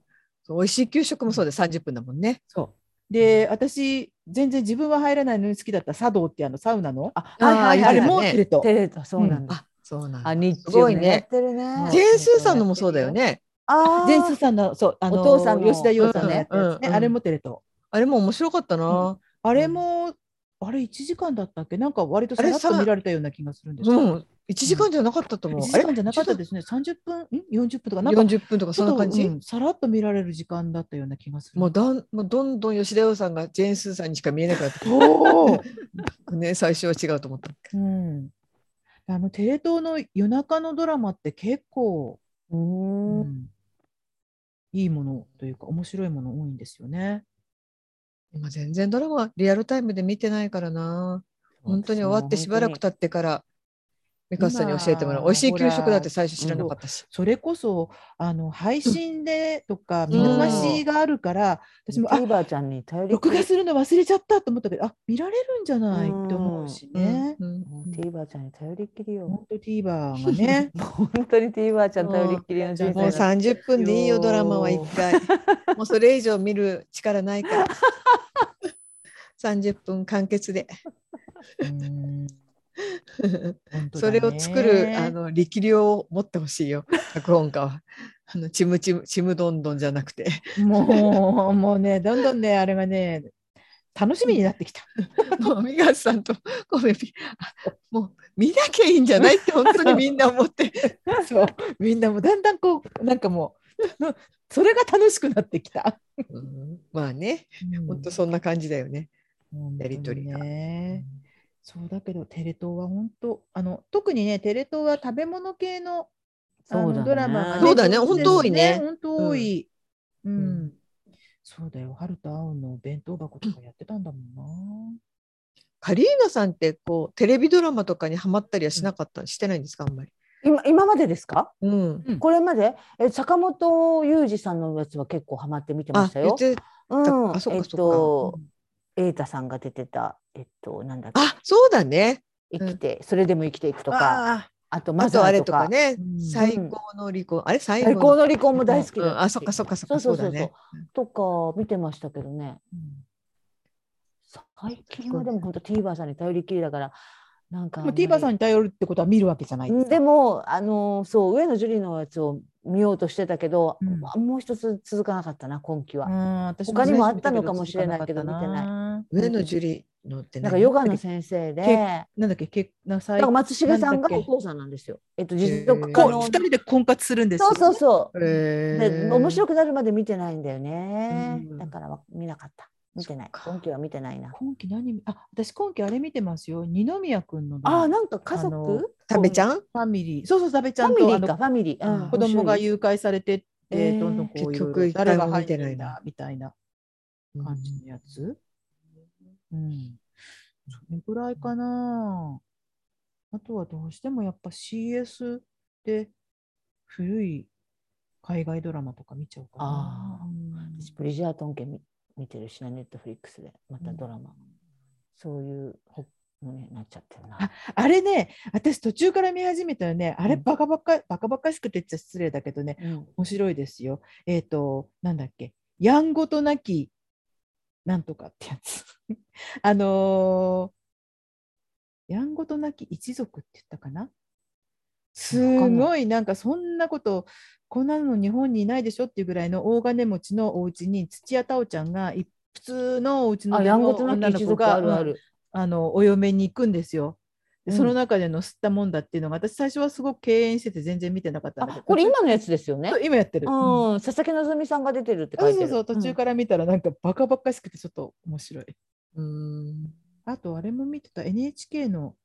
Speaker 2: そう美味しい給食もそうで30分だもんね
Speaker 1: そうで私全然自分は入らないのに好きだった茶道ってあのサウナの
Speaker 3: あはいはい
Speaker 2: あ
Speaker 3: は
Speaker 1: あ
Speaker 3: い
Speaker 1: れ
Speaker 2: だね
Speaker 1: もテレ東
Speaker 3: テレ東そうなんだ。
Speaker 2: あそうなんだ
Speaker 3: あ日
Speaker 2: すごい
Speaker 3: 中
Speaker 2: ね
Speaker 3: やってるね。
Speaker 2: ジェーンスーさんのもそうだよね
Speaker 3: あー
Speaker 1: 前スさんのそうあの
Speaker 3: お父さんの
Speaker 1: 吉田洋さんのやつね、
Speaker 2: うんうんうん
Speaker 1: あれもテレ東
Speaker 2: あれも面白かったな
Speaker 1: あれもあれ1時間だったっけなんか割とさらっ
Speaker 2: あれ
Speaker 1: と
Speaker 2: さ
Speaker 1: 見られたような気がするんですけ
Speaker 2: う
Speaker 1: ど、
Speaker 2: ん一時間じゃなかったと思う
Speaker 1: 1時
Speaker 2: あれ
Speaker 1: 間じゃなかったですね30分ん40分とかなんか
Speaker 2: 40分とかそんな感
Speaker 1: ちょ
Speaker 2: じ
Speaker 1: っとうんさらっと見られる時間だったような気がする。
Speaker 2: もうだんもうどんどん吉田洋さんがジェーン・スーさんにしか見えなくなってく
Speaker 1: おー
Speaker 2: るね最初は違うと思った
Speaker 1: うん、あのテレ東の夜中のドラマって結構、
Speaker 3: うーん
Speaker 1: うんいいものというか面白いもの多いんですよね。
Speaker 2: 今全然ドラマリアルタイムで見てないからな本当に終わってしばらく経ってからミカスさんに教えてもらう
Speaker 1: 今
Speaker 2: 美味しい給食だって最初知らなかったし、
Speaker 1: それこそあの配信でとか見逃しがあるから、私もあ
Speaker 3: ーバーちゃんに頼り
Speaker 1: 録画
Speaker 3: き
Speaker 1: するの忘れちゃったと思ったけどあ見られるんじゃないって思うしね。
Speaker 2: うんうん
Speaker 3: もう TVer ちゃんに頼りっきりよ
Speaker 1: 本当 TVer がね
Speaker 3: 本当に TVer ちゃん頼りっきりの人生
Speaker 2: もう
Speaker 3: だった
Speaker 2: 30分でいいよ
Speaker 1: よー
Speaker 2: ドラマは1回もうそれ以上見る力ないから *laughs* 30分完結で *laughs*
Speaker 1: うん本当だ
Speaker 2: そ
Speaker 1: ね
Speaker 2: れを作るあの力量を持ってほしいよ脚本家はあのちむちむちむどんどんじゃなくて
Speaker 1: もうもうねどんどんねあれがね楽しみになってきた。
Speaker 2: もう美川さんとごめんみあもう見なきゃいいんじゃないって本当にみんな思って
Speaker 1: *laughs* そうみんなもだんだんこうなんかもう *laughs* それが楽しくなってきた。
Speaker 2: まあね本当そんな感じだよね。やりとり
Speaker 1: 本
Speaker 2: が
Speaker 1: 当にね。そうだけどテレ東は本当あの特にねテレ東は食べ物系のあの
Speaker 3: そうだね
Speaker 1: ドラマが
Speaker 2: そうだね本当多いね
Speaker 1: 本当多い。うん。
Speaker 2: ん
Speaker 1: そうだよ春と青の弁当箱とかやってたんだもん
Speaker 2: カリーナさんってこうテレビドラマとかにハマったりはしなかった、してないんですかあんまり。
Speaker 3: 今今までですか
Speaker 2: うん。
Speaker 1: うん
Speaker 3: これまでえ坂本雄二さんのやつは結構ハマって見てま
Speaker 2: あ
Speaker 3: した
Speaker 2: 言っ
Speaker 3: よ。
Speaker 2: て
Speaker 3: うん、
Speaker 2: あそっ
Speaker 3: え
Speaker 2: かそっ
Speaker 3: っ
Speaker 2: か
Speaker 3: と
Speaker 1: な。
Speaker 3: 瑛太さんが出てたえっとなんだっけ
Speaker 2: あそうだね。
Speaker 3: 生きて、それでも生きていくとかあ
Speaker 2: あ
Speaker 3: と
Speaker 2: あ
Speaker 3: マザ
Speaker 2: とあ
Speaker 3: ー
Speaker 2: れ
Speaker 3: と
Speaker 2: と
Speaker 3: か
Speaker 2: かね、
Speaker 1: うん
Speaker 2: 最高の離婚あれ最
Speaker 3: 最高の離婚も大好きだったし
Speaker 2: うんあそっかそっかそっか
Speaker 3: そ
Speaker 2: そうう
Speaker 3: そう
Speaker 2: だ
Speaker 3: そうそう
Speaker 2: ね。
Speaker 3: とか見てましたけどね
Speaker 1: うん
Speaker 3: 最近はでも本当 TVer さんに頼りきりだからなんか
Speaker 1: でも TVer さん
Speaker 3: に
Speaker 1: に頼るってことは見るわけじゃないですか
Speaker 3: でもあのそう上野樹里のやつを見ようとしてたけど、
Speaker 1: うん
Speaker 3: あもう一つ続かなかったな今期は、
Speaker 1: うん私
Speaker 3: 他にも
Speaker 1: 最初
Speaker 3: あったのかもしれないけど
Speaker 1: 見た
Speaker 3: 見て
Speaker 1: な
Speaker 2: 上野樹里のって
Speaker 3: な
Speaker 2: 何
Speaker 3: んかヨガの先生で
Speaker 1: け
Speaker 3: だ
Speaker 1: なんだっけけなさい
Speaker 3: から
Speaker 1: こ
Speaker 3: 松重さん
Speaker 1: な
Speaker 3: が
Speaker 1: んだっ
Speaker 3: お
Speaker 1: け
Speaker 3: 父さんなんですよえっと持
Speaker 2: へ
Speaker 3: 続
Speaker 2: ー
Speaker 3: 可
Speaker 1: う
Speaker 3: 能
Speaker 1: 二人で婚活するんですよ
Speaker 3: そうそうそう
Speaker 2: へ
Speaker 3: で面白くなるまで見てないんだよね、
Speaker 2: うん
Speaker 3: だからわ見なかった見てない
Speaker 2: そっか
Speaker 3: 今期は見てないな
Speaker 1: 今期何見あ私今期あれ見てますよ二宮君のね
Speaker 3: あーなんか家
Speaker 1: あの
Speaker 3: 族
Speaker 2: 食べちゃん
Speaker 1: ファミリーそうそう食べちゃ
Speaker 3: フ
Speaker 1: ん
Speaker 3: ァミリ
Speaker 1: とあ
Speaker 3: ーか
Speaker 1: の
Speaker 3: ファミリー、うん
Speaker 1: 子供が
Speaker 3: 面白い
Speaker 1: 誘拐されてって、
Speaker 3: えー
Speaker 1: どんどんこうい
Speaker 2: 結
Speaker 1: ろ
Speaker 2: 局
Speaker 1: いろ
Speaker 2: 一回
Speaker 1: 誰
Speaker 2: も
Speaker 1: が入
Speaker 2: 見
Speaker 1: って
Speaker 2: てない
Speaker 1: ん
Speaker 2: な
Speaker 1: だみたいな感じのやつうんそれぐらいかなあとはどうしてもやっぱ CS で古い海外ドラマとか見ちゃうかな
Speaker 3: あー
Speaker 1: うん
Speaker 3: 私ブリジャートン家見見てるしなネットフリックスでまたドラマ、そういうほもねなっちゃってるな
Speaker 1: あれね私途中から見始めたらねあれ
Speaker 3: うん
Speaker 1: バカバカ、バカバカしくて言っちゃ失礼だけどね
Speaker 3: うん
Speaker 1: 面白いですよ。えっ、と、なんだっけ、やんごとなき、なんとかってやつ。 *laughs* あのーやんごとなき一族って言ったかなすごい、なんかそんなこと、こんなの日本にいないでしょっていうぐらいの大金持ちのお家に土屋太鳳ちゃんがい普通のお家の
Speaker 3: あ
Speaker 1: で
Speaker 3: やん
Speaker 1: も
Speaker 3: ごとな
Speaker 1: 女
Speaker 3: き
Speaker 1: の
Speaker 3: 一
Speaker 1: 子
Speaker 3: 族
Speaker 1: が
Speaker 3: あるあ
Speaker 1: うん
Speaker 3: る、
Speaker 1: あのお嫁に行くんですよ。で
Speaker 3: うん
Speaker 1: その中での吸ったもんだっていうのが私最初はすごく敬遠してて全然見てなかったんだけ
Speaker 3: あ
Speaker 1: ど
Speaker 3: これ今のやつですよね
Speaker 1: そう今やってる。
Speaker 3: うん、佐々木希さんが出てるって書
Speaker 1: そ
Speaker 3: いうて
Speaker 1: そう
Speaker 3: る
Speaker 1: そう途中から見たらなんかバカバカしくてちょっと面白い。
Speaker 2: うん
Speaker 1: あとあれも見てた NHK の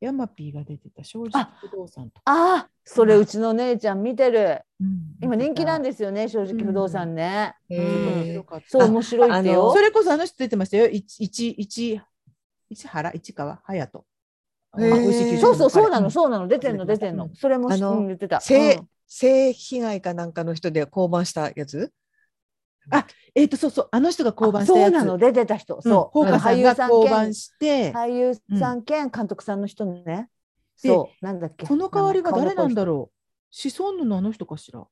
Speaker 1: ヤマピーが出てた正直不動産とか。
Speaker 3: あそれうちの姉ちゃん見てる今人気なん
Speaker 1: で
Speaker 3: ですよね正直不動産ね、
Speaker 2: へ
Speaker 1: 面白
Speaker 2: ー
Speaker 1: かった。
Speaker 3: そう
Speaker 2: あ
Speaker 3: 面白いってよ
Speaker 2: あの
Speaker 1: それこそあの人出てましたよ。いちいちいち市原市川隼人。
Speaker 2: へー
Speaker 1: 美味しい給食の
Speaker 3: そうそうそうな
Speaker 1: 彼
Speaker 3: のそうなの出てんの出てん
Speaker 1: う
Speaker 3: の
Speaker 1: ん
Speaker 3: それも
Speaker 2: あの
Speaker 3: うん言ってた
Speaker 2: 性
Speaker 3: うん
Speaker 2: 性被害かなんかの人で降板したやつ
Speaker 1: えっとそうそうあの人が降板
Speaker 3: あ
Speaker 1: した
Speaker 3: そう
Speaker 1: やつ。
Speaker 3: なの出てた人
Speaker 1: うん
Speaker 3: そう
Speaker 1: 福岡さんが降板して、
Speaker 3: 俳優さん兼監督さんの人ね
Speaker 1: で
Speaker 3: そうなんだっけ
Speaker 1: この代わりが誰なんだ
Speaker 3: ろ
Speaker 1: ろうシソンヌのあの人かしら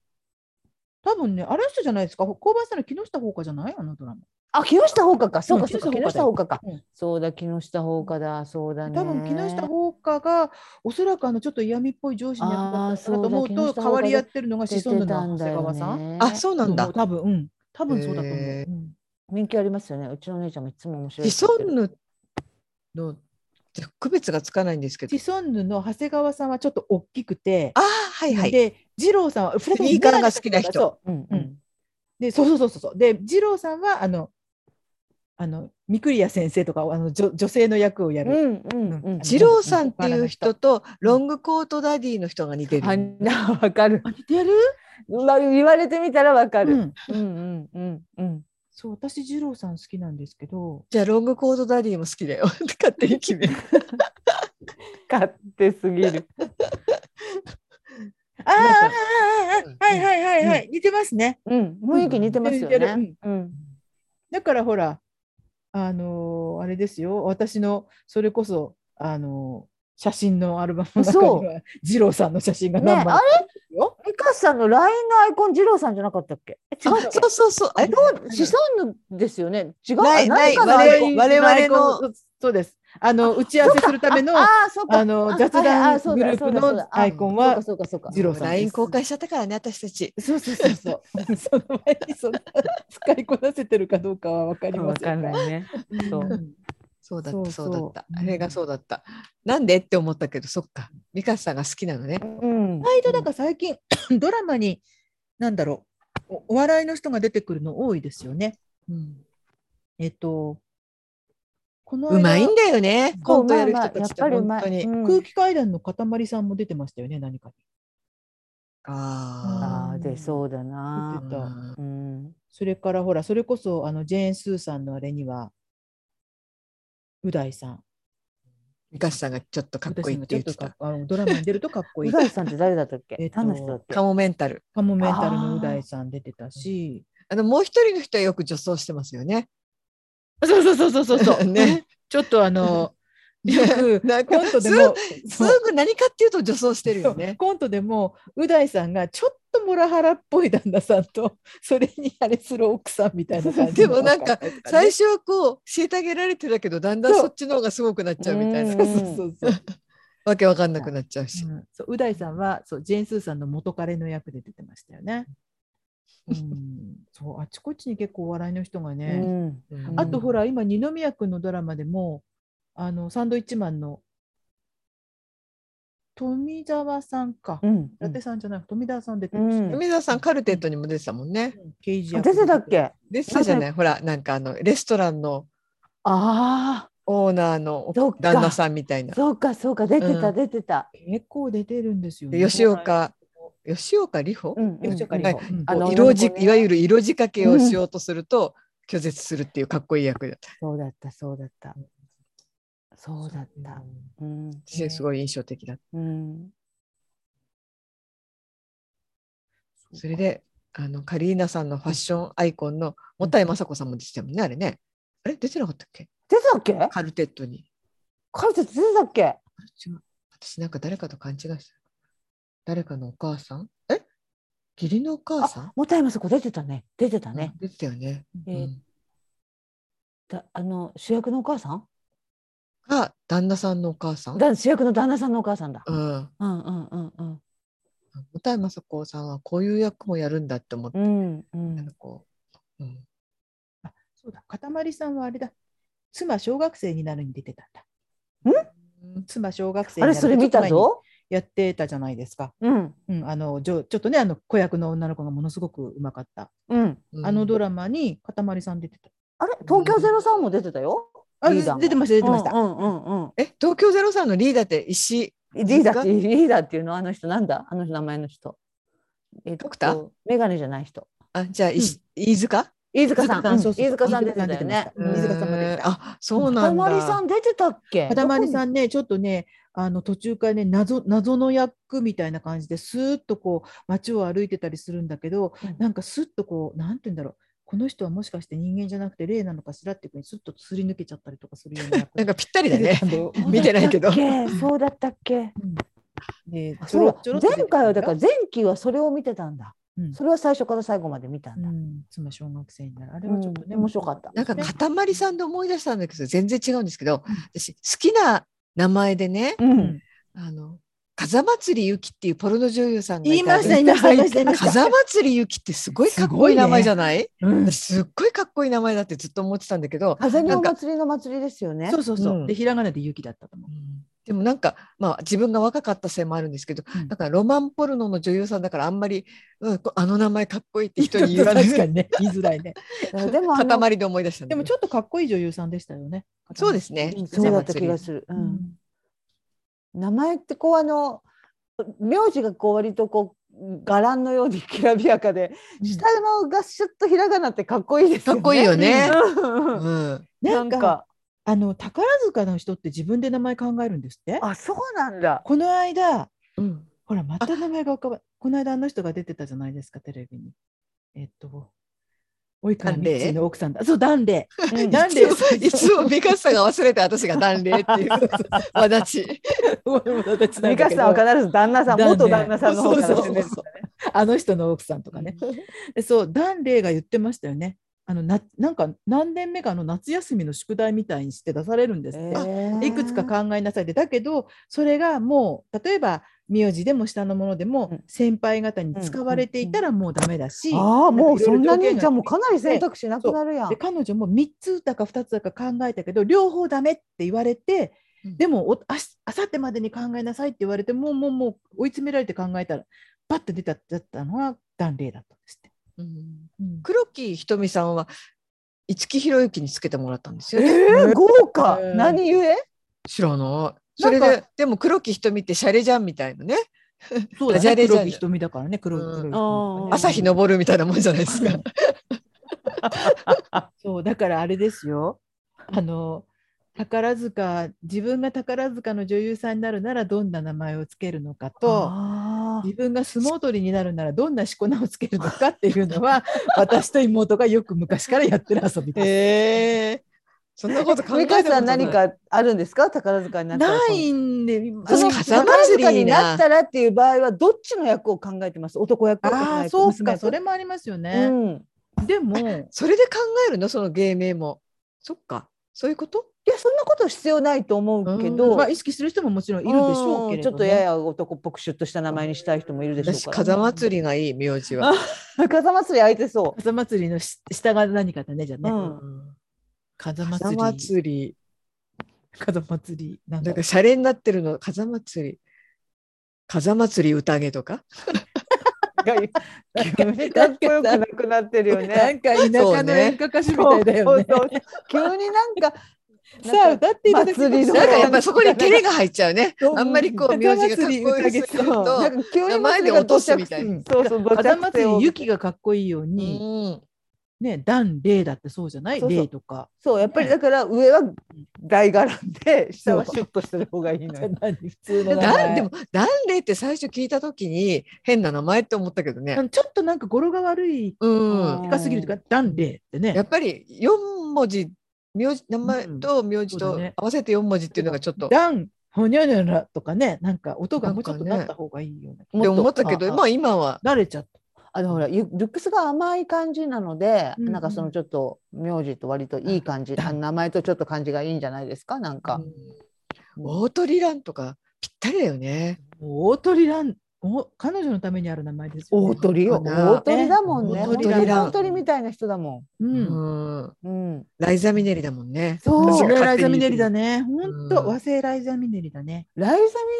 Speaker 1: 多分ね、あの人じゃないですか。降板したの木下ほうかじゃないあのドラマ。
Speaker 3: うあ木下ほうかかそう
Speaker 1: う
Speaker 3: か
Speaker 1: ん
Speaker 3: そうか木
Speaker 1: 木
Speaker 3: 下
Speaker 1: 下
Speaker 3: ほ
Speaker 1: ほ
Speaker 3: うかか
Speaker 1: うん
Speaker 3: そうだ木下ほうかだそうだね
Speaker 1: 多分木下ほうかがおそらくあのちょっと嫌味っぽい上司に役立ったのかなと思
Speaker 3: あーそううだ
Speaker 1: と代わりやってるのが
Speaker 3: 出
Speaker 1: 子
Speaker 3: て
Speaker 1: 孫の
Speaker 3: た
Speaker 1: 長
Speaker 3: んだ
Speaker 1: 谷
Speaker 3: よ
Speaker 1: 川さん。
Speaker 3: ね
Speaker 2: あそうなんだ
Speaker 1: そう。多分、うん、多分そうだと思う。
Speaker 2: へー
Speaker 1: うん
Speaker 3: 人気ありますよねうちの姉ちゃんもいつも面白い
Speaker 2: シ
Speaker 3: って
Speaker 2: ソ
Speaker 3: 言ってる
Speaker 2: ンヌのじゃ区別がつかないんですけど
Speaker 1: シ。ソンヌの長谷川さんはちょっと大きくて、
Speaker 2: ああはいはい。
Speaker 1: で二郎さんはス
Speaker 2: ニーカーが好きな人
Speaker 1: そう
Speaker 3: うんう
Speaker 1: うんんで、そうそうそうそうそう。で、二郎さんはあのあの三栗谷先生とかあの女女性の役をや
Speaker 3: う
Speaker 1: る。
Speaker 3: んうんうん
Speaker 2: 二郎さんっていう人とロングコートダディの人が似てる。
Speaker 3: あなわかる
Speaker 1: あ似てる？
Speaker 3: まあ言われてみたらわか
Speaker 1: う
Speaker 3: る
Speaker 1: ん。
Speaker 3: うんうんうんうん
Speaker 1: そう、私二郎さん好きなんですけど、
Speaker 2: *laughs* じゃあロングコートダディも好きだよ。勝手に決める。
Speaker 4: 勝手すぎる。
Speaker 1: あーあーあーあーはいはいはいはい、似てますね。
Speaker 3: うん、雰囲気似てますよね。
Speaker 1: 似てるうん
Speaker 3: うん
Speaker 1: だからほら、あのーあれですよ、私のそれこそ、あのー写真のアルバムの中
Speaker 3: そう
Speaker 1: には、二郎さんの写真が
Speaker 3: ね
Speaker 1: 何枚
Speaker 3: あ
Speaker 1: かあるよ。
Speaker 3: ミカさんの LINE のアイコン、二郎さんじゃなかったっけえ違
Speaker 2: あ
Speaker 3: う。
Speaker 2: そうそうそう。え
Speaker 3: どう資産のですよね。違う。
Speaker 2: ない
Speaker 3: あ何かの
Speaker 2: ない
Speaker 3: アイコン
Speaker 2: 我々我々の
Speaker 1: アイコン、そうです。あの打ち合わせするための
Speaker 3: あ
Speaker 1: あ
Speaker 3: あ、そっか。
Speaker 1: の
Speaker 3: あ
Speaker 1: 雑
Speaker 3: はいは
Speaker 1: 談
Speaker 3: いそう
Speaker 1: グ
Speaker 3: だ
Speaker 1: ループ
Speaker 3: そうだそう
Speaker 1: の
Speaker 3: だあ
Speaker 1: アイコン
Speaker 3: そうか
Speaker 1: は
Speaker 3: そうかそうか。
Speaker 1: 二郎さんで
Speaker 2: LINE
Speaker 1: す。
Speaker 2: 公開しちゃったからね私たち。
Speaker 1: そうそうそうそう。その前にその *laughs* 使いこなせてるかどうかはわかりま
Speaker 4: わ
Speaker 1: せ
Speaker 4: か
Speaker 1: ん
Speaker 4: んないね。そ
Speaker 1: うん
Speaker 4: う
Speaker 2: そうだった
Speaker 1: そ
Speaker 2: そうう
Speaker 1: そう
Speaker 2: だった。
Speaker 1: うん
Speaker 2: あれがそうだった。なんでって思ったけどそっか。ミカさんが好きなのね。
Speaker 3: うん。
Speaker 1: 意外となんか最近 *coughs* ドラマに何だろうおお笑いの人が出てくるの多いですよね。
Speaker 2: うん
Speaker 1: えっとこの間
Speaker 2: うまいんだよね。コントやる人たちって本
Speaker 3: まあまあ
Speaker 2: 当に。
Speaker 3: やっぱりうまいうん
Speaker 1: 空気階段の塊さんも出てましたよね何かに。
Speaker 2: あ
Speaker 3: ああ、でそうだな
Speaker 1: 出。てた
Speaker 2: あ。
Speaker 3: うん。
Speaker 1: それからほらそれこそあのジェーン・スーさんのあれにはう大さん。
Speaker 2: ミカさんがちょっとかっこいいって言って
Speaker 1: う大さんがちょっ。とか
Speaker 2: た
Speaker 1: っこあのドラマに出るとかっこい
Speaker 3: う
Speaker 1: い。
Speaker 3: がいさんって誰だったっけ？
Speaker 1: えっと
Speaker 3: 何の人だっけ？
Speaker 2: カモメンタル。
Speaker 1: カモメンタルのう大さん出てたし。
Speaker 2: あのもう一人の人はよく女装してますよね。
Speaker 1: そうそうそうそうそう *laughs* そう。
Speaker 2: ね。
Speaker 1: ちょっとあ *laughs* のよく
Speaker 2: なんか
Speaker 1: コントでも
Speaker 2: す
Speaker 1: そう
Speaker 2: ぐ何かっていうと女装してるよ
Speaker 1: そう
Speaker 2: ね。
Speaker 1: コントでもう大さんがちょっとモラハラっぽい旦那さんと *laughs* それにあれする奥さんみたいな感じ
Speaker 2: でもなんか
Speaker 1: 最初
Speaker 2: 最初はこう虐げられてたけどだんだん
Speaker 1: そう
Speaker 2: そっちの方がすごくなっちゃうみたいな
Speaker 3: う
Speaker 1: *laughs* そ
Speaker 3: ん
Speaker 1: うそうそうそう
Speaker 2: わけわかんなくなっちゃうし、
Speaker 1: うんそうう大さんはそうジェーン・スーさんの元彼の役で出てましたよね。うん、そうあちこちに結構お笑いの人が
Speaker 3: う
Speaker 1: ね、
Speaker 3: ん。
Speaker 2: うん
Speaker 1: あとほら今二宮君のドラマでもあのサンドイッチマンの富澤さんか、
Speaker 3: うん。
Speaker 1: 伊達さんじゃなく富澤さん出てました
Speaker 3: うん
Speaker 1: ね。
Speaker 2: 梅沢さんカルテットにも出てたもんね
Speaker 1: 刑事
Speaker 3: あ
Speaker 1: 役
Speaker 3: 出てたっけ？
Speaker 2: 出てたじゃないほらなんかあのレストランの
Speaker 3: あ
Speaker 2: オーナーの
Speaker 3: そっか
Speaker 2: 旦那さんみたい
Speaker 3: あ、
Speaker 2: な
Speaker 3: そうかそうか出て
Speaker 2: う
Speaker 3: た
Speaker 2: ん
Speaker 3: 出てた。
Speaker 1: 結構出てるんですよ
Speaker 2: で
Speaker 1: ね。
Speaker 2: 吉岡吉岡里帆、
Speaker 3: うんうん
Speaker 1: 吉岡
Speaker 2: 里
Speaker 1: 里
Speaker 2: 帆
Speaker 1: 帆。
Speaker 3: あの
Speaker 2: 色
Speaker 3: 女
Speaker 2: じ
Speaker 3: の子ね
Speaker 2: いわゆる色仕掛けをしようとすると拒絶するっていうかっこいい役だった
Speaker 3: そうだったそうだった。そうだった。うん。
Speaker 2: 私すごい印象的だっ
Speaker 3: うん。
Speaker 2: たそれであのカリーナさんのファッションアイコンのもたいまさこさんも出てたもんねあれねあれ出てなかったっけ
Speaker 3: 出てたっけ？
Speaker 2: カルテットに
Speaker 3: 解説出てたっけ？
Speaker 2: あ違う私なんか誰かと勘違いしてる。誰かのお母さんえ義理のお母さん
Speaker 3: あ、もたいまそこ出てたね。出てたね
Speaker 2: う。ん出てたよね。
Speaker 3: え
Speaker 2: う
Speaker 3: ー
Speaker 2: ん
Speaker 3: だあの主役のお母さん？
Speaker 2: が旦那さんのお母さん。
Speaker 3: だ主役の旦那さんのお母さんだ。
Speaker 2: うん。
Speaker 3: うんうんうんうん。
Speaker 2: もたいまさこさんはこういう役もやるんだって思って、
Speaker 3: うんう
Speaker 2: なん
Speaker 3: ん
Speaker 2: か。こう、うん、
Speaker 1: そうだ、かたまりさんはあれだ。妻小学生になるに出てたんだ。妻小学生に
Speaker 3: あ
Speaker 1: な
Speaker 3: れ
Speaker 1: る
Speaker 3: それ見た。
Speaker 1: ちょっと
Speaker 3: ぞ。
Speaker 1: 前にやってたじゃないですか。
Speaker 3: うん
Speaker 1: うん、あの、じょ、ちょっとね、あの子役の女の子がものすごくうまかった。
Speaker 3: うん。
Speaker 2: うん
Speaker 1: あのドラマにかたまりさん出てた。
Speaker 3: あれ東京ゼロさんも出てたよ。
Speaker 1: あ、
Speaker 3: リーダーも
Speaker 1: 出てました、出てました。
Speaker 3: うんうんうんうん。
Speaker 2: え東京ゼロさんのリーダーって石
Speaker 3: リーダーってリーダーっていうのはあの人なんだあの名前の人。えっと
Speaker 2: ドクター
Speaker 3: メガネじゃない人。
Speaker 2: あじゃあ石、飯塚
Speaker 3: 飯塚さん。
Speaker 1: うん
Speaker 3: うん
Speaker 1: そうそうそう
Speaker 3: 飯塚さん出てたよね。
Speaker 1: うん飯塚さんも出てた
Speaker 2: えーあそうな
Speaker 3: か
Speaker 2: んだ。
Speaker 3: まりさん出てたっけ。
Speaker 1: かたまりさ
Speaker 3: ん。
Speaker 1: んね、ちょっとね、あの途中からね、謎謎の役みたいな感じですーっとこう街を歩いてたりするんだけど、
Speaker 3: うん
Speaker 1: なんかすっとこう、なんて言うんだろう、この人はもしかして人間じゃなくて霊なのかしらっていうふうに、すっとすり抜けちゃったりとかするような
Speaker 3: *laughs*
Speaker 1: 役
Speaker 2: なんかぴったり
Speaker 1: *laughs*
Speaker 2: だね。
Speaker 1: うん
Speaker 2: 見てないけど
Speaker 3: そうだったっけそうだったっけ。
Speaker 1: で
Speaker 3: あ
Speaker 1: ちょ
Speaker 3: そう
Speaker 1: ろ
Speaker 3: だ
Speaker 1: ちょろっと出てく
Speaker 3: 前
Speaker 1: る
Speaker 3: 回
Speaker 1: ん
Speaker 3: はだから前期はそれを見てたんだ。
Speaker 1: うん
Speaker 3: それは最初から最後まで見たんだ。
Speaker 1: うん、妻小学生になる。あれ
Speaker 3: う
Speaker 1: は
Speaker 3: ん
Speaker 1: ちょっとね、
Speaker 3: 面白かった
Speaker 2: なんか
Speaker 1: ね
Speaker 2: かたまりさんで思い出したんだけど全然違うんですけど、私好きな名前でね、
Speaker 3: うん
Speaker 2: あの風祭りゆきっていうポルノ女優さんが
Speaker 1: 言い
Speaker 2: た
Speaker 1: ました、言い
Speaker 2: ね
Speaker 1: ました、言いました言いま
Speaker 3: *laughs*
Speaker 1: した。
Speaker 2: 風祭りゆきってすごいかっこいい名前じゃない
Speaker 1: うん
Speaker 2: 私すっごいかっこいい名前だってずっと思ってたんだけど、
Speaker 3: 風の
Speaker 2: な
Speaker 3: お
Speaker 2: んか
Speaker 3: 祭りの祭りですよね。
Speaker 1: そうそうそう。
Speaker 2: うん
Speaker 1: で、ひらがなで雪だったと思う。
Speaker 2: でもなんか、まあ、自分が若かったせいもあるんですけど、
Speaker 1: うん
Speaker 2: なんかロマンポルノの女優さんだからあんまり、うん、こあの名前かっこいいって人に言わない
Speaker 1: *laughs* 確かにね、言いづらいね。
Speaker 3: いやでもあの
Speaker 2: 塊で思い出したん
Speaker 1: で
Speaker 2: だ
Speaker 1: も
Speaker 2: け
Speaker 1: ち
Speaker 2: ど
Speaker 1: ょっとかっこいい女優さんでしたよね。
Speaker 2: そうですね
Speaker 3: うん
Speaker 2: 風
Speaker 3: そうだっ
Speaker 2: 祭
Speaker 3: た
Speaker 2: り
Speaker 3: 気がする。う
Speaker 1: うんん。
Speaker 3: 名前ってこうあの名字がこう割とこう伽藍のようにきらびやかで、下のがシュッとひらがなってかっこいいです
Speaker 2: か
Speaker 3: よね。
Speaker 2: っこいいよね。
Speaker 3: うん。
Speaker 2: うん
Speaker 1: な
Speaker 3: なんん
Speaker 1: か
Speaker 3: か
Speaker 1: あの宝塚の人って自分で名前考えるんですって
Speaker 3: あそうなんだ。
Speaker 1: この間
Speaker 2: うん、
Speaker 1: ほらまた名前が浮かばこの間あの人が出てたじゃないですかテレビにえっと及川
Speaker 2: 檀
Speaker 1: 光
Speaker 2: れい
Speaker 1: 司の奥さんだそう檀れい
Speaker 2: な
Speaker 1: なんん
Speaker 2: で
Speaker 1: で
Speaker 2: いつも美 *laughs* 香さんが忘れて私が断礼
Speaker 1: *laughs*
Speaker 2: っていうわだち。
Speaker 3: 美香さんは必ず旦那さん、
Speaker 1: だね
Speaker 3: 元旦那さんの方から
Speaker 1: そうそうそうそうあの人の奥さんとかね。でそう、ダンレイが言ってましたよね。あのななんか何年目かの夏休みの宿題みたいにして出されるんですって。でいくつか考えなさいでだけどそれがもう例えば名字でも下のもので
Speaker 3: う
Speaker 1: も
Speaker 3: ん
Speaker 1: 先輩方に使われていたらもうダメだし、
Speaker 3: ああ、もうそんなに、じゃあもうかなり選
Speaker 1: 選
Speaker 3: 択肢なくなるやん
Speaker 1: で。彼女も3つだか2つだか考えたけど両方ダメって言われて、
Speaker 2: うん
Speaker 1: でもおあしあさってまでに考えなさいって言われてもうもうもう追い詰められて考えたらパッて出ただったのが断礼だったんですって。
Speaker 2: うん
Speaker 1: うん
Speaker 2: 黒木ひとみさんは五木ひろゆきにつけてもらったんですよね。
Speaker 3: ええ、豪華
Speaker 1: う。ん
Speaker 3: 何故
Speaker 2: 知らない。
Speaker 1: な
Speaker 2: そ
Speaker 1: ん
Speaker 2: れ
Speaker 1: か
Speaker 2: ででも黒木ひとみってシャレじゃんみたいなね。
Speaker 1: そうだ
Speaker 2: ダジャ
Speaker 1: ね、
Speaker 2: レじゃん
Speaker 1: 黒木瞳だからね黒木
Speaker 2: うん
Speaker 1: 瞳、
Speaker 3: あー
Speaker 2: 朝日昇るみたいなもんじゃないです *laughs* か。
Speaker 1: そうだからあれですよあの宝塚自分が宝塚の女優さんになるならどんな名前をつけるのかと
Speaker 3: あ
Speaker 1: 自分が相撲取りになるならどんなしこ名をつけるのかっていうの *laughs* は私と妹がよく昔からやってる遊びです。
Speaker 2: ええそんなこと
Speaker 3: あ。
Speaker 2: 考え
Speaker 3: 美
Speaker 2: たこ
Speaker 3: 香
Speaker 2: とない。
Speaker 3: さん、何かあるんですか、宝塚になったら。
Speaker 1: ないんで、
Speaker 2: 私
Speaker 1: その
Speaker 2: 風間
Speaker 3: 宝
Speaker 2: 祭
Speaker 3: 塚
Speaker 2: りいい
Speaker 3: に
Speaker 2: な
Speaker 3: なったらっていう場合は、どっちの役を考えてます。男役を考えて
Speaker 1: ああ、そう
Speaker 3: 娘
Speaker 1: か、
Speaker 3: 役
Speaker 1: それもありますよ
Speaker 3: う
Speaker 1: ね。
Speaker 3: ん。
Speaker 1: でも、
Speaker 2: それで考えるのその芸名も。そっか。そういうこと？
Speaker 3: いや、そんなこと必要ないと思うけど。
Speaker 1: まあ、意識する人ももちろんいるでしょうけれど、ね、
Speaker 3: んちょっとやや男っぽくシュッとした名前にしたい人もいるでしょう
Speaker 2: 私
Speaker 3: から、
Speaker 2: 風祭りがいい名字は。
Speaker 3: 風祭り空い
Speaker 1: *laughs*
Speaker 3: てそ
Speaker 1: 風祭りのし下が何かだね、じゃあ
Speaker 3: う。う
Speaker 1: ね。
Speaker 3: ん。
Speaker 1: 風
Speaker 2: 風
Speaker 1: 祭り。
Speaker 2: 祭り。
Speaker 1: 風祭り。なん
Speaker 2: な
Speaker 1: だ
Speaker 2: んかシャレになってるの風祭り。風祭り宴とか。
Speaker 3: 急にかっこよくなくなってるよ
Speaker 1: な
Speaker 3: ね。
Speaker 1: んか田舎の演歌歌手みたいだよね。
Speaker 3: そうそうそう急になんか
Speaker 1: *laughs* さあ歌っていただきま
Speaker 3: 祭り
Speaker 1: し
Speaker 3: の
Speaker 1: ょう
Speaker 2: なんかやっぱそこに照れが入っちゃうね
Speaker 3: そう。
Speaker 2: あんまりこう名字がかっこよくする
Speaker 3: な
Speaker 2: と。
Speaker 3: んか急に
Speaker 2: 名前
Speaker 3: 祭
Speaker 2: で
Speaker 3: りが
Speaker 2: 落と
Speaker 3: 土
Speaker 2: す
Speaker 3: 着
Speaker 2: みたい
Speaker 1: な
Speaker 2: な。
Speaker 3: そうそう土
Speaker 1: 風
Speaker 3: 着
Speaker 1: 祭
Speaker 3: 性を
Speaker 1: り、雪がかっこいいように、
Speaker 2: うん
Speaker 1: ね、段礼だってそうじゃない
Speaker 3: そうそう
Speaker 1: 礼と *laughs* か。
Speaker 3: そうやっぱりだから上は大柄で下はシュッとしてる方がいいのよ。
Speaker 1: *laughs* 何普通の名前
Speaker 2: だんでも、ダンレイって最初聞いたときに変な名前って思ったけどね
Speaker 1: あ。のちょっとなんか語呂が悪い、
Speaker 2: うん。
Speaker 1: でかすぎるとか、段礼ってね。
Speaker 2: やっぱり四文字、名字、名前と名字
Speaker 1: うんそう
Speaker 2: と
Speaker 1: だね
Speaker 2: 合わせて四文字っていうのがちょっと。
Speaker 1: 段ほにゃにゃらとかね、なんか音が
Speaker 2: なん
Speaker 1: もうち
Speaker 2: か
Speaker 1: ょ
Speaker 2: ね
Speaker 1: っとなった方がいいよね。
Speaker 2: って思ったけ
Speaker 1: も
Speaker 2: ど、
Speaker 1: と
Speaker 2: まあ今は。
Speaker 1: 慣れちゃった。
Speaker 3: あのほらゆルックスが甘い感じなので、
Speaker 1: うんうん
Speaker 3: なんかそのちょっと名字と割といい感じ、あの名前とちょっと感じがいいんじゃないですかなんか
Speaker 2: う。ん大鳥蘭とかぴったりだよね。
Speaker 1: もう大鳥ラン、お彼女のためにある名前ですよ、ね。
Speaker 3: 大鳥よ。
Speaker 2: かな
Speaker 3: 大鳥だもんね。
Speaker 1: ね
Speaker 3: 本
Speaker 1: 大
Speaker 3: 当
Speaker 1: 鳥
Speaker 3: に
Speaker 1: だ
Speaker 3: 大鳥みたいな人だも
Speaker 1: う。
Speaker 2: うんん。
Speaker 3: ん。うん。
Speaker 2: ライザミネリだもんね。
Speaker 3: そう
Speaker 1: すご
Speaker 2: 私が
Speaker 1: いライ
Speaker 2: 勝手
Speaker 1: ザ
Speaker 2: に
Speaker 1: ミネ
Speaker 2: 言って
Speaker 1: リ
Speaker 2: る
Speaker 1: だね。本当、
Speaker 2: うん
Speaker 1: 和製ライザミネリだね。
Speaker 3: ライザ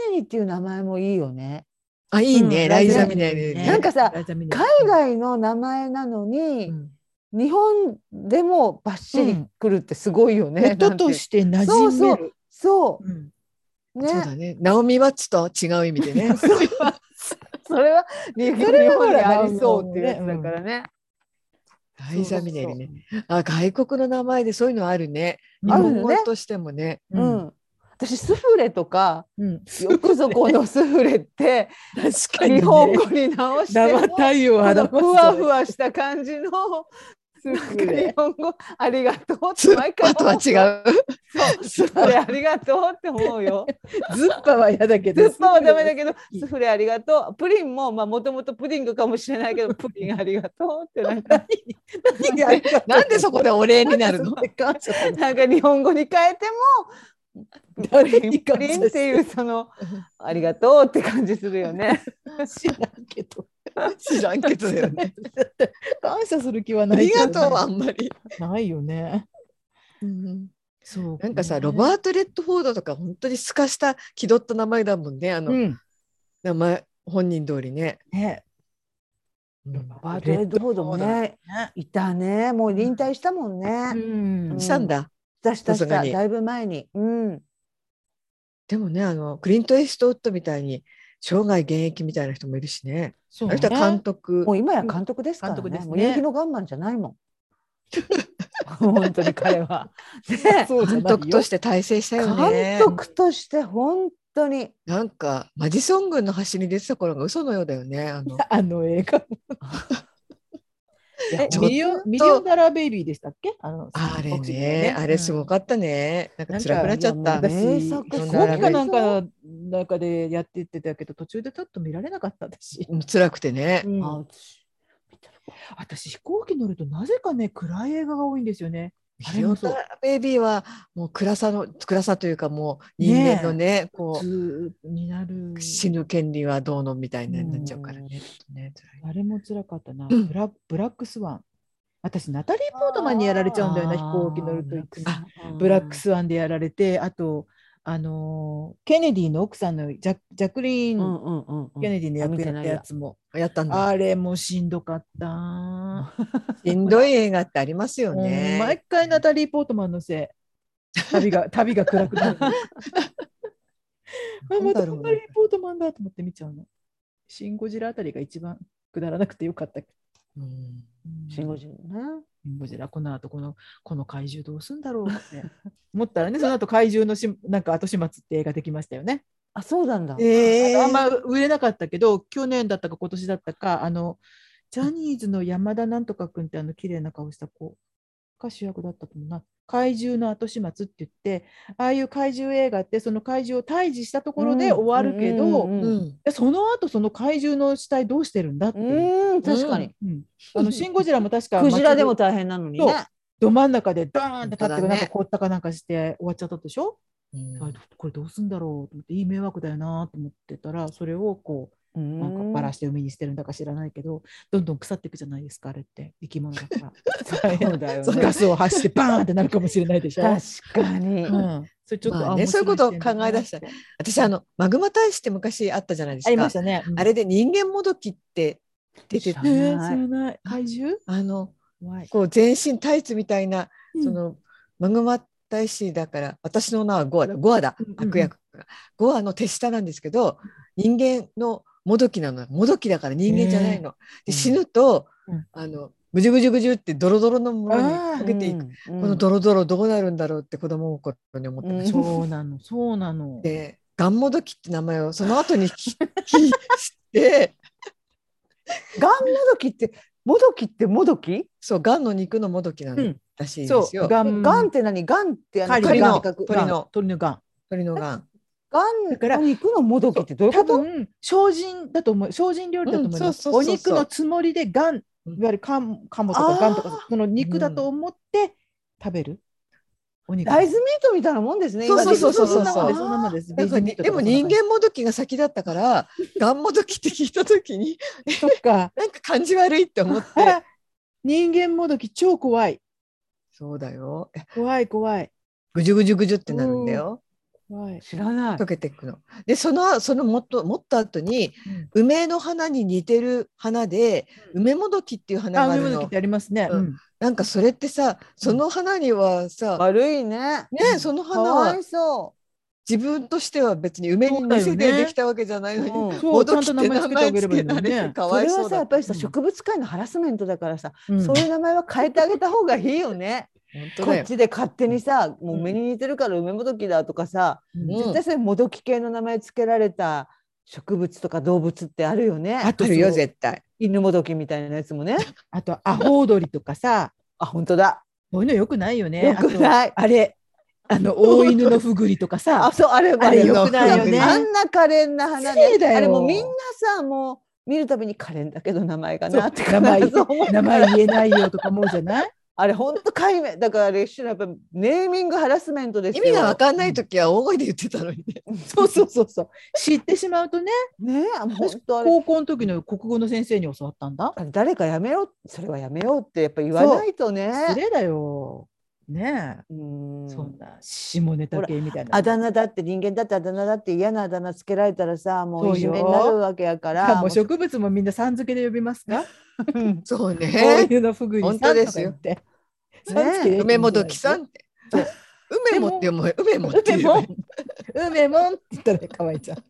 Speaker 3: ミネリっていう名前もいいよね。
Speaker 2: あ、いいね。
Speaker 1: うん
Speaker 2: ライザミネリね。
Speaker 1: ね
Speaker 3: なんかさ
Speaker 1: ライザミネリ
Speaker 3: 海外の名前なのに
Speaker 1: う、ん
Speaker 3: 日本でもバッシリ来るってすごいよね。
Speaker 1: 音と
Speaker 3: て。
Speaker 1: して馴
Speaker 3: そ
Speaker 1: 染
Speaker 3: うそ
Speaker 1: め
Speaker 3: う
Speaker 1: る。。
Speaker 3: そ
Speaker 1: うん
Speaker 3: う。
Speaker 2: そう
Speaker 3: ね。
Speaker 2: だね。ナオミ・ワッツとは違う意味
Speaker 1: *laughs*
Speaker 2: でね。
Speaker 3: それは、日
Speaker 1: それは
Speaker 3: 本
Speaker 1: ほ
Speaker 3: に
Speaker 1: ら
Speaker 3: ありそうっていうやつだからね。
Speaker 2: ライザミネリね。あ、外国の名前でそういうのあるね。日
Speaker 3: ある
Speaker 2: 本
Speaker 3: ね
Speaker 2: 語としてもね。
Speaker 1: う
Speaker 3: うんん。私、スフレとか、
Speaker 1: うん
Speaker 3: よくぞこのスフレって、
Speaker 1: 確かに、ね。
Speaker 3: 日本語に直して
Speaker 1: 生
Speaker 3: も。
Speaker 1: 太陽を
Speaker 3: こ
Speaker 1: 表す。
Speaker 3: のふわ *laughs* ふわした感じのなんか日本語ありがとうって毎回
Speaker 2: あとは違
Speaker 3: う。
Speaker 2: う。
Speaker 3: スフレありがとうって思うよ。
Speaker 1: ズッパは嫌だけ
Speaker 3: ス
Speaker 1: ど。
Speaker 3: ッパはダメだけど
Speaker 1: き
Speaker 3: スフレありがとう。プリンもまあもともとプディングかもしれないけどプリンありがとうってなんか
Speaker 1: 何がありがとう
Speaker 2: *laughs* なんでそこでお礼になるの
Speaker 1: なんで感謝する
Speaker 3: *laughs* なんか日本語に変えてもプ
Speaker 1: 誰
Speaker 3: リン
Speaker 1: に
Speaker 3: プ
Speaker 1: 感
Speaker 3: リ
Speaker 1: 謝
Speaker 3: ンっていうそのありがとうって感じするよね。
Speaker 1: 知らんけど。
Speaker 2: 知らんけどだよね。
Speaker 1: だって感謝する気は *laughs*
Speaker 2: あ
Speaker 1: ない
Speaker 2: り
Speaker 1: けど
Speaker 2: が
Speaker 1: ね。
Speaker 2: とうはあんまり。
Speaker 1: ないよね。そう。
Speaker 2: なんかさ、ロバート・レッドフォードとか本当にすかした気取った名前だもんね。あの、
Speaker 1: うん。
Speaker 2: 名前、本人通りね。
Speaker 1: ね。
Speaker 2: うん
Speaker 3: バートレッドフォードもねいたねもう引退したもん
Speaker 1: う
Speaker 3: ね。
Speaker 1: ん。
Speaker 2: したんだ。
Speaker 3: 出したし
Speaker 2: さすが
Speaker 3: た
Speaker 2: に
Speaker 3: だいぶ前に。うん
Speaker 2: でもね、あの、クリント・エイストウッドみたいに、生涯現役みたいな人もいるしね。
Speaker 1: そう
Speaker 2: あ
Speaker 1: ね
Speaker 2: の人は監督
Speaker 3: も。う今や監督ですからね。
Speaker 1: 監督ですね
Speaker 3: もう人気のガンマンじゃないもん。本当に彼は。
Speaker 2: *laughs*
Speaker 3: ね
Speaker 1: そうじゃ
Speaker 2: 監
Speaker 1: ない
Speaker 2: 督
Speaker 1: よ
Speaker 2: として大成したよね
Speaker 3: 監。督として本当に
Speaker 2: なんかマジソン軍の走り出てた頃が嘘のようだよね。あの
Speaker 1: あの映画。
Speaker 3: え
Speaker 2: ちょっと
Speaker 1: ミリオンミリオンダラーベイビーでしたっけあの
Speaker 2: あれ
Speaker 1: ボクシングの
Speaker 2: ね、あれすごかったね。なんか辛くなっちゃっ
Speaker 1: な
Speaker 2: た
Speaker 1: んか。いやもう
Speaker 3: 名作
Speaker 2: 私
Speaker 1: 飛行機か
Speaker 2: ミリ
Speaker 1: な
Speaker 2: オ
Speaker 1: んかなんかでやってってたけど途中でちょっと見られなかった私、
Speaker 2: うん辛くてね。
Speaker 3: あ
Speaker 1: あ
Speaker 3: 私
Speaker 1: 私飛行機乗るとなぜかね暗い映画が多いんですよね
Speaker 2: ミ
Speaker 1: あれ
Speaker 2: リオ
Speaker 1: も
Speaker 2: ン
Speaker 1: そ
Speaker 2: ダ
Speaker 1: う
Speaker 2: ラーベイビーはもう暗さの暗さというかもう人間のね、こ
Speaker 1: 普通になる
Speaker 2: う死ぬ権利はどうのみたいになっちゃうからね。ちょっとね辛い
Speaker 1: あれも辛かったな、
Speaker 2: うん
Speaker 1: ブラブラックスワン私ナタリー・ポートマンにやられちゃうんだよな飛行機乗るといつもブラックスワンでやられてあとあのーケネディの奥さんのジャジャクリーン、
Speaker 3: うんうんうんうん
Speaker 1: ケネディの
Speaker 3: あ
Speaker 1: 役
Speaker 3: 見
Speaker 1: や
Speaker 3: て
Speaker 1: っ
Speaker 3: な
Speaker 1: た
Speaker 3: いや
Speaker 1: やつも
Speaker 2: やったんだ。
Speaker 1: あれもしんどかった。
Speaker 2: しんどい映画ってありますよ
Speaker 1: うん
Speaker 2: ね。
Speaker 1: 毎回ナタリー・ポートマンのせい。旅
Speaker 3: *laughs*
Speaker 1: が旅が暗くなる。あ
Speaker 2: な
Speaker 1: ま
Speaker 2: んだ
Speaker 1: た
Speaker 2: ろう
Speaker 1: ナ
Speaker 2: ね
Speaker 1: タリー・ポートマンだと思って見ちゃうの。シン・ゴジラあたりが一番くだらなくてよかった。
Speaker 2: うん
Speaker 3: シンゴジラね
Speaker 1: シンゴジラこの後このこの怪獣どうすんだろうって思ったらねその後怪獣のしなんか後始末って映画できましたよね。
Speaker 3: あそうなんだ
Speaker 2: え
Speaker 1: あんま売れなかったけど去年だったか今年だったかあのジャニーズの山田なんとか君ってあの綺麗な顔した子が主役だったと思うな怪獣の後始末って言ってああいう怪獣映画ってその怪獣を退治したところで終わるけど、
Speaker 3: うんうんうん
Speaker 2: うん
Speaker 1: でその後その怪獣の死体どうしてるんだっていうう、
Speaker 3: んうん確かに
Speaker 1: うん
Speaker 3: *laughs*
Speaker 1: あのシン・ゴジラも確か
Speaker 3: クジラでも
Speaker 1: 街の
Speaker 3: 大変なのに
Speaker 1: そう
Speaker 3: ね
Speaker 1: ど真ん中でドーンって立って
Speaker 2: 本当だね
Speaker 1: なんか凍ったかなんかして終わっちゃったでしょ、
Speaker 2: うん
Speaker 1: あこれどうすんだろうと思っていい迷惑だよなと思ってたらそれをこうなんかバラ
Speaker 3: し
Speaker 1: して海に捨てるんだか知らないけど、どんどん腐っていくじゃないですか、あれって、生き物だ
Speaker 2: *laughs*
Speaker 1: から。
Speaker 3: そうだよ
Speaker 1: そう
Speaker 3: ね
Speaker 1: ガスを発してバーンってなるかもしれないでしょ。
Speaker 3: 確かに
Speaker 1: うん、それちょっと、
Speaker 2: まあね
Speaker 1: あ面白
Speaker 2: そういうこと
Speaker 1: 視
Speaker 2: を
Speaker 1: 点だな
Speaker 2: 考え出した
Speaker 1: って
Speaker 2: 私あのマグマ大使って昔あったじゃないで
Speaker 1: あ
Speaker 2: すか。
Speaker 1: りましたね。うん
Speaker 2: あれで人間もどきって出て
Speaker 3: 知ら
Speaker 1: え
Speaker 3: ない
Speaker 2: て
Speaker 1: ー、知らない。怪獣
Speaker 2: あの
Speaker 1: 怖い。
Speaker 2: こう全身タイツみたいな
Speaker 1: うん
Speaker 2: そのマグマ大使だから私の名はゴアだゴアだ
Speaker 1: うんうんうん
Speaker 2: 悪役がゴアの手下なんですけど人間のもどきなのもどきだから人間じゃないの。
Speaker 1: うん
Speaker 2: で死ぬと、
Speaker 1: うん
Speaker 2: あのぐじゅぐじゅぐじゅってドロドロのもの
Speaker 1: あー
Speaker 2: に溶けていく、
Speaker 3: うん
Speaker 2: このドロドロどうなるんだろうって子供心に思ってました。
Speaker 3: うん
Speaker 1: そうなの、そうなの。
Speaker 2: で、ガンモドキって名前をその後に *laughs* 聞きして、
Speaker 3: ガンモドキってモドキってモドキ
Speaker 2: そう、ガンの肉のモドキな
Speaker 1: うん
Speaker 2: んらしい
Speaker 1: そ
Speaker 2: です
Speaker 1: う、
Speaker 2: よ。
Speaker 1: ガン、
Speaker 3: ガンって何ガンってあの
Speaker 1: 狩りの
Speaker 3: 狩り
Speaker 2: 鳥の
Speaker 1: 鳥のガン。
Speaker 2: 鳥のガン。
Speaker 3: ガ
Speaker 1: だから
Speaker 3: ンの肉のもどきってどういう
Speaker 1: 多
Speaker 3: こと
Speaker 1: 分精進だと思う精進料理だと思い
Speaker 2: うん
Speaker 1: ま
Speaker 2: そ
Speaker 1: す、
Speaker 2: うそう
Speaker 1: お
Speaker 2: そうそ
Speaker 1: 肉
Speaker 2: う
Speaker 1: のつもりでガンいわゆるカモカモとか
Speaker 3: あー
Speaker 1: ガンとかその肉だと思って食べる、お肉
Speaker 3: *laughs* 大豆ミートみたいなもんですね
Speaker 2: そうそうそうそうそう
Speaker 3: 今で言
Speaker 1: そ
Speaker 3: と
Speaker 1: んなもんですそん
Speaker 2: な
Speaker 1: なんも
Speaker 2: か
Speaker 1: ん
Speaker 2: に
Speaker 1: です
Speaker 2: でも人間もどきが先だったから、ガンモドキって聞いた時に、
Speaker 1: そっか
Speaker 2: なんか感じ悪いって思って。
Speaker 1: 人間もどき超怖い
Speaker 2: そうだよ。え
Speaker 1: 怖い怖い
Speaker 2: ぐじゅぐじゅぐじゅってなるんだよ。
Speaker 1: 怖い
Speaker 3: 知らない
Speaker 2: 溶けていくの。で、その、そのもっと、もっと後に、梅の花に似てる花で、梅もどきっていう花
Speaker 1: あ
Speaker 2: があ
Speaker 1: 海
Speaker 2: る
Speaker 1: もどきっ
Speaker 2: の
Speaker 1: て。ありますね、
Speaker 2: う
Speaker 1: うんん
Speaker 2: なんかそれってさ、その花にはさ、
Speaker 3: 悪いね
Speaker 2: ね、その
Speaker 3: か
Speaker 2: 花は
Speaker 3: わいそ
Speaker 2: 自分としては別に梅に見せ
Speaker 1: そうだよ
Speaker 2: て
Speaker 1: ね
Speaker 2: できたわけじゃないの
Speaker 3: う、
Speaker 2: に、
Speaker 3: うん
Speaker 1: そう
Speaker 2: どきって名前つけられて
Speaker 1: ね
Speaker 2: か
Speaker 3: そ
Speaker 2: わい
Speaker 3: れ
Speaker 2: そ
Speaker 3: は
Speaker 2: う
Speaker 3: さ
Speaker 2: だ
Speaker 3: やっぱりさ
Speaker 1: うん
Speaker 3: 植物界のハラスメントだからさ、
Speaker 1: うん
Speaker 3: そういう名前は変えてあげた方がいいよね
Speaker 2: 本当
Speaker 3: こ
Speaker 2: だ
Speaker 3: っ
Speaker 2: よ
Speaker 3: ちで勝手にさもう目に似てるから梅もどきだとかさ、
Speaker 1: うん
Speaker 2: うん
Speaker 3: 絶対それもどき系の名前つけられた植物とか動物ってあるよね
Speaker 2: あるよ絶対
Speaker 3: 犬もどきみたいなや
Speaker 2: *laughs*
Speaker 3: つもね
Speaker 1: あとアホ踊りとかさ
Speaker 3: あ本当だ
Speaker 1: こういうのよくないよね
Speaker 3: よくない
Speaker 1: あとあれあの大犬のふぐりとか
Speaker 3: あ
Speaker 1: さ
Speaker 3: そうあれ
Speaker 1: あれよ
Speaker 2: 良
Speaker 1: くないよね
Speaker 3: あんな可憐な花
Speaker 1: せ
Speaker 3: ね
Speaker 1: いだよ
Speaker 3: あれもうみんなさもう見るたびに可憐だけど名前が
Speaker 1: そう
Speaker 3: なって
Speaker 1: 名前
Speaker 3: *laughs* 必ず思う
Speaker 1: 名前言えないよとかもうじゃない
Speaker 3: あれ本当解明だから歴史のやっぱネーミングハラスメントで
Speaker 2: 意
Speaker 3: すよ
Speaker 2: 味がわかんない時は大声で言ってたのにね
Speaker 1: そうそうそうそう *laughs* 知ってしまうとね
Speaker 3: ねえ本当あれ
Speaker 1: 高校の時の国語の先生に教わったんだ。
Speaker 3: あれ誰かやめろそれはやめようってやっぱ言わないとね
Speaker 1: 失礼だよ。ねえ、
Speaker 3: う
Speaker 1: そ
Speaker 3: ん
Speaker 1: んな下ネタ系みたいな。
Speaker 3: あだ名だって人間だってあだ名だって嫌なあだ名つけられたらさもういじめ
Speaker 1: そうよ
Speaker 3: になるわけやか
Speaker 1: だから *laughs*
Speaker 3: ら
Speaker 1: もう植物もみんなさん付けで呼びますか。
Speaker 3: うん
Speaker 2: そう
Speaker 1: 大
Speaker 2: ね
Speaker 1: 湯のふぐにさんとか言って
Speaker 2: 本
Speaker 1: さん付けで呼んで
Speaker 2: 梅もどきさんって
Speaker 1: そう
Speaker 2: 梅もって思う梅もって
Speaker 1: 梅
Speaker 2: いう
Speaker 1: もん。梅もんって言ったら可愛いじゃん。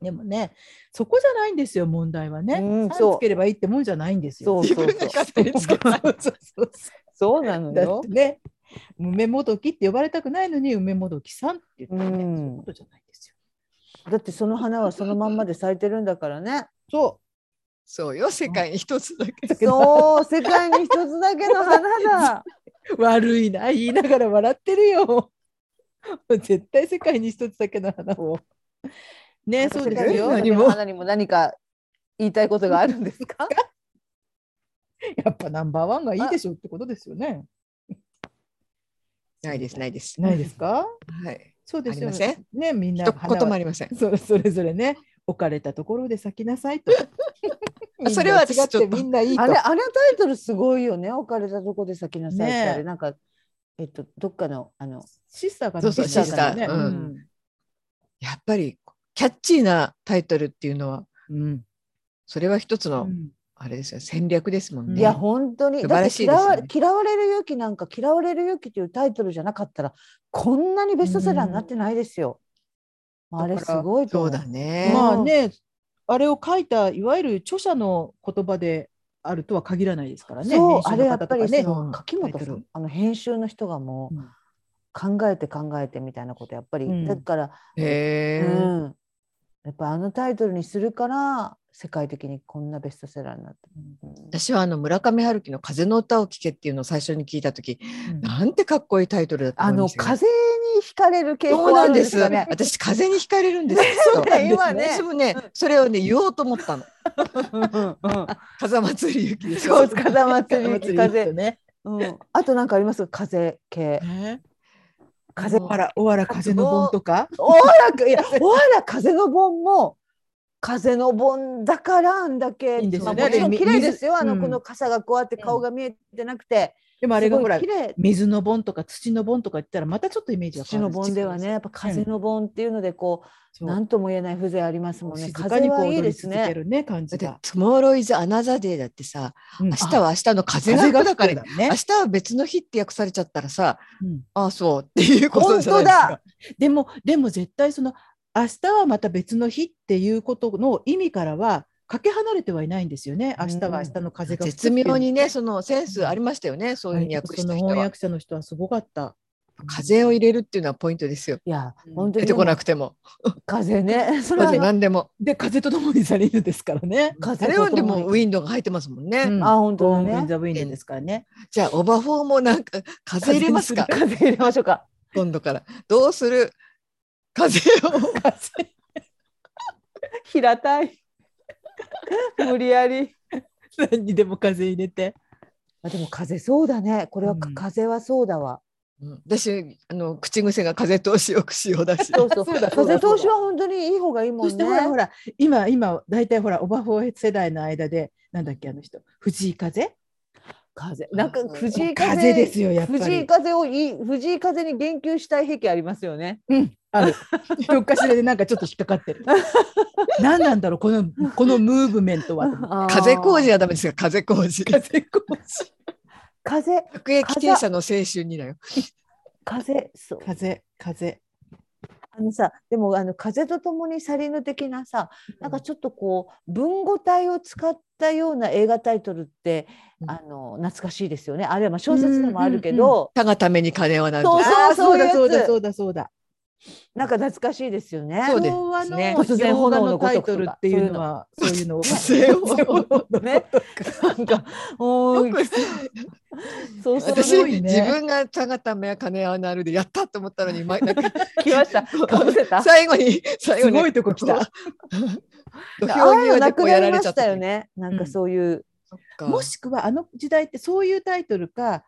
Speaker 1: でもね、そこじゃないんですよ問題はね。
Speaker 3: うん
Speaker 1: さん
Speaker 3: そう
Speaker 1: *laughs* つければいいってもんじゃないんです
Speaker 3: そ
Speaker 1: よ。
Speaker 3: うそうそう
Speaker 2: 自分が勝手につけた
Speaker 1: そうそうそう
Speaker 4: そうなの
Speaker 1: だっ
Speaker 4: よ
Speaker 1: て。ね、梅もどきって呼ばれたくないのに、梅もどきさんって言ってね、
Speaker 3: うん
Speaker 1: そういうことじゃないですよ。
Speaker 3: だってその花はそのまんまで咲いてるんだからね。
Speaker 1: そ
Speaker 2: そうよ、世界に一つだけ。
Speaker 3: そう、世界に一つだけの花 *laughs* だ。
Speaker 1: 悪いな、言いながら笑ってるよ。絶対世界に一つだけの花を。ね、そうですよ。
Speaker 3: 何も花にも何か言いたいことがあるんですか。
Speaker 1: やっぱナンバーワンがいいでしょってことですよね。
Speaker 2: ないです、ないです。
Speaker 1: ないですか
Speaker 2: はい。
Speaker 1: そうですよ
Speaker 2: ありませ
Speaker 1: ね。ね、みんな
Speaker 2: 一
Speaker 1: 花
Speaker 2: 言も
Speaker 1: は
Speaker 2: ありません。
Speaker 1: それそれぞれね、置かれたところで咲きなさいと。
Speaker 2: あそれは私
Speaker 1: みんな違っ
Speaker 2: ちょってと
Speaker 1: みんないいと
Speaker 3: あれ、。あれタイトルすごいよね。置かれたとこで咲きなさいって、
Speaker 1: ねえ
Speaker 3: あれなんか。えっと、どっかの、あの。
Speaker 1: シスターが
Speaker 2: そうそう
Speaker 1: シスターがね
Speaker 2: シスター
Speaker 1: うん
Speaker 2: やっぱりキャッチーなタイトルっていうのは、
Speaker 1: うん
Speaker 2: それは一つ
Speaker 1: う
Speaker 2: の
Speaker 1: ん
Speaker 2: あれですよ、戦略ですもん
Speaker 1: ね
Speaker 3: い
Speaker 2: ね。
Speaker 3: や、本当に。
Speaker 2: 素晴らしいですね
Speaker 3: だって嫌わ嫌われる勇気なんか、嫌われる勇気というタイトルじゃなかったら。こんなにベストセラーになってないですよ。あれ
Speaker 1: だ
Speaker 3: す
Speaker 1: から
Speaker 3: ごいと
Speaker 2: そ
Speaker 3: 思
Speaker 2: うだね。
Speaker 1: まあね、あれを書いたいわゆる著者の言葉であるとは限らないですからね。
Speaker 3: そう
Speaker 1: 編、集
Speaker 3: あ
Speaker 1: の
Speaker 3: れや
Speaker 1: 方
Speaker 3: っ
Speaker 1: と
Speaker 3: ぱ
Speaker 1: か
Speaker 3: りそ
Speaker 1: ね。
Speaker 3: の柿
Speaker 1: タ
Speaker 3: 本
Speaker 1: イト
Speaker 3: さ
Speaker 1: ル
Speaker 3: ん、あの編集の人がも
Speaker 1: うん
Speaker 3: う考えて考えてみたいなことやっぱり、
Speaker 1: うん
Speaker 3: だから、
Speaker 2: へえ、
Speaker 3: うん、やっぱあのタイトルにするから世界的にこんなベストセラーになってる、
Speaker 2: 私はあの村上春樹の「風の歌を聴け」っていうのを最初に聞いた時
Speaker 1: うん
Speaker 2: なんてかっこいいタイトルだった
Speaker 3: あの風に惹かれる傾
Speaker 2: そう
Speaker 3: 向あ
Speaker 2: な
Speaker 3: る
Speaker 2: ん
Speaker 3: んで
Speaker 2: ですす
Speaker 3: かね。
Speaker 2: 私風に惹かれるんですよ
Speaker 3: そうだよ今ね
Speaker 2: いつもねそれをね言おうと思ったの
Speaker 1: *laughs*
Speaker 2: 風祭りゆきですよ
Speaker 3: *laughs* そう風祭り
Speaker 1: 風
Speaker 3: 風
Speaker 1: とね。
Speaker 3: うん、あとなんかあります風系
Speaker 1: ね
Speaker 3: 風
Speaker 1: おわら、おわら風の盆とか。
Speaker 3: おわらいやおわら風の盆も風の盆だからあんだけ
Speaker 1: いいんですよね
Speaker 3: まあもちろん
Speaker 1: で
Speaker 3: 綺麗ですよあの、
Speaker 1: 水うん
Speaker 3: この傘がこうやって顔が見えてなくて、
Speaker 1: でもあれが
Speaker 3: すご
Speaker 1: ほ
Speaker 3: い
Speaker 1: ら
Speaker 3: 綺、麗
Speaker 1: 水の盆とか土の盆とか言ったら、またちょっとイメージが
Speaker 3: 土
Speaker 1: 変わ
Speaker 3: の
Speaker 1: る。
Speaker 3: 盆ではねやっぱ風の盆っていうのでこう、
Speaker 1: そう。
Speaker 3: なんとも言えない風情ありますもんね
Speaker 1: 静か
Speaker 3: 風
Speaker 1: にこう
Speaker 3: はいい
Speaker 1: 踊
Speaker 3: で
Speaker 1: り
Speaker 3: す
Speaker 1: 続け
Speaker 3: ね
Speaker 1: るね、感じ
Speaker 2: だって
Speaker 1: が。
Speaker 2: Tomorrow is another day だってさ
Speaker 1: 明
Speaker 2: 明日は明日の風が
Speaker 1: 風
Speaker 2: 吹
Speaker 1: が吹
Speaker 2: くだ
Speaker 1: く
Speaker 2: か
Speaker 1: ん
Speaker 2: ら
Speaker 1: だね
Speaker 2: 明。日は別の日って訳されちゃったらさ
Speaker 1: うん
Speaker 2: ああそうっていうこと
Speaker 3: 本
Speaker 2: じゃな
Speaker 3: 当
Speaker 2: いですか
Speaker 3: だ
Speaker 1: でも、でも絶対その、明日はまた別の日っていうことの意味からは、かけ離れてはいないんですよね。明日は明日の風が吹くって
Speaker 2: 絶
Speaker 1: いう
Speaker 2: 妙に *laughs* ねそのセンスありましたよねそういうふうに
Speaker 1: はい
Speaker 2: 訳
Speaker 1: そ
Speaker 2: した
Speaker 1: の
Speaker 2: 人
Speaker 1: 翻
Speaker 2: は
Speaker 1: 訳者の人はすごかった。
Speaker 2: 風を入れるっていうのはポイントですよ
Speaker 3: いや
Speaker 1: うん
Speaker 3: 本
Speaker 2: 出
Speaker 3: 当
Speaker 2: て
Speaker 3: にで
Speaker 2: こ
Speaker 3: も
Speaker 2: なくても
Speaker 3: 風ねそれ
Speaker 2: まず
Speaker 3: は
Speaker 2: 何でも
Speaker 1: で風とともにされるですからね。
Speaker 3: 風
Speaker 2: あれは
Speaker 3: と
Speaker 2: で
Speaker 3: と
Speaker 2: も
Speaker 3: も
Speaker 2: ウ
Speaker 3: に
Speaker 2: ィンドウが入ってますもんね、
Speaker 1: うん
Speaker 3: あ本当だ
Speaker 1: ゴーンウィン
Speaker 3: ね
Speaker 1: ザウィンドですからね。
Speaker 2: じゃあオバフォーもなんか風入れますか
Speaker 3: 風入れましょうか
Speaker 2: 今度からどうする風を
Speaker 3: 平たい無理やり
Speaker 1: 何にでも風入れて。
Speaker 3: あでも風そうだねこれはか、
Speaker 1: うん
Speaker 3: 風はそうだわ
Speaker 2: うん私あの口癖が風通しよくしようだし
Speaker 3: *laughs* そうそう
Speaker 1: そうだそうだ
Speaker 3: 風通しは本当にいい方がいい
Speaker 1: *laughs* そ
Speaker 3: もん
Speaker 1: して
Speaker 3: ね
Speaker 1: ほらほら今今大体ほらオバフォー世代の間でなんだっけあの人藤井風
Speaker 3: 風なんか藤井風
Speaker 1: 風ですよやっぱり。
Speaker 3: 藤井風をいい藤井風に言及したい癖ありますよね
Speaker 1: うんあ *laughs* る。どっかしらでなんかちょっと引っかかってる。何なんだろうこのこのムーブメントはと思って。
Speaker 2: 風工事
Speaker 3: や
Speaker 2: はダメですよ風工事
Speaker 1: 風こし
Speaker 3: 風
Speaker 2: 各駅停車の青春にだよ
Speaker 3: 風そう
Speaker 1: 風風。
Speaker 3: あのさでもあの風とともに去りぬ的なさなんかちょっとこう文語体を使ったような映画タイトルって、
Speaker 2: うん
Speaker 3: あの懐かしいですよねあれはまあ小説でもあるけど、
Speaker 2: たがために金はなんと
Speaker 3: そう
Speaker 1: ああそうだ
Speaker 3: そ
Speaker 1: そうう
Speaker 3: いうや
Speaker 1: だ
Speaker 3: つ
Speaker 1: そうだそうだ。
Speaker 3: なんか懐かしいですよね。
Speaker 2: そうです
Speaker 1: 昭和の
Speaker 2: ね
Speaker 3: 突然炎の
Speaker 1: 洋
Speaker 3: ご
Speaker 1: 画タ
Speaker 3: と
Speaker 1: イ
Speaker 3: くと
Speaker 1: トル
Speaker 3: か
Speaker 1: っていうのはそういうのを。
Speaker 2: 突然
Speaker 3: *laughs*
Speaker 2: 炎
Speaker 3: ね、なんか、お
Speaker 2: よ
Speaker 3: ー
Speaker 2: く
Speaker 3: そうそう、
Speaker 2: 私、
Speaker 1: すごいね
Speaker 2: 自分がたがためや金はなるでやったと思ったのにまなんか
Speaker 3: 来ました。かぶせた。
Speaker 2: 最後に最後
Speaker 1: す
Speaker 2: に
Speaker 1: ごいとこ来た。
Speaker 2: *laughs* 土
Speaker 3: ああ
Speaker 2: 俵
Speaker 3: い
Speaker 2: 際
Speaker 3: うのな
Speaker 2: でこ
Speaker 3: く
Speaker 2: う
Speaker 3: な
Speaker 2: やら
Speaker 3: りま
Speaker 2: れちゃ
Speaker 3: し
Speaker 2: ったた
Speaker 3: よね。なんかそういう、
Speaker 2: そっか
Speaker 1: もしくはあの時代ってそういうタイトルか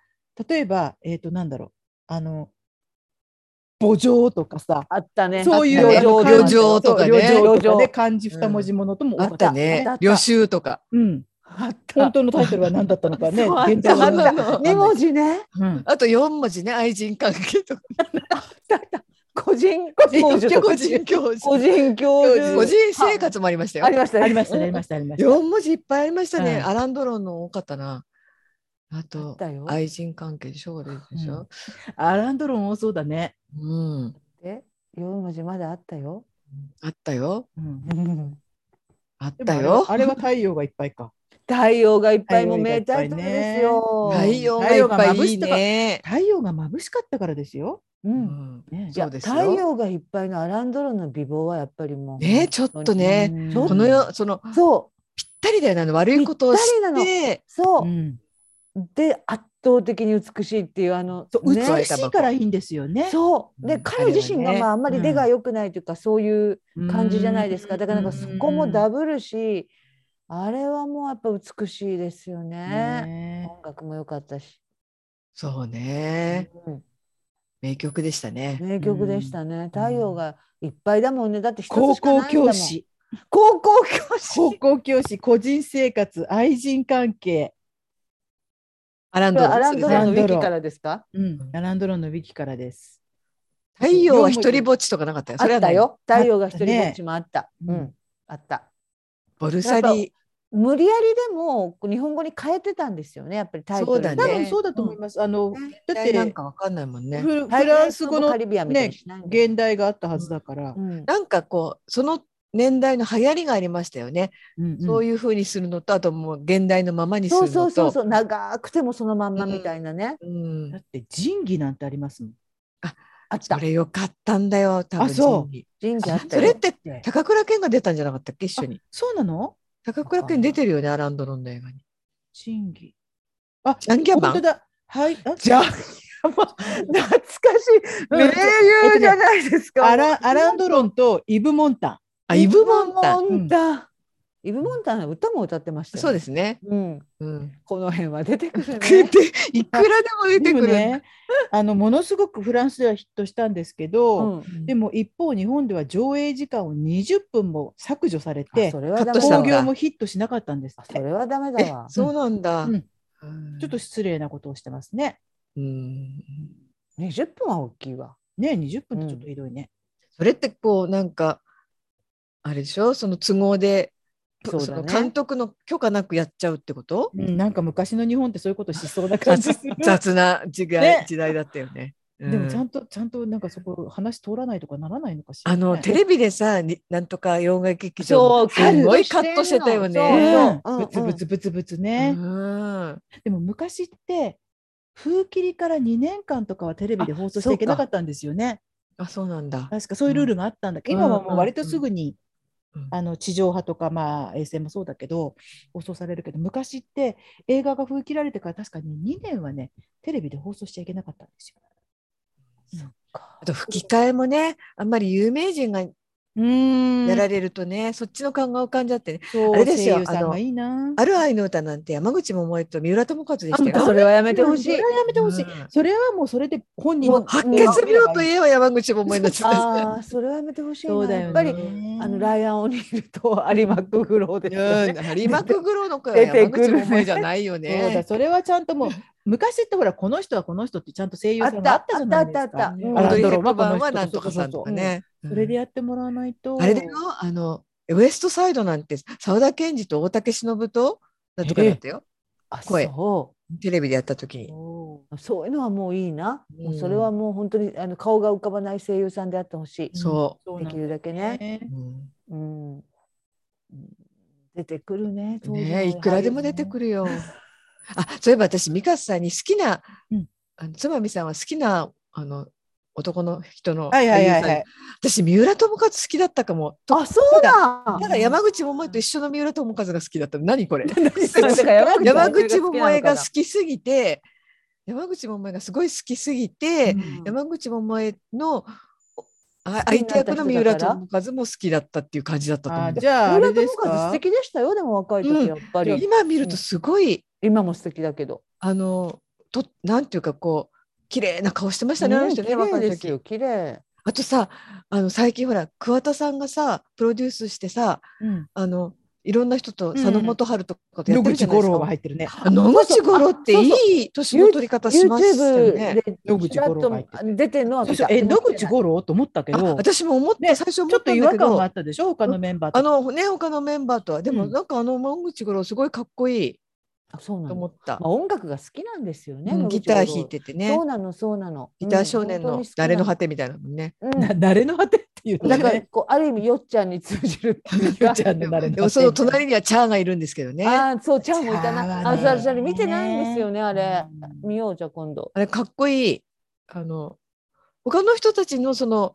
Speaker 1: 例えばえっ、となんだろうあの墓場とかさ
Speaker 3: あったね。
Speaker 1: そういう
Speaker 2: あったね
Speaker 1: あの漢字
Speaker 2: 旅情とかね
Speaker 1: そう旅情とか
Speaker 3: 旅
Speaker 1: ね
Speaker 3: 情
Speaker 1: 漢字二文字ものとも多か
Speaker 2: あっ
Speaker 1: った
Speaker 2: た
Speaker 3: あっ
Speaker 2: ね
Speaker 3: たあった
Speaker 2: 旅集とか
Speaker 1: うん、
Speaker 3: あった。
Speaker 1: 本当のタイトルは何だったのかね
Speaker 3: そうあった
Speaker 1: 現代版
Speaker 2: あ
Speaker 1: だ
Speaker 2: った
Speaker 1: かわかんない
Speaker 3: 二文字ね。
Speaker 1: うん
Speaker 2: あと四文字ね愛人関係とか
Speaker 3: 個人個人
Speaker 2: 個人教授
Speaker 3: 個人教授。
Speaker 2: 個人生活もありました
Speaker 3: あり
Speaker 2: よ。
Speaker 3: ましたね。
Speaker 1: ありましたねありましたありました
Speaker 2: 四文字いっぱいありましたね。
Speaker 1: うん
Speaker 2: アランドロンの多かったな。あと
Speaker 3: だよ。
Speaker 2: 愛人関係でしょこれでしょ。
Speaker 1: アランドロン多そうだね、
Speaker 2: うん、
Speaker 3: え、四文字まだあった *laughs* よ。
Speaker 2: あったよ。
Speaker 1: うん、
Speaker 3: うん
Speaker 2: あっ
Speaker 1: でも
Speaker 2: た
Speaker 1: あれ
Speaker 2: よ
Speaker 1: は。あれは太陽がいっぱいか
Speaker 3: 太陽がいっぱいもう名
Speaker 1: 太陽がいっぱい
Speaker 3: タイトル
Speaker 1: ね
Speaker 3: ですよ。
Speaker 2: 太陽が
Speaker 1: 太
Speaker 2: い
Speaker 1: 陽
Speaker 2: っ
Speaker 1: が
Speaker 2: ぱい
Speaker 1: 眩
Speaker 2: い
Speaker 1: し
Speaker 2: い
Speaker 1: いとか
Speaker 2: ね。
Speaker 1: 太陽が眩しかったからですよ。
Speaker 3: う
Speaker 2: うんん、
Speaker 1: ね
Speaker 3: いや
Speaker 2: そうですよ
Speaker 3: 太陽がいっぱいのアランドロンの美貌はやっぱりもう
Speaker 2: ねちょっとね
Speaker 1: うん
Speaker 3: ちょっと
Speaker 2: この世その
Speaker 3: そう
Speaker 2: ぴったりだよねあの悪いことを
Speaker 3: ぴったり
Speaker 2: し
Speaker 3: なの
Speaker 2: て
Speaker 3: そうう、
Speaker 1: ん
Speaker 3: で圧倒的に美しいっていうあの
Speaker 1: そう
Speaker 3: ね
Speaker 1: 美しいからいいんですよね。
Speaker 3: そう
Speaker 2: う
Speaker 3: で
Speaker 2: ん
Speaker 3: 彼自身
Speaker 2: あ
Speaker 3: が
Speaker 2: れはね
Speaker 3: まああんまり出が良くないというかそういう感じじゃないですかだからなんかそこもダ
Speaker 1: ブ
Speaker 3: ブルしあれはもうやっぱ美しいですよね
Speaker 1: ね。
Speaker 3: 音楽も良かったし
Speaker 2: そうね
Speaker 3: うん
Speaker 2: 名曲でしたね。
Speaker 3: 名曲でしたね太陽がいっぱいだもんねだって一
Speaker 1: 高
Speaker 3: つしか
Speaker 1: 校
Speaker 3: ないんだもん
Speaker 1: 教師、
Speaker 3: 高校教
Speaker 1: 高
Speaker 3: 師
Speaker 1: 校教師、個人生活、愛人関係、
Speaker 2: アランド
Speaker 3: アラ
Speaker 2: ロ
Speaker 3: ンド
Speaker 2: ン、
Speaker 3: ロンの
Speaker 2: ね、
Speaker 3: ウィキからですか
Speaker 1: うん、アランドロンのウィキからです。
Speaker 2: 太陽は一人ぼっちとかなかったよ。
Speaker 3: あ
Speaker 2: それ
Speaker 3: っ
Speaker 2: は
Speaker 3: た
Speaker 2: ない。
Speaker 3: よ
Speaker 1: ない
Speaker 3: 太陽が一人ぼ
Speaker 1: あったね
Speaker 3: っちもあったう
Speaker 1: うん
Speaker 3: んあった
Speaker 2: ボルサリ
Speaker 3: 無理やりでも日本語に変えてたんですよねやっぱりタイトル
Speaker 2: そうだね
Speaker 1: 多分そうだと思います。あのだっ
Speaker 2: ーなん
Speaker 1: て
Speaker 2: かわかんないもんね。
Speaker 1: フ
Speaker 3: タイ
Speaker 1: フ
Speaker 3: トル
Speaker 1: ランス語の
Speaker 3: カリビアンみたいにしないんだよ
Speaker 1: 現代があったはずだから、
Speaker 3: うん
Speaker 2: なんかこうその年代の流行りがありましたよね。そう
Speaker 1: い
Speaker 2: いう風にするのとあともう現代のままにする
Speaker 3: そ
Speaker 2: の
Speaker 3: う
Speaker 2: と。
Speaker 3: そうそうそう長くてもそのまんまみたいなね、
Speaker 2: うん
Speaker 1: だって仁義なんてありますもん。
Speaker 3: あった
Speaker 2: それよかったんだよ多分
Speaker 1: あそう
Speaker 2: ジンギ
Speaker 3: 神社あった
Speaker 2: そ
Speaker 3: よ
Speaker 2: れって
Speaker 1: ね
Speaker 2: 高倉健が出たんじゃなかったっけ一緒に
Speaker 1: そうなの？
Speaker 2: 高倉健出てるよねアランドロンの映画に
Speaker 1: 仁義。あ、
Speaker 2: ジャンギャマン
Speaker 1: 本当だ。はい。あ
Speaker 2: じゃあ
Speaker 3: 懐かしい名優じゃないですか、
Speaker 1: アラアランドロンとイブモンタ
Speaker 2: あイブ・モンタン
Speaker 3: イブモンタンイブモンタンの歌も歌ってましたよ
Speaker 2: そうですね、
Speaker 3: うん
Speaker 2: うん、
Speaker 3: この辺は出てくる
Speaker 2: 出
Speaker 3: ね
Speaker 2: て *laughs* いくらでも
Speaker 1: ン。
Speaker 2: 出てくるんだ、
Speaker 1: ね、あのものすごくフランスではヒットしたんですけど、
Speaker 3: うん
Speaker 1: でも一方日本では上映時間を20分も削除され
Speaker 3: あ
Speaker 1: て
Speaker 3: それはダ
Speaker 2: カット
Speaker 3: メ
Speaker 2: し
Speaker 3: だ
Speaker 2: た
Speaker 1: 興
Speaker 2: ん
Speaker 3: わ
Speaker 2: だ
Speaker 1: 行もヒットしなかったんです
Speaker 3: あ
Speaker 1: っ
Speaker 3: そ
Speaker 1: て。
Speaker 3: れはダメだ
Speaker 2: え
Speaker 3: わ
Speaker 2: そうなんだ、
Speaker 1: うん
Speaker 2: ち
Speaker 1: ちょっと、失礼なことをしてますね。
Speaker 2: うん、
Speaker 3: 20分は大きいわ
Speaker 1: ね、20分ってちょっとひどいね。
Speaker 2: それってこうなんかあれでしょその都合で
Speaker 3: そうだね
Speaker 2: その監督の許可なくやっちゃうってこと
Speaker 1: うんなんか昔の日本ってそういうことしそうな感じ
Speaker 2: *laughs*
Speaker 1: する。
Speaker 2: 雑な時代,、
Speaker 1: ね
Speaker 2: 時代だったよね。
Speaker 1: でもちゃ
Speaker 2: うん
Speaker 1: んと、ちゃんとなんかそこ話通らないとかならないのかしら、
Speaker 2: あのテレビでさになんとか洋画劇場
Speaker 3: そう
Speaker 2: すごいカットしてたよ
Speaker 3: カ
Speaker 2: ね。
Speaker 3: う
Speaker 1: ブ
Speaker 3: ん
Speaker 1: ツブツブツブツね、
Speaker 2: うん
Speaker 1: でも昔って風切りから2年間とかはテレビで放送しちゃいけなかったんですよね。
Speaker 2: あそうなんだ。
Speaker 1: 確かそういうルールがあったんだけど、
Speaker 2: うん
Speaker 1: 今はもう割とすぐに、
Speaker 2: うん
Speaker 1: あの地上波とか、まあ、衛星もそうだけど放送されるけど昔って映画が風切られてから確かに2年はねテレビで放送しちゃいけなかったんですよ。
Speaker 2: あと吹き替えもねあんまり有名人がや
Speaker 1: うん
Speaker 2: られるとね、そっちの感が浮かんじゃってね、
Speaker 1: そう
Speaker 2: あれですよ
Speaker 1: 声優さんがいいな。
Speaker 2: ある愛の歌なんて山口百恵と三浦友和でした
Speaker 3: あ
Speaker 2: よ。
Speaker 3: それはやめてほし
Speaker 1: そ *laughs*
Speaker 3: い
Speaker 1: れはやめてほしい。
Speaker 2: うん
Speaker 1: それはもうそれで本人
Speaker 3: も
Speaker 1: の
Speaker 3: う
Speaker 2: 白血病といえば山口百恵になっちゃった。
Speaker 3: ああそれはやめてほしいな
Speaker 1: そうだよね
Speaker 3: やっぱりあのライアン・オニールと有馬クグローですよね
Speaker 2: うん、ハリマクグローの声は山口百恵じゃないよ
Speaker 1: そうだ
Speaker 2: ね。
Speaker 1: それはちゃんともう昔ってほらこの人はこの人ってちゃんと声優
Speaker 3: あ
Speaker 1: さ
Speaker 3: っ
Speaker 1: ん
Speaker 3: た
Speaker 1: が
Speaker 3: あ
Speaker 1: あ
Speaker 3: っ
Speaker 1: ったじゃ
Speaker 3: たあ
Speaker 1: ないですか。アン
Speaker 2: アンドリー
Speaker 3: ったあったうん
Speaker 1: ドロ
Speaker 2: 特
Speaker 1: マ
Speaker 2: 番
Speaker 1: 番
Speaker 2: はなんとかさんとかね。
Speaker 1: それでやってもらわないと。
Speaker 2: あれだよ、あの、ウエストサイドなんて、沢田研二と大竹しのぶと、なんとかだったよ。
Speaker 3: あ
Speaker 2: 声
Speaker 3: そ
Speaker 2: テレビでやった時に。
Speaker 1: そう
Speaker 3: そういうのはもういいな、
Speaker 2: うん
Speaker 3: もうそれはもう本当にあの顔が浮かばない声優さんであってほしい、
Speaker 2: そう
Speaker 3: で
Speaker 1: なん
Speaker 3: き
Speaker 1: だ
Speaker 3: るだけね、
Speaker 1: ね。
Speaker 2: うん。
Speaker 3: うんうん出てくるね当時の
Speaker 2: ねえいくらでも出てくるよ。あ、そういえば私、ミカスさんに好きな
Speaker 1: うん、
Speaker 2: あのつまみさんは好きな、あの、男の人の
Speaker 1: はいはいはいは
Speaker 2: 俳
Speaker 1: い。
Speaker 2: 優さん私、三浦友和好きだったかも。と
Speaker 3: あそうだ
Speaker 2: ただ山口百恵と一緒の三浦友和が好きだったの。何これ
Speaker 3: *laughs* それだから山口
Speaker 2: 山口
Speaker 3: 百
Speaker 2: 百恵が好きすぎて山口百恵がすごい好きすぎて、
Speaker 1: うん
Speaker 2: 山口百恵のあ
Speaker 3: 好き
Speaker 2: 相
Speaker 3: にな
Speaker 2: 手
Speaker 3: った人
Speaker 2: 役の三浦
Speaker 3: だから
Speaker 2: 友和も好きだったっていう感じだったと思
Speaker 1: あ
Speaker 2: う
Speaker 1: じゃあ
Speaker 3: 三
Speaker 1: あ
Speaker 3: 浦
Speaker 1: れで
Speaker 3: 友
Speaker 1: す
Speaker 3: 和素
Speaker 1: か。
Speaker 3: 敵でしたよでも若い時やっぱり、
Speaker 1: うん
Speaker 2: 今見るとすごい、
Speaker 3: 今も素敵だけど
Speaker 2: あのとなんていうかこう綺麗な顔してましたね、あ
Speaker 3: う
Speaker 2: の
Speaker 3: ん
Speaker 2: 人
Speaker 3: 綺
Speaker 2: ね
Speaker 3: 麗
Speaker 2: 若い
Speaker 3: ですよ
Speaker 2: 時
Speaker 3: 綺麗
Speaker 2: あとさあの最近ほら桑田さんがさプロデュースしてさ
Speaker 1: うん
Speaker 2: あのいろんな人と佐野元春とかとや
Speaker 1: 野
Speaker 2: ってるじ
Speaker 1: 口
Speaker 2: ゃない
Speaker 1: 五
Speaker 2: ですか、
Speaker 1: 郎が入ってるね。
Speaker 2: あ野口五郎って
Speaker 3: そうそう
Speaker 2: いい年の取り方しますよ
Speaker 3: YouTube
Speaker 2: ね。
Speaker 3: で
Speaker 1: 野口
Speaker 3: ちらっ
Speaker 1: 五郎
Speaker 3: と
Speaker 1: が入ってる。
Speaker 3: 出てるのは
Speaker 1: そう
Speaker 3: 見
Speaker 1: そう
Speaker 3: た
Speaker 1: え野口五郎と思ったけ
Speaker 2: あ
Speaker 1: ど、
Speaker 2: 私も思って、
Speaker 1: ね
Speaker 2: 最初
Speaker 1: ち
Speaker 2: 思
Speaker 1: ょ
Speaker 2: っ
Speaker 1: っと
Speaker 2: たん
Speaker 1: 違
Speaker 2: だ
Speaker 1: 和
Speaker 2: け
Speaker 1: 感があ
Speaker 2: ど
Speaker 1: ったでしょ他のメンバーと。
Speaker 2: あのね他のメンバーとはでも
Speaker 1: うん
Speaker 2: なんかあの野口五郎すごいかっこいい、
Speaker 3: そうな
Speaker 2: と
Speaker 3: の、
Speaker 2: 思
Speaker 3: ま
Speaker 2: った
Speaker 3: あ、。音楽が好きなんですよね。
Speaker 2: うん
Speaker 3: 野口
Speaker 2: ギター
Speaker 3: 五郎
Speaker 2: 弾いててね
Speaker 3: そう。なのそうなの。
Speaker 2: ギター少年
Speaker 3: うん
Speaker 2: の
Speaker 3: 本当に好きな
Speaker 2: 誰の果てみたいなのね。
Speaker 3: うん
Speaker 1: な誰の果てっていうの
Speaker 3: だか
Speaker 1: ね
Speaker 3: らこうある意味よっちゃんに通じるっていう
Speaker 1: ゆう
Speaker 3: か
Speaker 1: ちゃんの誰の果て
Speaker 2: でもその隣にはチャーがいるんですけどね。あ
Speaker 3: ああそうちゃんもいた
Speaker 1: チャーはね
Speaker 3: な。あそうそれ見てないんですよねあれ。
Speaker 1: うん
Speaker 3: 見ようじゃあ今度。
Speaker 2: れかっこいい。あの他の人たちのその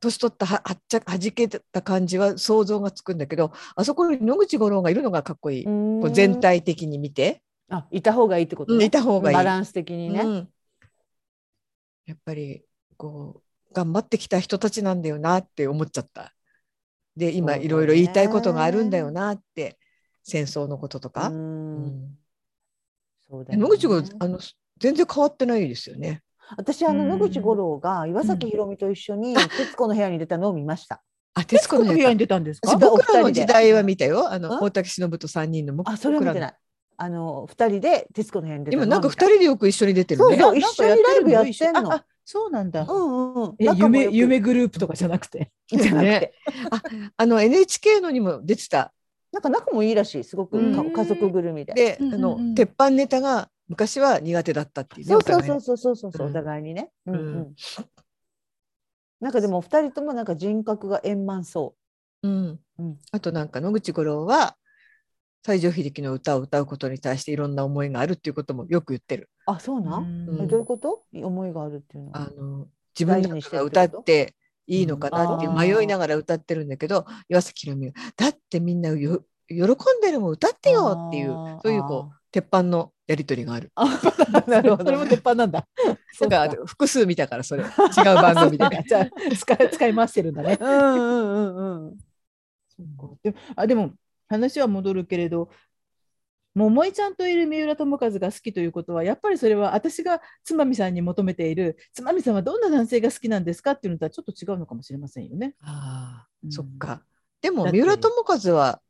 Speaker 2: 年取ったははっちゃはじけた感じは想像がつくんだけど、あそこに野口五郎がいるのがかっこいい。こ
Speaker 3: こ
Speaker 2: う全。体的に見て、
Speaker 3: あいた方がいいってこと
Speaker 2: うん
Speaker 3: ね。
Speaker 2: いた方がいい。
Speaker 3: バランス的にね。
Speaker 2: うんやっぱりこう頑張ってきた人たちなんだよなって思っちゃった。で今
Speaker 3: そうだ
Speaker 2: いろいろ言いたい
Speaker 3: ね
Speaker 2: ことがあるんだよなって戦争のこととか。
Speaker 3: うん
Speaker 2: うん
Speaker 3: そうだよね
Speaker 2: 野口君、あの全然変わってないですよね。
Speaker 3: 私あの
Speaker 1: うん
Speaker 3: 野口五郎が岩崎宏美と一緒に徹子の部屋に出たのを見ました。
Speaker 2: あ徹子の
Speaker 1: 部屋
Speaker 2: 部
Speaker 1: に出たんです
Speaker 2: 私
Speaker 1: か
Speaker 3: あお二
Speaker 2: 僕
Speaker 3: 人で
Speaker 2: らの時代は見たよ。あの
Speaker 3: あ
Speaker 2: 大竹しのぶと三人の僕
Speaker 3: あそれは見て
Speaker 2: 僕ら
Speaker 3: な
Speaker 2: の
Speaker 3: い。あの二人で徹子の部屋に出たの
Speaker 2: 今な
Speaker 3: は
Speaker 2: んか二
Speaker 3: 見た
Speaker 2: 人でよく一緒に出てる
Speaker 3: そう
Speaker 2: ね。
Speaker 3: そ
Speaker 1: な
Speaker 3: う
Speaker 1: んか
Speaker 3: 一緒にライブやってんの
Speaker 1: 一緒ああそうなんだ、
Speaker 3: うんうんうん。
Speaker 1: え
Speaker 3: 仲も良
Speaker 1: 夢
Speaker 3: く
Speaker 1: 夢グループとかじゃなくて
Speaker 3: *laughs* じゃなくて。
Speaker 2: ああの NHK のにも出てた。
Speaker 3: なんか仲もいいらしい、すごく
Speaker 2: うん
Speaker 3: か家族ぐるみで。
Speaker 2: で、あ
Speaker 1: うんうん
Speaker 2: の
Speaker 1: うん
Speaker 2: 鉄板ネタが昔は苦手だったっていうね。
Speaker 3: そうそう
Speaker 2: お互い
Speaker 3: そうそうそうそうそう、
Speaker 2: うん
Speaker 3: お互いにね。う
Speaker 2: うんん
Speaker 3: うん。なんかでも二人ともなんか人格が円満そ
Speaker 2: うん
Speaker 3: うん
Speaker 2: あとなんか野口五郎は西城秀樹の歌を歌うことに対していろんな思いがあるっていうこともよく言ってる。
Speaker 3: う。あ、そうな。
Speaker 1: うんん
Speaker 2: う
Speaker 1: *laughs*
Speaker 3: えどういうこと？思いがあるっていうの
Speaker 2: あ
Speaker 3: は。
Speaker 2: の自分
Speaker 3: 大事
Speaker 2: なん
Speaker 3: にし
Speaker 2: かが
Speaker 3: てるって
Speaker 2: 歌
Speaker 3: こ
Speaker 2: っ
Speaker 3: と
Speaker 2: ていいのかなっていう
Speaker 3: うん
Speaker 2: 迷いながら歌ってるんだけど岩崎宏美が「だってみんなよ喜んでるもん歌ってよ」っていう
Speaker 3: あー
Speaker 2: そういうこう鉄板のやり取りがある。
Speaker 3: なるほど
Speaker 1: それも鉄板なん
Speaker 3: *laughs*
Speaker 1: だ
Speaker 2: なんか複数見たからそれ違う番組で。
Speaker 1: *laughs* じゃあ使い使い回してるんだね
Speaker 3: あーうんうんうんうん。
Speaker 1: でもあでも話は戻るけれど桃井ちゃんといる三浦友和が好きということはやっぱりそれは私がつまみさんに求めているつまみさんはどんな男性が好きなんですかっていうのとはちょっと違うのかもしれませんよね。
Speaker 2: あー
Speaker 1: うん
Speaker 2: そっか。でも
Speaker 1: だって
Speaker 2: 三浦友和は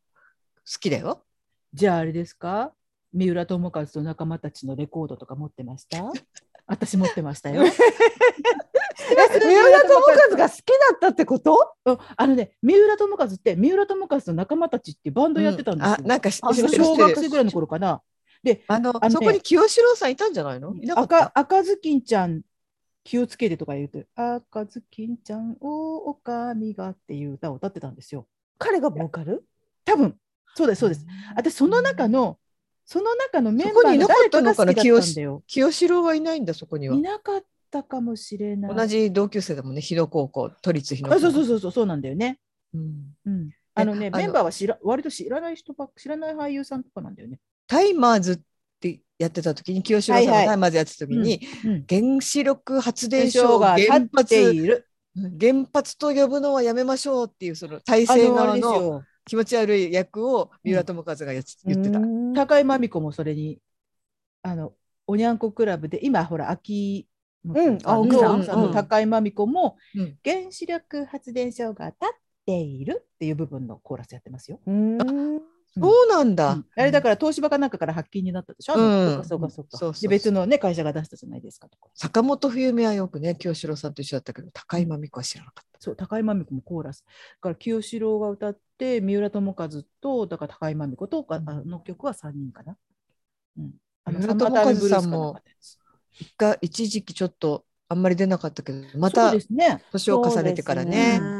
Speaker 2: 好きだよ。
Speaker 1: じゃああれですか三浦友和と仲間たちのレコードとか持ってました私持ってましたよ。
Speaker 2: *laughs*
Speaker 3: え、三浦友和が好きだったってこと？
Speaker 1: うんあのね三浦友和って三浦友和の仲間たちっていうバンドやってたんですよ。
Speaker 2: あなんか知
Speaker 1: あ
Speaker 2: ってる知ってる
Speaker 1: 小学生ぐらいの頃かな。
Speaker 2: あの
Speaker 1: あのね
Speaker 2: そこに清志郎さんいたんじゃないの？いなかった
Speaker 1: 赤赤ずきんちゃん気をつけてとか言うて、赤ずきんちゃんおおかみがっていう歌を歌ってたんですよ。
Speaker 3: 彼がボーカル？
Speaker 1: 多分そうですそうです。。私その中のその中のメンバ
Speaker 2: そこ
Speaker 1: ー
Speaker 2: にい
Speaker 1: の
Speaker 2: なか
Speaker 1: 誰
Speaker 2: った
Speaker 1: かが
Speaker 2: の
Speaker 1: 好
Speaker 2: か
Speaker 1: きだ
Speaker 2: な
Speaker 1: ったんだよ。。
Speaker 2: 清志郎はいないんだそこにはい
Speaker 1: なかったかもしれない。
Speaker 2: 同じ同級生だもんね日野高校都立日野高
Speaker 1: あ
Speaker 2: 校。
Speaker 1: そうそうそうそうそうなんだよね。
Speaker 2: うん
Speaker 1: うん。あのね
Speaker 2: あの
Speaker 1: メンバーは知ら割と知らない人ばっ知らない俳優さんとかなんだよね。
Speaker 2: タイマーズってやってた時に清志郎さんが
Speaker 3: はいはい
Speaker 2: タイマーズやってた時に
Speaker 1: うん。
Speaker 2: 原子力発電
Speaker 1: 伝
Speaker 2: 所
Speaker 1: 承
Speaker 2: を
Speaker 1: が立
Speaker 2: 原
Speaker 1: って
Speaker 2: 発
Speaker 1: いる。
Speaker 2: 原発と呼ぶのはやめましょうっていうその体
Speaker 1: あ
Speaker 2: 制
Speaker 1: のあれで
Speaker 2: 側
Speaker 1: す
Speaker 2: の
Speaker 1: よ。
Speaker 2: 気持ち悪い役を三浦友和がやつ言ってた。
Speaker 3: うん
Speaker 1: 高井真美子もそれにあのおにゃんこクラブで今ほら秋
Speaker 3: うんあ
Speaker 1: 奥さん,、
Speaker 2: うん
Speaker 1: 奥さん
Speaker 2: う
Speaker 1: の
Speaker 2: ん
Speaker 1: 高井真美子も、
Speaker 2: うん
Speaker 1: 原子力発電所が立っているっていう部分のコーラスやってますよ。
Speaker 3: うん。
Speaker 2: そうなん
Speaker 1: う
Speaker 2: だ
Speaker 1: ん。あれだから東芝かなんかから発禁になったでしょ、
Speaker 2: うん
Speaker 1: あの
Speaker 3: そうかそうか。
Speaker 2: そうそうそ
Speaker 1: で
Speaker 2: う
Speaker 1: 別のね会社が出したじゃないですかとか
Speaker 2: 坂本冬美はよくね清志郎さんと一緒だったけど高井真美子は知らなかった。
Speaker 1: そう高井真美子もコーラスだから清志郎が歌って三浦友和とだから高井真美子とあの曲は3人かな。うん、あの
Speaker 2: 三
Speaker 1: サ
Speaker 2: 浦
Speaker 1: マータイムブ
Speaker 2: 友
Speaker 1: ル
Speaker 2: 和さ
Speaker 1: ースか
Speaker 2: ん
Speaker 1: な
Speaker 2: も
Speaker 1: んかです
Speaker 2: が一時期ちょっとあんまり出なかったけどま
Speaker 1: そう
Speaker 2: た
Speaker 1: ですね。
Speaker 2: 年を重ねてから
Speaker 3: そうで
Speaker 2: ね
Speaker 3: すね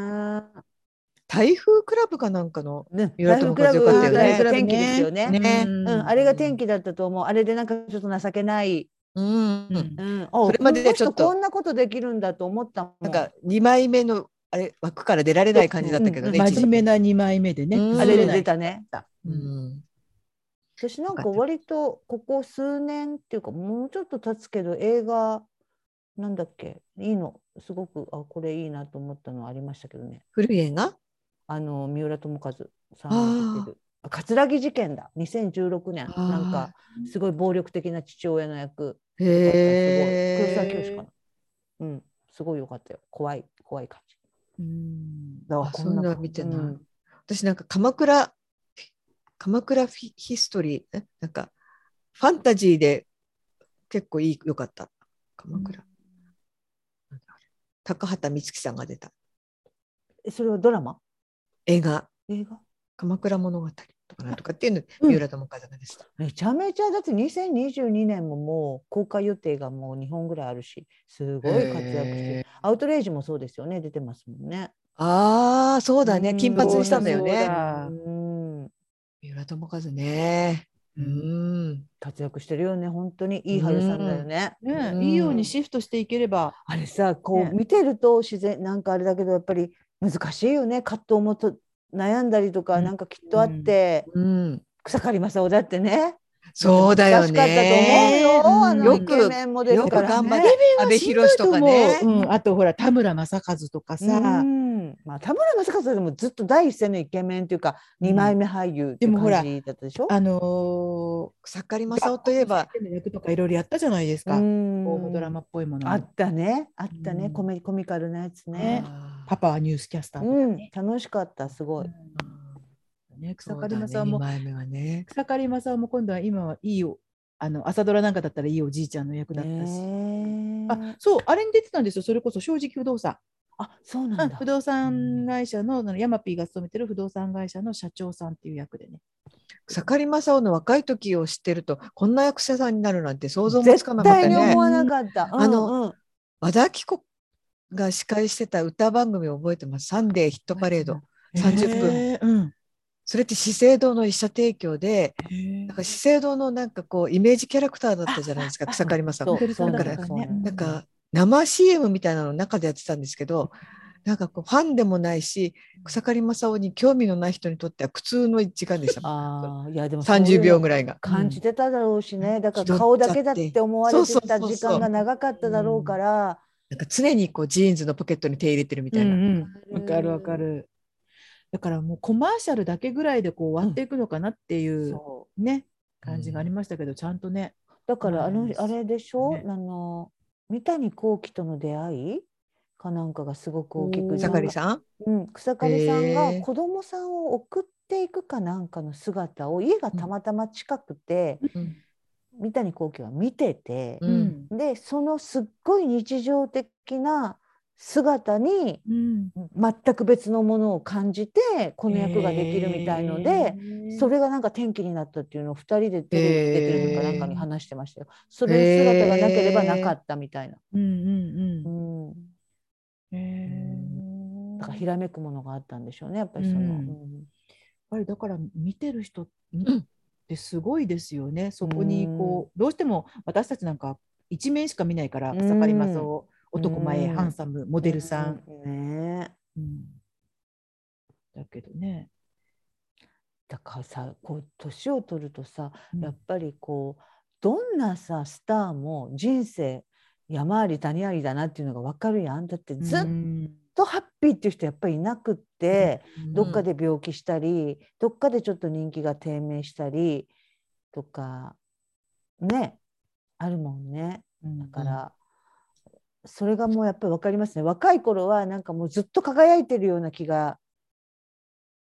Speaker 2: 台風クラブかなんかの
Speaker 3: ね、
Speaker 2: 三浦友和良かったよね
Speaker 3: ライフクラブ天気ですよね。
Speaker 2: ね
Speaker 3: う、
Speaker 1: うんん
Speaker 3: あれが天気だったと思う。あれでなんかちょっと情けない。
Speaker 2: うん
Speaker 1: うん
Speaker 3: うん、
Speaker 2: それまでちょっと
Speaker 3: この人こんなことできるんだと思ったもん。
Speaker 2: なんか2枚目のあれ枠から出られない感じだったけどね。
Speaker 3: うん
Speaker 2: 一
Speaker 1: 真
Speaker 2: 時
Speaker 1: 面目な2枚目でね。
Speaker 2: うん
Speaker 3: あれ
Speaker 1: 出
Speaker 3: で
Speaker 1: れない
Speaker 3: 出たね。
Speaker 2: うん
Speaker 3: 私なんか割とここ数年っていうかもうちょっと経つけど映画なんだっけいいのすごくあこれいいなと思ったのはありましたけどね。
Speaker 2: 古い映画
Speaker 3: あの三浦友和さんが出てる。あ葛城事件だ2016年
Speaker 2: あー
Speaker 3: なんかすごい暴力的な父親の役黒沢
Speaker 2: へえ。
Speaker 3: 清かな。うん、すごい良かったよ。怖い、怖い感じ。
Speaker 1: うん
Speaker 3: だから
Speaker 2: あ
Speaker 3: こん
Speaker 2: そんな
Speaker 3: な
Speaker 2: の見て
Speaker 3: 感じ
Speaker 2: ない私なんか鎌倉鎌倉フィヒストリーえなんかファンタジーで結構いい良かった鎌倉、なんだあれ高畑充希さんが出た
Speaker 3: えそれはドラマ
Speaker 2: 映画
Speaker 3: 映画
Speaker 2: 鎌倉物語とかなんとかっていうので、
Speaker 3: うん
Speaker 2: 三浦友和がでした。
Speaker 3: めちゃめちゃだって2022年ももう公開予定がもう2本ぐらいあるしすごい活躍して
Speaker 2: へ
Speaker 3: るアウトレイジもそうですよね出てますもんね。
Speaker 2: ああ、そうだ
Speaker 3: う
Speaker 2: ね。
Speaker 3: ん
Speaker 2: 金髪にしたんだよ
Speaker 1: そう
Speaker 2: ね。
Speaker 1: だ
Speaker 3: うん
Speaker 2: 三浦友和ね。うん。
Speaker 3: 活躍してるよね本当にいい俳優さんだよね。
Speaker 1: ね、
Speaker 2: うん
Speaker 1: いいようにシフトしていければ、
Speaker 3: あれさこ
Speaker 1: ね
Speaker 3: う見てると自然なんかあれだけどやっぱり難しいよね葛藤もと悩んだりとか
Speaker 1: うん
Speaker 3: なんかきっとあって
Speaker 2: うん。
Speaker 3: 草刈正雄だってね
Speaker 2: そうだよ
Speaker 3: 難しかった
Speaker 2: ね。
Speaker 3: と思うよあの
Speaker 2: よ
Speaker 3: イ
Speaker 2: く
Speaker 3: ケメンもです
Speaker 2: よ
Speaker 3: か
Speaker 2: く
Speaker 3: らね
Speaker 2: 頑張って、阿部寛とかね。
Speaker 1: もううん、あとほら田村正和とかさ、
Speaker 3: うんまあ、田村正和でもずっと第一線のイケメンっていうか
Speaker 1: うん
Speaker 3: 二枚目俳優っ
Speaker 1: で
Speaker 3: ていう
Speaker 1: もほら
Speaker 3: 感じだったでしょ、
Speaker 1: あの
Speaker 2: 草刈
Speaker 1: ー、
Speaker 2: 正雄といえば、
Speaker 1: 学校の先生の役とかいろいろやったじゃないですか、
Speaker 3: うん
Speaker 1: 候補ドラマっぽいもの
Speaker 3: あったねあったね、
Speaker 1: うん
Speaker 3: コメコミカルなやつね
Speaker 1: ねパパはニュースキャスターとか
Speaker 3: うん
Speaker 1: ね、
Speaker 3: 楽しかったすごい、
Speaker 1: うんね草刈
Speaker 2: 正
Speaker 1: 正
Speaker 2: 雄
Speaker 1: 雄
Speaker 2: も。
Speaker 1: も、
Speaker 2: 二枚目はね。
Speaker 1: 草刈正雄も今度は今はいいよあの朝ドラなんかだったらいいおじいちゃんの役だったし、あ
Speaker 3: ねえ
Speaker 1: そうあれに出てたんですよそれこそ正直不動産、
Speaker 3: あそう
Speaker 1: う
Speaker 3: なん
Speaker 1: ん
Speaker 3: だ
Speaker 1: 不動産会社のあのヤマピーが勤めてる不動産会社の社長さんっていう役でね
Speaker 2: 草刈正雄の若い時を知ってると、こんな役者さんになるなんて想像もつか
Speaker 3: 絶
Speaker 2: なかっ
Speaker 3: 対
Speaker 2: た
Speaker 3: に
Speaker 2: よね
Speaker 3: 思。わなかった、
Speaker 2: あの
Speaker 3: うんうん
Speaker 2: 和田アキ子が司会してた歌番組を覚えてます。サンデーヒットパレード。30分
Speaker 1: へーうん
Speaker 2: それって資生堂の一社提供で、なんか資生堂のなんかこうイメージキャラクターだったじゃないですか、草刈正
Speaker 3: そ
Speaker 2: 雄。
Speaker 3: うそう
Speaker 2: だから
Speaker 3: そう
Speaker 1: ね
Speaker 3: そう
Speaker 2: なんか生 CM みたいなの中でやってたんですけど、なんかこうファンでもないし、草刈正雄に興味のない人にとっては苦痛の時間でした。
Speaker 3: あーいやでもそういう
Speaker 2: 30
Speaker 3: の
Speaker 2: 秒ぐらいが。
Speaker 3: 感じてただろうしね、だか
Speaker 2: 気取
Speaker 3: ら
Speaker 2: っ
Speaker 3: 顔だけだっ
Speaker 2: ちゃって
Speaker 3: 思われて
Speaker 2: そうそ
Speaker 3: た
Speaker 2: うそうそう
Speaker 3: 時間が長かっただろうから、
Speaker 2: なんか常にこうジーンズのポケットに手入れてるみたい
Speaker 1: う
Speaker 2: な。
Speaker 1: んうん、わかるわかる。だからもうコマーシャルだけぐらいでこう終わっていくのかなっていう
Speaker 3: そう
Speaker 1: ね、感じがありましたけど、ちゃんとね。
Speaker 3: だからあ
Speaker 1: そうな
Speaker 3: の
Speaker 1: んです
Speaker 3: あれでしょ、
Speaker 1: ね
Speaker 3: あの三谷幸喜との出会いかなんかがすごく大き
Speaker 1: おー
Speaker 3: く
Speaker 2: 草刈さん
Speaker 3: うん、草刈さん
Speaker 2: へ
Speaker 3: が
Speaker 2: ー
Speaker 3: 子供さんを送っていくかなんかの姿を家がたまたま近くて、
Speaker 2: うん
Speaker 3: 三谷幸喜は見てて
Speaker 2: う、ん
Speaker 3: でそのすっごい日常的な姿に
Speaker 1: うん。
Speaker 3: 全く別のものを感じてこの役ができるみたいので。それがなんか転機になったっていうのを2人でテレビ出てるのかなんかに
Speaker 1: へー
Speaker 3: 話してましたよ。それ姿がなければなかったみたいな。
Speaker 1: うん
Speaker 3: う、
Speaker 1: うんんうん。へー
Speaker 3: だからひ
Speaker 1: やっ
Speaker 3: らめくものがあったんでしょうねやっぱりその。
Speaker 1: うぱりだから見てる人ってすごいですよね。そこにこうどうしても私たちなんか一面しか見ないから、
Speaker 3: うん
Speaker 1: 草刈正雄、男前、
Speaker 3: うん
Speaker 1: ハンサム、モ
Speaker 3: モ
Speaker 1: デルさん。。
Speaker 3: ね
Speaker 1: う
Speaker 3: え
Speaker 1: んだけどね。
Speaker 3: だからさこう年を取るとさ
Speaker 1: うん
Speaker 3: やっぱりこうどんなさスターも人生山あり谷ありだなっていうのが分かるやんだってずっ
Speaker 1: うん
Speaker 3: とハッピーっていう人やっぱりいなくって。どっ
Speaker 2: う
Speaker 3: か
Speaker 2: ん
Speaker 3: で病気したり、どっかでちょっと人気が低迷したりとかねあるもんねだから、それがもうやっぱり分かりますね若い頃はなんかもうずっと輝いてるような気が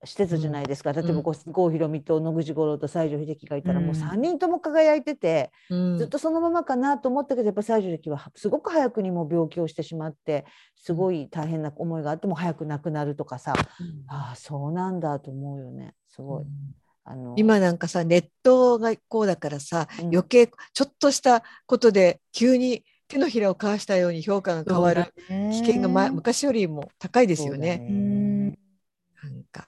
Speaker 3: してたじゃないですか、例えばこう郷ひろみと野口五郎と西城秀樹がいたらもう3人とも輝いてて、
Speaker 2: うん
Speaker 3: ずっとそのままかなと思ったけどやっぱ西城秀樹はすごく早くにもう病気をしてしまってすごい大変な思いがあっても早く亡くなるとかさ、ああそうなんだと思うよねすごい。あの
Speaker 2: 今なんかさネットがこうだからさ、
Speaker 3: うん
Speaker 2: 余計ちょっとしたことで急に手のひらをかわしたように評価が変わる危険が、ま、昔よりも高いですよね。
Speaker 3: そうだね
Speaker 2: なんか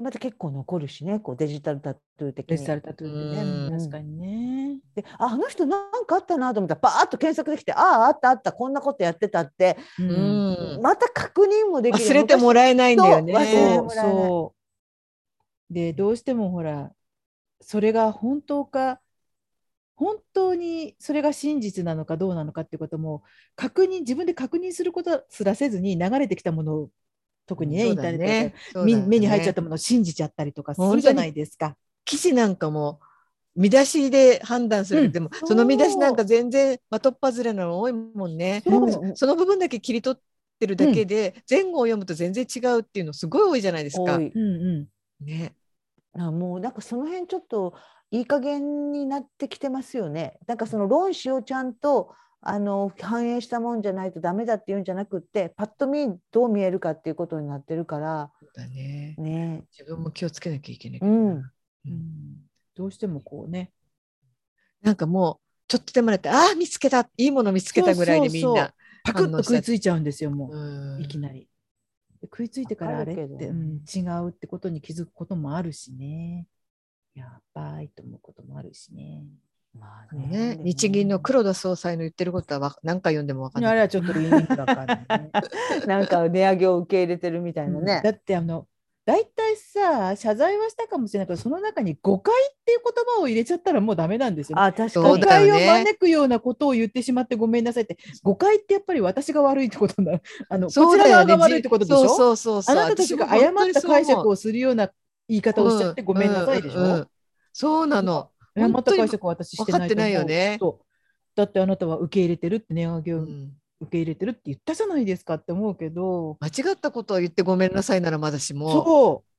Speaker 3: また結構残るしねこうデジタルタトゥー的
Speaker 1: デ
Speaker 3: に。
Speaker 1: ジタルタトゥーってね、
Speaker 2: うん
Speaker 1: 確かにね。
Speaker 3: でああの人なんかあったなと思ったらバーッと検索できてあああったあったこんなことやってたって
Speaker 1: う
Speaker 2: うんん
Speaker 3: また確認もできる
Speaker 2: 忘れてもらえないんだよ
Speaker 3: そう忘れて
Speaker 2: ね
Speaker 3: も。らえない
Speaker 1: そう。で、どうしてもほら、それが本当か、本当にそれが真実なのかどうなのかってことも、確認、自分で確認することすらせずに流れてきたものを、特にね、イ
Speaker 2: そう
Speaker 1: ンタ
Speaker 2: だ
Speaker 1: ーネットだ
Speaker 2: ね
Speaker 1: と
Speaker 2: そうだ
Speaker 1: み
Speaker 2: よね
Speaker 1: 目に入っちゃったものを信じちゃったりとかするじゃないですか。
Speaker 2: 記事なんかも見出しで判断する、
Speaker 1: うん
Speaker 2: でも
Speaker 3: そう
Speaker 2: その見出しなんか全然的っ外れなの多いもんね
Speaker 3: そう
Speaker 2: そその部分だけ切り取ってるだけで、前後を読むと全然違うっていうのすごい多いじゃないですか
Speaker 3: 多。い
Speaker 1: うんうん。
Speaker 2: ね、
Speaker 3: あもうなんかその辺ちょっといい加減になってきてますよね。なんかその論旨をちゃんとあの反映したもんじゃないとダメだっていうんじゃなくってパッと見どう見えるかっていうことになってるから
Speaker 2: だね。
Speaker 3: ね
Speaker 2: 自分も気をつけなきゃいけないけ
Speaker 3: う
Speaker 2: どな。
Speaker 3: ん
Speaker 1: うんどうしてもこうね、
Speaker 2: なんかもうちょっとでもらってああ見つけたいいもの見つけたぐらいでみんな。
Speaker 1: パクッと食いついちゃうんですよ、もう、
Speaker 2: うん
Speaker 1: いきなり。で食いついてから
Speaker 3: わ
Speaker 1: あ
Speaker 3: か
Speaker 1: れ
Speaker 3: る
Speaker 1: っ
Speaker 3: け
Speaker 1: て、う
Speaker 3: ど
Speaker 1: ん、違うってことに気づくこともあるしね。やばいと思うこともあるしね。
Speaker 3: まあ
Speaker 2: ね、日銀の黒田総裁の言ってることはわ何回読んでも分かん
Speaker 1: あ
Speaker 2: ない。
Speaker 1: れはちょっと意味わかんない
Speaker 2: *laughs*
Speaker 1: ね。
Speaker 3: なんか値上げを受け入れてるみたいな
Speaker 1: うん
Speaker 3: ね
Speaker 1: だ。ってあの大体さ謝罪はしたかもしれないけどその中に誤解っていう言葉を入れちゃったらもうダメなんですよね。
Speaker 3: あ確か
Speaker 2: そ
Speaker 1: 誤
Speaker 2: う
Speaker 3: に。
Speaker 2: だ
Speaker 1: 解
Speaker 2: よ
Speaker 1: を
Speaker 2: ね
Speaker 1: 招くようなことを言ってしまってごめんなさいって誤解ってやっぱり私が悪いってことになるあの
Speaker 2: そ
Speaker 1: こ
Speaker 2: う
Speaker 1: ち
Speaker 2: だ
Speaker 1: ら側
Speaker 2: よね
Speaker 1: が悪いってことでしょ
Speaker 2: じそうそうそうそう。
Speaker 1: あなたたちが誤った解釈をするような言い方をしちゃってごめんなさいでしょ、
Speaker 2: うんうんうんそうなの。
Speaker 1: 誤った解釈を私してないと思う
Speaker 2: 分かってないよね
Speaker 1: そうだってあなたは受け入れてるって値上げ
Speaker 2: う
Speaker 1: を受
Speaker 2: ん
Speaker 1: け入れてるって言ったじゃないですかって思うけど、
Speaker 2: 間違ったことを言ってごめんなさいならまだしも
Speaker 1: そう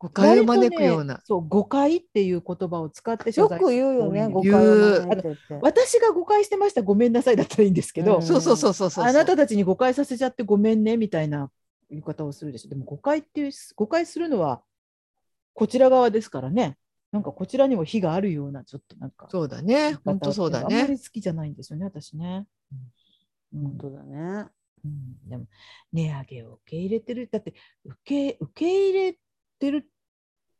Speaker 2: 誤解を招くよう
Speaker 1: 割とね
Speaker 2: な。
Speaker 1: そう誤解っていう言葉を使って謝
Speaker 3: よ
Speaker 1: 罪
Speaker 3: く言うよね。誤
Speaker 2: 言
Speaker 3: 解
Speaker 2: う
Speaker 3: を招いてって。
Speaker 1: 私が誤解してましたごめんなさいだったらいいんですけど、
Speaker 3: うん
Speaker 2: そうそうそうそうそう。
Speaker 1: あなたたちに誤解させちゃってごめんねみたいな言い方をするでしょでも誤解っていう誤解するのはこちら側ですからねなんかこちらにも非があるようなちょっとなんか
Speaker 2: そうだ
Speaker 1: 言い
Speaker 2: ね。
Speaker 1: 方を
Speaker 2: 本当そうだ
Speaker 1: あんま
Speaker 2: ね。
Speaker 1: り好きじゃないんですよね私ね、うん
Speaker 3: 本当だね。
Speaker 1: うんでも値上げを受け入れてるだって受け受け入れてる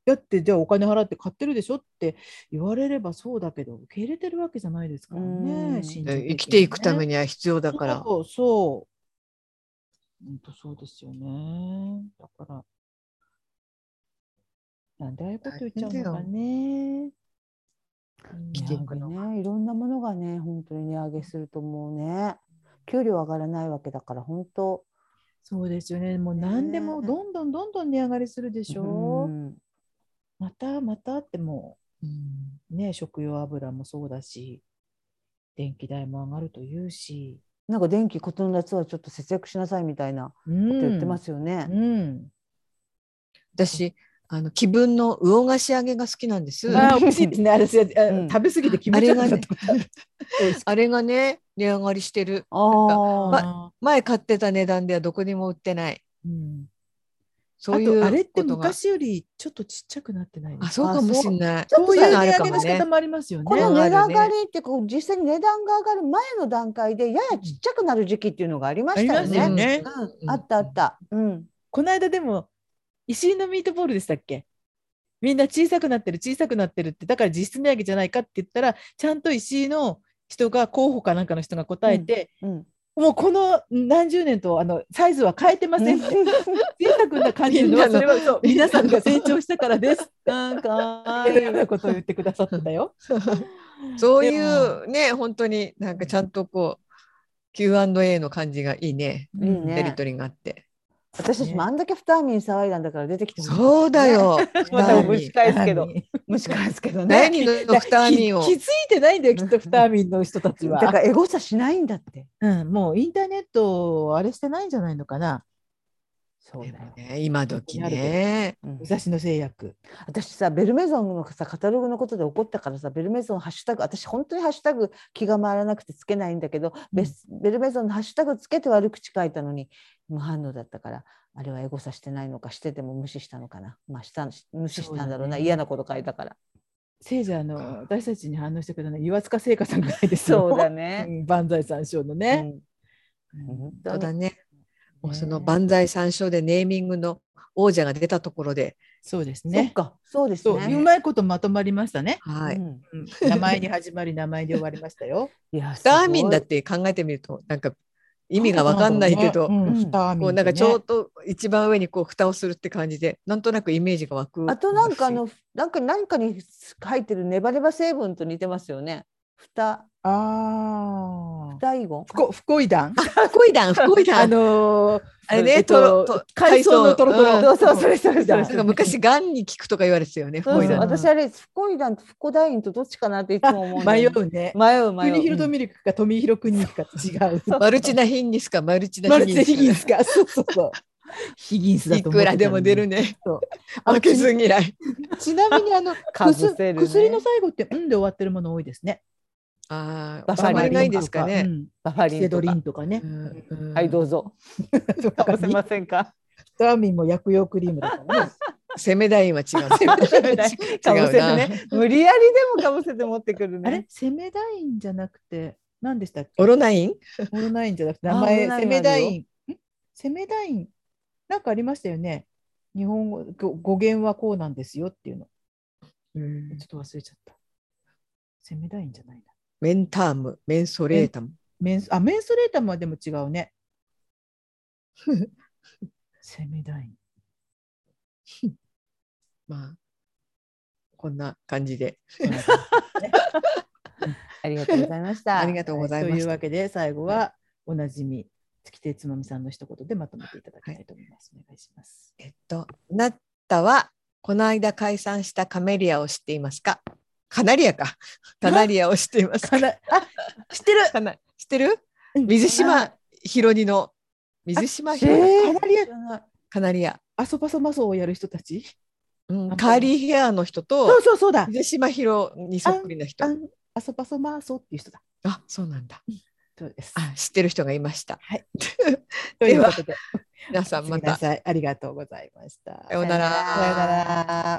Speaker 1: だってじゃあお金払って買ってるでしょって言われればそうだけど受け入れてるわけじゃないですから
Speaker 3: う
Speaker 1: ね
Speaker 3: ん
Speaker 1: 心情的にね
Speaker 2: 生きていくためには必要だから。
Speaker 1: そうそう本当そうですよねだからなんでああいうこと言っちゃうのかねうん
Speaker 2: 生きていくのが
Speaker 3: ね、いろんなものがね、本当に値上げするともうね、給料上がらないわけだから、本当。
Speaker 1: そうですよねもう何でもどんどんどんどん値上がりするでしょ、
Speaker 3: うん
Speaker 1: またまたってもう
Speaker 2: うん
Speaker 1: ね、食用油もそうだし、電気代も上がるというし、
Speaker 3: なんか電気、この夏はちょっと節約しなさいみたいなこと言ってますよね。
Speaker 1: うん。
Speaker 2: 私あの気分の魚菓子揚げが好きなんです。
Speaker 1: ああ、美味しいですね。あれ、
Speaker 3: うん
Speaker 1: 食べ過ぎて気持ち悪くなった。 *laughs*
Speaker 2: あれがね、値上がりしてる。
Speaker 3: ああ、
Speaker 1: あ
Speaker 2: 前買ってた値段ではどこにも売ってない。
Speaker 1: うん、あ
Speaker 2: そういう
Speaker 1: と、あれっ
Speaker 2: こ
Speaker 1: て
Speaker 2: とが
Speaker 1: 昔よりちょっとちっちゃくなってないで
Speaker 2: あ、
Speaker 1: すか
Speaker 2: そうかもしれない。
Speaker 1: そう
Speaker 2: そう
Speaker 1: いう
Speaker 2: いうのあ
Speaker 1: 値
Speaker 2: る
Speaker 1: 上
Speaker 2: か
Speaker 1: げ
Speaker 2: も
Speaker 1: の仕
Speaker 2: ね
Speaker 1: 方。もありますよね。
Speaker 3: この
Speaker 2: ね
Speaker 3: 値上がりってこう実際に値段が上がる前の段階でややちっちゃくなる時期っていうのがありました
Speaker 1: あ
Speaker 3: よ
Speaker 1: りましたよ
Speaker 3: ね。
Speaker 1: ね
Speaker 3: うんあったあっ。た。うん。
Speaker 1: この間でも、石井のミートボールでしたっけみんな小さくなってる、小さくなってるって、だから実質値上げじゃないかって言ったら、ちゃんと石井の人が、候補かなんかの人が答えて、
Speaker 3: うん。
Speaker 1: もうこの何十年とあのサイズは変えてませんって小さくな感じるのは
Speaker 2: みんな
Speaker 1: それ
Speaker 2: の
Speaker 1: はそう *laughs* 皆さんが成長したからです *laughs*
Speaker 3: なんか
Speaker 1: っていうようなことを言ってくださってたよ。
Speaker 2: そういうね、本当になんかちゃんとこう Q&A の感じがいいね。
Speaker 3: いいね
Speaker 2: やりとりがあって。
Speaker 3: *laughs* 私たちもあんだけフターミン騒いだんだから出てきてほしい
Speaker 2: そうだ。よ。
Speaker 3: また蒸し返すけど
Speaker 1: 何
Speaker 3: 蒸し返すけど
Speaker 2: 第
Speaker 3: ね。
Speaker 2: 二のドクターミンを
Speaker 1: 気。気づいてないんだよきっとフターミンの人たち
Speaker 3: だ
Speaker 1: は。
Speaker 3: からエゴさしないんだって。
Speaker 1: うん、もうインターネットをあれしてないんじゃないのかな
Speaker 3: そう
Speaker 2: で
Speaker 3: だ
Speaker 2: も
Speaker 3: よ。
Speaker 2: ね今時ね。
Speaker 3: うん
Speaker 1: 武蔵野製薬。
Speaker 3: 私さベルメゾンのさカタログのことで怒ったからさベルメゾンハッシュタグ私本当にハッシュタグ気が回らなくてつけないんだけど、ベスベルメゾンのハッシュタグつけて悪口書いたのに無反応だったからあれはエゴさしてないのかしてても無視したのかなまあした無視したんだろ
Speaker 1: そう
Speaker 3: うな
Speaker 1: だね
Speaker 3: 嫌なこと書いたから
Speaker 1: せいじゃあの私たちに反応してくれない岩塚製菓さんぐらいですよ。
Speaker 3: そうだ
Speaker 1: う
Speaker 3: *laughs* ね。
Speaker 1: ん万歳三唱の
Speaker 3: う
Speaker 1: ね。
Speaker 3: ん
Speaker 1: うん
Speaker 2: そうだね。もうその
Speaker 1: ね
Speaker 2: 万歳三唱でネーミングの王者が出たところで、
Speaker 1: そうです
Speaker 3: そっ
Speaker 1: ね。
Speaker 3: かそうです
Speaker 1: そう、う
Speaker 3: ね。
Speaker 1: まいことまとまりましたね。
Speaker 2: はい。
Speaker 3: うん
Speaker 1: うん名前に始まり、名前で終わりましたよ。
Speaker 3: いや
Speaker 2: スターミンだっ
Speaker 3: す
Speaker 2: て考えてみるとなんか意味がわかんないけ
Speaker 1: そ
Speaker 2: ど、
Speaker 1: うなんだろうねうん
Speaker 3: うん
Speaker 1: スターミン
Speaker 2: こ
Speaker 1: ってね
Speaker 2: うなんかちょうど一番上にこう蓋をするって感じでなんとなくイメージが湧
Speaker 3: ご
Speaker 2: く
Speaker 3: いあとなんかあのなんか何かに入ってるネバネバ成分と似てますよね。蓋
Speaker 1: ああ。
Speaker 3: 蓋イゴン
Speaker 1: 不幸、不幸遺団。
Speaker 2: 不恋弾不恋
Speaker 1: あ
Speaker 2: 弾
Speaker 1: のー、
Speaker 2: あれね
Speaker 1: えっと
Speaker 2: とろと
Speaker 1: 海藻のトロト
Speaker 2: 海
Speaker 1: ロ。
Speaker 2: 藻
Speaker 3: うんそうそうそれそれそれ
Speaker 2: なんか昔がんに効くとか言われてたよね不
Speaker 3: そう
Speaker 2: 恋
Speaker 3: そう
Speaker 2: 弾
Speaker 1: だな
Speaker 3: 私あれ不幸団と不幸団員とどっちかなっていつも思うんだ
Speaker 1: 迷
Speaker 3: よね
Speaker 1: うね。
Speaker 3: 迷う迷う
Speaker 1: 国広とミルクか、富広国行くか違う。
Speaker 2: マルチナヒンギスかマルチナ
Speaker 1: マ
Speaker 2: ヒ
Speaker 1: ル
Speaker 2: ン
Speaker 1: チ
Speaker 2: ギ
Speaker 1: ヒギン
Speaker 2: ス
Speaker 1: スか。そうそうそう。ヒギンスだ
Speaker 2: い
Speaker 1: と思っ
Speaker 2: く
Speaker 1: てた
Speaker 2: ら
Speaker 1: のに
Speaker 2: でも出るね
Speaker 1: そうあ
Speaker 2: 負けず嫌い
Speaker 1: ちなみに、あの、
Speaker 3: かぶせる
Speaker 1: 薬
Speaker 3: ね
Speaker 1: 薬の最後って、うんで終わってるもの多いですね。
Speaker 2: あ
Speaker 3: バ
Speaker 2: あ
Speaker 3: ファリ
Speaker 2: 収
Speaker 3: ン
Speaker 2: まりないですか
Speaker 1: う
Speaker 2: ね
Speaker 1: ん。
Speaker 3: バファ
Speaker 1: キ
Speaker 3: リ
Speaker 1: セ
Speaker 3: ン
Speaker 1: ド
Speaker 3: と
Speaker 1: リ
Speaker 3: か
Speaker 1: ンとかね
Speaker 2: う。んうん
Speaker 3: はいどうぞ
Speaker 1: とか
Speaker 3: せませんか
Speaker 1: ラーミンも薬用クリームだからね。
Speaker 2: 攻め台 *laughs* は違う。
Speaker 4: 攻め台かぶせて
Speaker 2: 違うな
Speaker 4: ね無理やりでもかぶせて持ってくるね
Speaker 1: あれセメダインじゃなくて、何でしたっけ
Speaker 2: オロナイン
Speaker 1: オロナインじゃなくて、
Speaker 4: あ
Speaker 1: 名前、
Speaker 4: オロナイン
Speaker 1: セメダイン。んセメダイン、なんかありましたよね。日本語、ご語源はこうなんですよっていうの。ちょっと忘れちゃった。セメダインじゃないな。
Speaker 2: メンターム、メンソレータム。
Speaker 1: メンスあメンソレータムはでも違うね。セメダイン。
Speaker 2: まあ、こんな感じで。
Speaker 3: ありがとうございました。
Speaker 2: ありがとうござい
Speaker 1: は
Speaker 2: ま
Speaker 1: とい
Speaker 2: し
Speaker 1: う
Speaker 2: た。
Speaker 1: わけで最後はおなじみ月手つまみさんの一言でまとめていただきたいと思います。お願いします。
Speaker 2: えっと、なったは、この間解散したカメリアを知っていますかカナ
Speaker 1: *laughs*
Speaker 2: リアか。カナリアを知っています
Speaker 1: か
Speaker 2: か
Speaker 1: なあ知ってる。
Speaker 2: カナ知ってる
Speaker 1: うん
Speaker 2: 水島ひろにの。水島ひ
Speaker 1: カ
Speaker 2: ろに。
Speaker 1: ナリア
Speaker 2: カナリア。
Speaker 1: あそばそばそうをやる人たち。
Speaker 2: うんカーリーヘアの人と
Speaker 1: そう、そうそうだ。
Speaker 2: 水島ひろにそっくりな人
Speaker 1: あ。んあそばそばそうっていう人だ。
Speaker 2: あ、そうなんだ。
Speaker 1: そうです。
Speaker 2: あ、知ってる人がいました。
Speaker 1: はい。 *laughs* と
Speaker 2: *laughs* で
Speaker 1: いうこ
Speaker 2: は
Speaker 1: とで、
Speaker 2: 皆さん
Speaker 1: おや
Speaker 2: ます
Speaker 1: みな
Speaker 2: た。
Speaker 1: さいありがとうございました。
Speaker 2: さようなら
Speaker 1: さようなら。